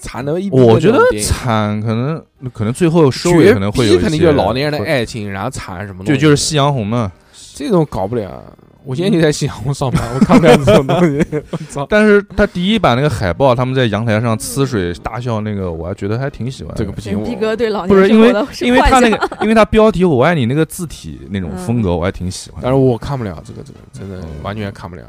Speaker 1: 惨的一逼的
Speaker 4: 我
Speaker 1: 那种
Speaker 4: 觉
Speaker 1: 电影。
Speaker 4: 得惨，可能可能最后收尾
Speaker 1: 绝
Speaker 4: 可能会有一
Speaker 1: 逼
Speaker 4: 些，
Speaker 1: 肯定就是老年人的爱情，然后惨什么东
Speaker 4: 就
Speaker 1: 西，
Speaker 4: 就是夕阳红嘛。
Speaker 1: 这种搞不了。我现在就在新航空上班，我看不了 <laughs> 这种东西。我操，
Speaker 4: 但是他第一版那个海报，他们在阳台上呲水大笑那个，我还觉得还挺喜欢的。
Speaker 1: 这个不
Speaker 5: <laughs>
Speaker 1: 行，
Speaker 5: 逼
Speaker 1: 我
Speaker 5: 哥对老
Speaker 4: 不
Speaker 5: 年
Speaker 4: 是因
Speaker 5: 生
Speaker 4: 为
Speaker 5: 活的是
Speaker 4: 因为
Speaker 5: 幻
Speaker 4: 他那
Speaker 5: 想 <laughs>
Speaker 4: 个，因为他标题“我爱你”那个字体那种
Speaker 5: 嗯
Speaker 4: 风格，我还挺喜欢
Speaker 1: 但
Speaker 4: 的。
Speaker 1: 是我看不了这个，这个真的
Speaker 4: 嗯
Speaker 1: 完全看不了。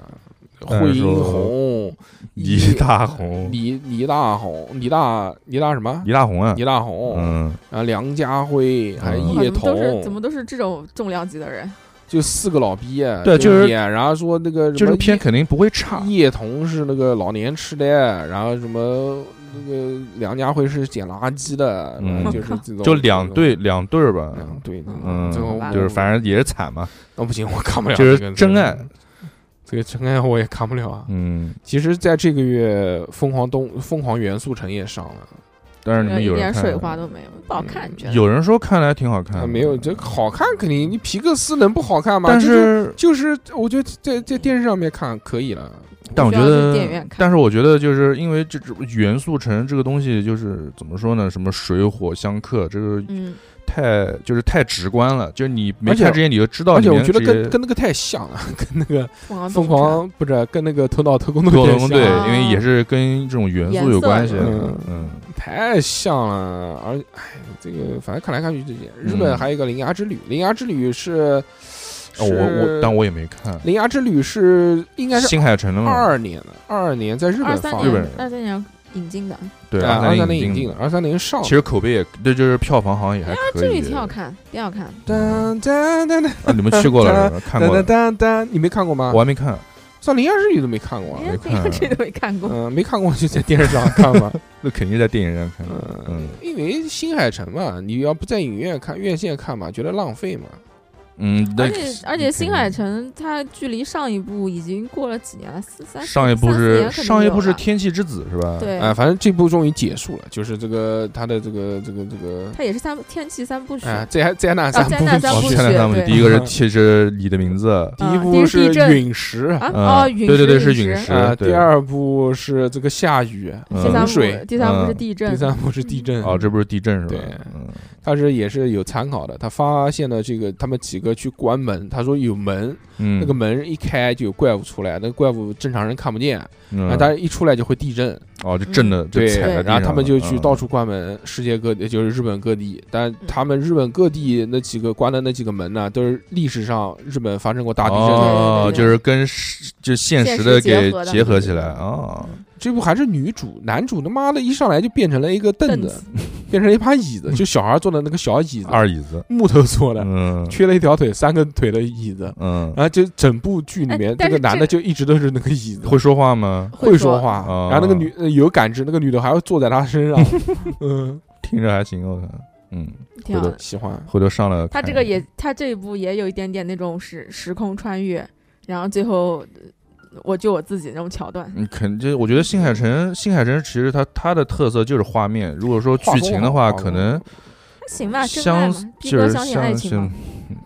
Speaker 4: 但是
Speaker 1: 惠英
Speaker 4: 嗯说哦
Speaker 1: 红、
Speaker 4: 倪大红，
Speaker 1: 李李大红、李大李大什么？
Speaker 4: 倪大红啊，
Speaker 1: 李大红，
Speaker 4: 嗯，
Speaker 1: 然后梁家辉，还有
Speaker 4: 嗯
Speaker 5: 哇
Speaker 1: 叶
Speaker 5: 怎么都是怎
Speaker 1: 童，
Speaker 5: 么都是这种重量级的人，
Speaker 1: 就四个老逼，
Speaker 4: 对就是
Speaker 1: 演，然后说那个
Speaker 4: 就
Speaker 1: 什
Speaker 4: 是
Speaker 1: 么
Speaker 4: 片
Speaker 1: 叶
Speaker 4: 肯定不会差。
Speaker 1: 叶童是那个老年痴呆，然后什么那个梁家辉是捡垃圾的，
Speaker 4: 嗯
Speaker 1: 然后就是这种，
Speaker 4: 就两对两对儿吧
Speaker 1: 这，种，两对，
Speaker 4: 嗯
Speaker 1: 这种，
Speaker 4: 就是反正也是惨嘛，
Speaker 1: 那哦不行，我看不了，
Speaker 4: 就是真爱，
Speaker 1: 这个真爱我也看不了啊。
Speaker 4: 嗯。
Speaker 1: 其实，在这个月，《疯狂动疯狂元素城》也上了，
Speaker 4: 但是你
Speaker 5: 呃
Speaker 4: 们
Speaker 5: 一
Speaker 4: 有人
Speaker 5: 点
Speaker 4: 看
Speaker 5: 水
Speaker 4: 了
Speaker 5: 花都没有，不好看，觉得
Speaker 4: 有人说看来挺好看的，
Speaker 1: 啊没有这好看，肯定你皮克斯能不好看吗？
Speaker 4: 但
Speaker 1: 这就是就是我觉得在在电视上面看可以了，
Speaker 4: 但我
Speaker 5: 需
Speaker 4: 觉
Speaker 5: 要
Speaker 4: 得
Speaker 5: 去电影院，看
Speaker 4: 但是我觉得就是因为这这元素城这个东西，就是怎么说呢？什么水火相克，这个
Speaker 5: 嗯，
Speaker 4: 太就是太直观了。就是你没
Speaker 1: 而且
Speaker 4: 看之前你就知道
Speaker 1: 而
Speaker 4: 里
Speaker 1: 且我
Speaker 4: 面
Speaker 1: 觉
Speaker 4: 这些，
Speaker 1: 得跟跟那个太像了，跟那个疯
Speaker 5: 疯
Speaker 1: 狂不是跟那个头脑特工队
Speaker 4: 多
Speaker 1: 太
Speaker 4: 龙
Speaker 1: 像
Speaker 4: 对，
Speaker 1: 了，
Speaker 4: 因为
Speaker 5: 啊
Speaker 4: 也是跟这种元素有关系的。
Speaker 1: 颜色有
Speaker 4: 嗯嗯，
Speaker 1: 太像了，而哎，这个反正看来看去这些。日本
Speaker 4: 嗯
Speaker 1: 还有一个《铃芽之旅》，《铃芽之旅》是，
Speaker 4: 哦我我但我也没看，
Speaker 1: 铃芽之旅》是应该是
Speaker 4: 新海诚的
Speaker 1: 二
Speaker 4: 嘛，
Speaker 1: 二年的，二二年在日
Speaker 5: 二
Speaker 1: 本
Speaker 5: 三
Speaker 1: 放
Speaker 4: 日本
Speaker 1: 的，
Speaker 5: 年二三年引进的，
Speaker 4: 对，
Speaker 1: 啊
Speaker 4: 二
Speaker 1: 二三
Speaker 4: 年
Speaker 1: 年引进的，
Speaker 4: 的。
Speaker 1: 二三年上
Speaker 4: 其。实口碑也，对，就是票房好像也还可
Speaker 5: 哎这
Speaker 4: 以。
Speaker 5: 里挺好看，挺好看，
Speaker 4: 嗯
Speaker 1: 噔噔噔噔
Speaker 4: 啊，你们去过了
Speaker 1: <laughs>
Speaker 4: 是吧？看过
Speaker 1: 噔
Speaker 4: 了，
Speaker 1: 噔噔，你没看过吗
Speaker 4: 我？还没看。
Speaker 1: 算《铃芽之旅》都没看过啊，
Speaker 5: 连
Speaker 4: 看
Speaker 5: 这都没看过，
Speaker 1: 嗯，没看过就在电视上看
Speaker 4: <laughs>
Speaker 1: 吧。
Speaker 4: 那肯定是在电影院看的。
Speaker 1: 嗯
Speaker 4: 嗯，
Speaker 1: 因为新海诚嘛，你要不在影院看、院线看嘛，觉得浪费嘛。
Speaker 4: 嗯，那
Speaker 5: 而且而且新
Speaker 4: 肯定
Speaker 5: 海诚他距离上一部已经过了几年了，四三
Speaker 4: 上一部
Speaker 5: 三四
Speaker 4: 是
Speaker 5: 年可能
Speaker 4: 上一
Speaker 5: 有
Speaker 4: 部是
Speaker 5: 了
Speaker 4: 《天气之子》是吧？，哦
Speaker 5: 对
Speaker 1: 哎、，反正这部终于结束了，就是这个他的这个这个这个，
Speaker 5: 他也是三天气三部曲，
Speaker 1: 哎、灾灾难三部
Speaker 5: 灾难三
Speaker 4: 哦
Speaker 5: 部，
Speaker 1: 曲
Speaker 5: 曲
Speaker 4: 看了他们
Speaker 5: 对
Speaker 4: 第一个
Speaker 1: <laughs>
Speaker 4: 是《天是你的名字》，
Speaker 1: 第一
Speaker 5: 啊
Speaker 1: 部
Speaker 5: 第一
Speaker 1: 是
Speaker 5: 地震
Speaker 1: 陨石，
Speaker 5: 啊
Speaker 4: 嗯
Speaker 5: 哦，陨
Speaker 4: 对对
Speaker 5: 石
Speaker 4: 对是
Speaker 5: 陨
Speaker 4: 陨
Speaker 5: 石
Speaker 4: 石
Speaker 1: 啊，
Speaker 4: 对
Speaker 1: 第二部是这个下雨，
Speaker 4: 嗯
Speaker 5: 第
Speaker 1: 洪
Speaker 5: 三部
Speaker 1: 水，
Speaker 5: 第三部是
Speaker 4: 嗯
Speaker 5: 地震，
Speaker 1: 第三部是地震。
Speaker 4: 哦，这不是地震是吧？
Speaker 1: 对
Speaker 4: 嗯
Speaker 1: 他是也是有参考的，他发现了这个他们几个去关门，他说有门，
Speaker 4: 嗯，
Speaker 1: 那个门一开就有怪物出来，那个怪物正常人看不见，
Speaker 4: 嗯
Speaker 1: 啊，但是一出来就会地震。
Speaker 4: 哦，就震
Speaker 5: 嗯
Speaker 4: 的，就
Speaker 1: 对，
Speaker 4: 踩在地
Speaker 1: 然后他
Speaker 4: 上
Speaker 1: 们
Speaker 4: 了
Speaker 1: 就去
Speaker 4: 嗯
Speaker 1: 到处关门，世界各地就是日本各地，但他们日本各地那几个关的那几个门呢，都是历史上日本发生过大地震的。
Speaker 4: 哦，
Speaker 5: 对对对
Speaker 4: 就是跟实就现
Speaker 5: 现
Speaker 4: 实
Speaker 5: 实
Speaker 4: 的
Speaker 5: 结
Speaker 4: 给
Speaker 5: 合的
Speaker 4: 结合起来啊。
Speaker 5: 嗯
Speaker 1: 这部还是女主，男主他妈的一上来就变成了一个凳
Speaker 5: 凳
Speaker 1: 子，，变成了一把椅子，就小孩坐的那个小椅子，
Speaker 4: 二椅子，
Speaker 1: 木头做的，
Speaker 4: 嗯
Speaker 1: 缺了一条腿，三个腿的椅子。
Speaker 4: 嗯，
Speaker 1: 然后就整部剧里
Speaker 5: 哎
Speaker 1: 面，
Speaker 5: 但
Speaker 1: 这个
Speaker 5: 是
Speaker 1: 男
Speaker 5: 这
Speaker 1: 的就一直都是那个椅子，
Speaker 4: 会说话吗？
Speaker 1: 会说
Speaker 5: 说，
Speaker 1: 话
Speaker 4: 哦。
Speaker 1: 然后那个女呃有感知，那个女的还要坐在他身上，
Speaker 5: <laughs>
Speaker 1: 嗯，
Speaker 4: 听着还行，我看，嗯，
Speaker 5: 挺好的。
Speaker 1: 喜欢。
Speaker 4: 回头上来
Speaker 5: 他
Speaker 4: 看
Speaker 5: 这
Speaker 4: 一
Speaker 5: 个
Speaker 4: 下
Speaker 5: 也，他这一部也有一点点那种时时空穿越，然后最后呃我救我自己那种桥段。
Speaker 4: 嗯，肯定，我觉得新海诚，新海诚其实他他的特色就是画面。如果说
Speaker 1: 画
Speaker 4: 剧
Speaker 1: 风
Speaker 4: 情
Speaker 1: 好
Speaker 4: 的
Speaker 1: 画
Speaker 4: 话，可
Speaker 1: 风
Speaker 4: 能
Speaker 5: 行吧，真
Speaker 4: 相
Speaker 5: 爱嘛，逼
Speaker 4: 就
Speaker 5: 哥
Speaker 4: 是
Speaker 5: 相信
Speaker 4: 相
Speaker 5: 爱
Speaker 4: 嗯
Speaker 5: 情嘛，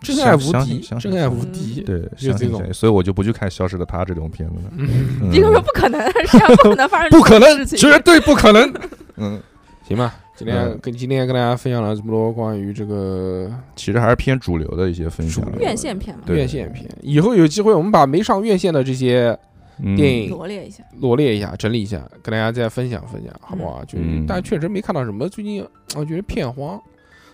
Speaker 1: <laughs> 真爱无
Speaker 4: 相信
Speaker 1: 敌，
Speaker 4: 相信
Speaker 1: 真爱
Speaker 4: 相
Speaker 1: 无
Speaker 5: 信
Speaker 1: 敌。
Speaker 4: 对，
Speaker 1: 就
Speaker 4: 相
Speaker 1: 这
Speaker 4: 信
Speaker 1: 种
Speaker 4: 谁所以我就不去看《消失的她》这种片
Speaker 1: <laughs>
Speaker 4: 子了。嗯
Speaker 5: 逼哥说不可能，世界上不可能发生这
Speaker 4: 不可
Speaker 5: 种
Speaker 4: 能，
Speaker 5: 事情。
Speaker 4: <laughs> 绝对不可能。嗯，
Speaker 1: <laughs> 行吧，今天
Speaker 4: 嗯
Speaker 1: 跟今天跟大家分享了这么多关于这个
Speaker 4: 其实还是偏主流的一些分享
Speaker 1: 主。流
Speaker 5: 院线片嘛，
Speaker 4: 对
Speaker 1: 院线片，以后有机会我们把没上院线的这些
Speaker 4: 嗯
Speaker 1: 电影
Speaker 5: 罗列一下，
Speaker 1: 罗列一下，整理一下，跟大家再分享分享，好不好？就是
Speaker 4: 嗯
Speaker 1: 但确实没看到什么，最近我觉得片荒，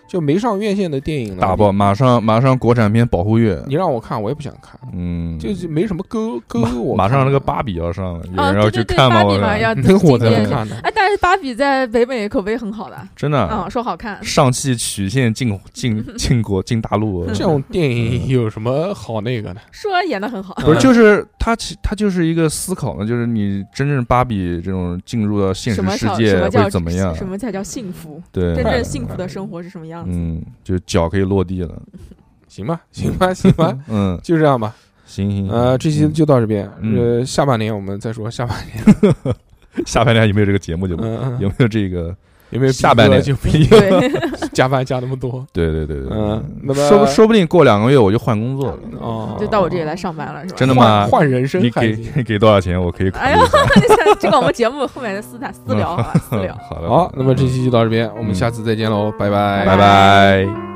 Speaker 1: 就没上院线的电影呢
Speaker 4: 大爆，马上马上国产片保护月，
Speaker 1: 你让我看，我也不想看，
Speaker 4: 嗯，
Speaker 1: 就是没什么勾勾
Speaker 4: 马
Speaker 1: 我看的。
Speaker 4: 马上那个芭比要上了，有
Speaker 5: 啊，
Speaker 4: 人
Speaker 5: 对
Speaker 4: 要去
Speaker 5: 对对，
Speaker 4: 看吗？
Speaker 5: 芭
Speaker 4: 我
Speaker 5: 比嘛
Speaker 4: 看啊
Speaker 5: 要
Speaker 1: 那我才
Speaker 5: 今
Speaker 1: 能
Speaker 5: 年
Speaker 1: 看呢。
Speaker 5: 哎，但是芭比在北美口碑很好的，
Speaker 4: 真的
Speaker 5: 嗯，说好看，
Speaker 4: 上汽曲线进进进国进大
Speaker 1: <laughs>
Speaker 4: 陆，
Speaker 1: 这种电影有什么好那个的？
Speaker 5: 说演的很好，
Speaker 4: 嗯不是
Speaker 1: 嗯
Speaker 4: 就是它其它就是一个思考呢，就是你真正芭比这种进入到现实
Speaker 5: 什么
Speaker 4: 世
Speaker 5: 叫
Speaker 4: 界
Speaker 5: 什么叫
Speaker 4: 会怎么样？
Speaker 5: 什么才叫幸福？真
Speaker 4: 对，
Speaker 5: 正幸福的生活是什么样子？
Speaker 4: 嗯，就脚可以落地了，
Speaker 1: 行吧，行吧，行吧，
Speaker 4: 嗯，
Speaker 1: 就这样吧。
Speaker 4: 行行，
Speaker 1: 呃，这期
Speaker 4: 嗯
Speaker 1: 就到这边。
Speaker 4: 嗯
Speaker 1: 呃，下半年我们再说下半年。
Speaker 4: 下半年有没有这个节目就
Speaker 1: 嗯，
Speaker 4: 有没有这个？
Speaker 1: 有没有
Speaker 4: 下半年
Speaker 1: 逼格就比
Speaker 4: <laughs>
Speaker 1: <laughs>
Speaker 5: 对，
Speaker 1: 加班加那么多？
Speaker 4: 对对对对，对
Speaker 1: 嗯那么
Speaker 4: 说不说不定过两个月我就换工作了，
Speaker 1: 哦，
Speaker 5: <laughs> 就到我这里来上班了，是吧？
Speaker 4: 真的
Speaker 1: 换
Speaker 4: 吗？
Speaker 1: 换人生
Speaker 4: 你
Speaker 1: 还
Speaker 4: 给
Speaker 1: 行。
Speaker 4: 给多少钱？我可以考
Speaker 5: 哎
Speaker 4: 虑嗯
Speaker 5: 呀
Speaker 4: 一下。，嗯
Speaker 5: <laughs> 你想这个我们节目后面的私谈私聊啊，私聊。
Speaker 4: 好的，
Speaker 1: 好，那么这
Speaker 4: 嗯
Speaker 1: 期就到这边，我们下次再见喽，拜拜，
Speaker 4: 拜拜。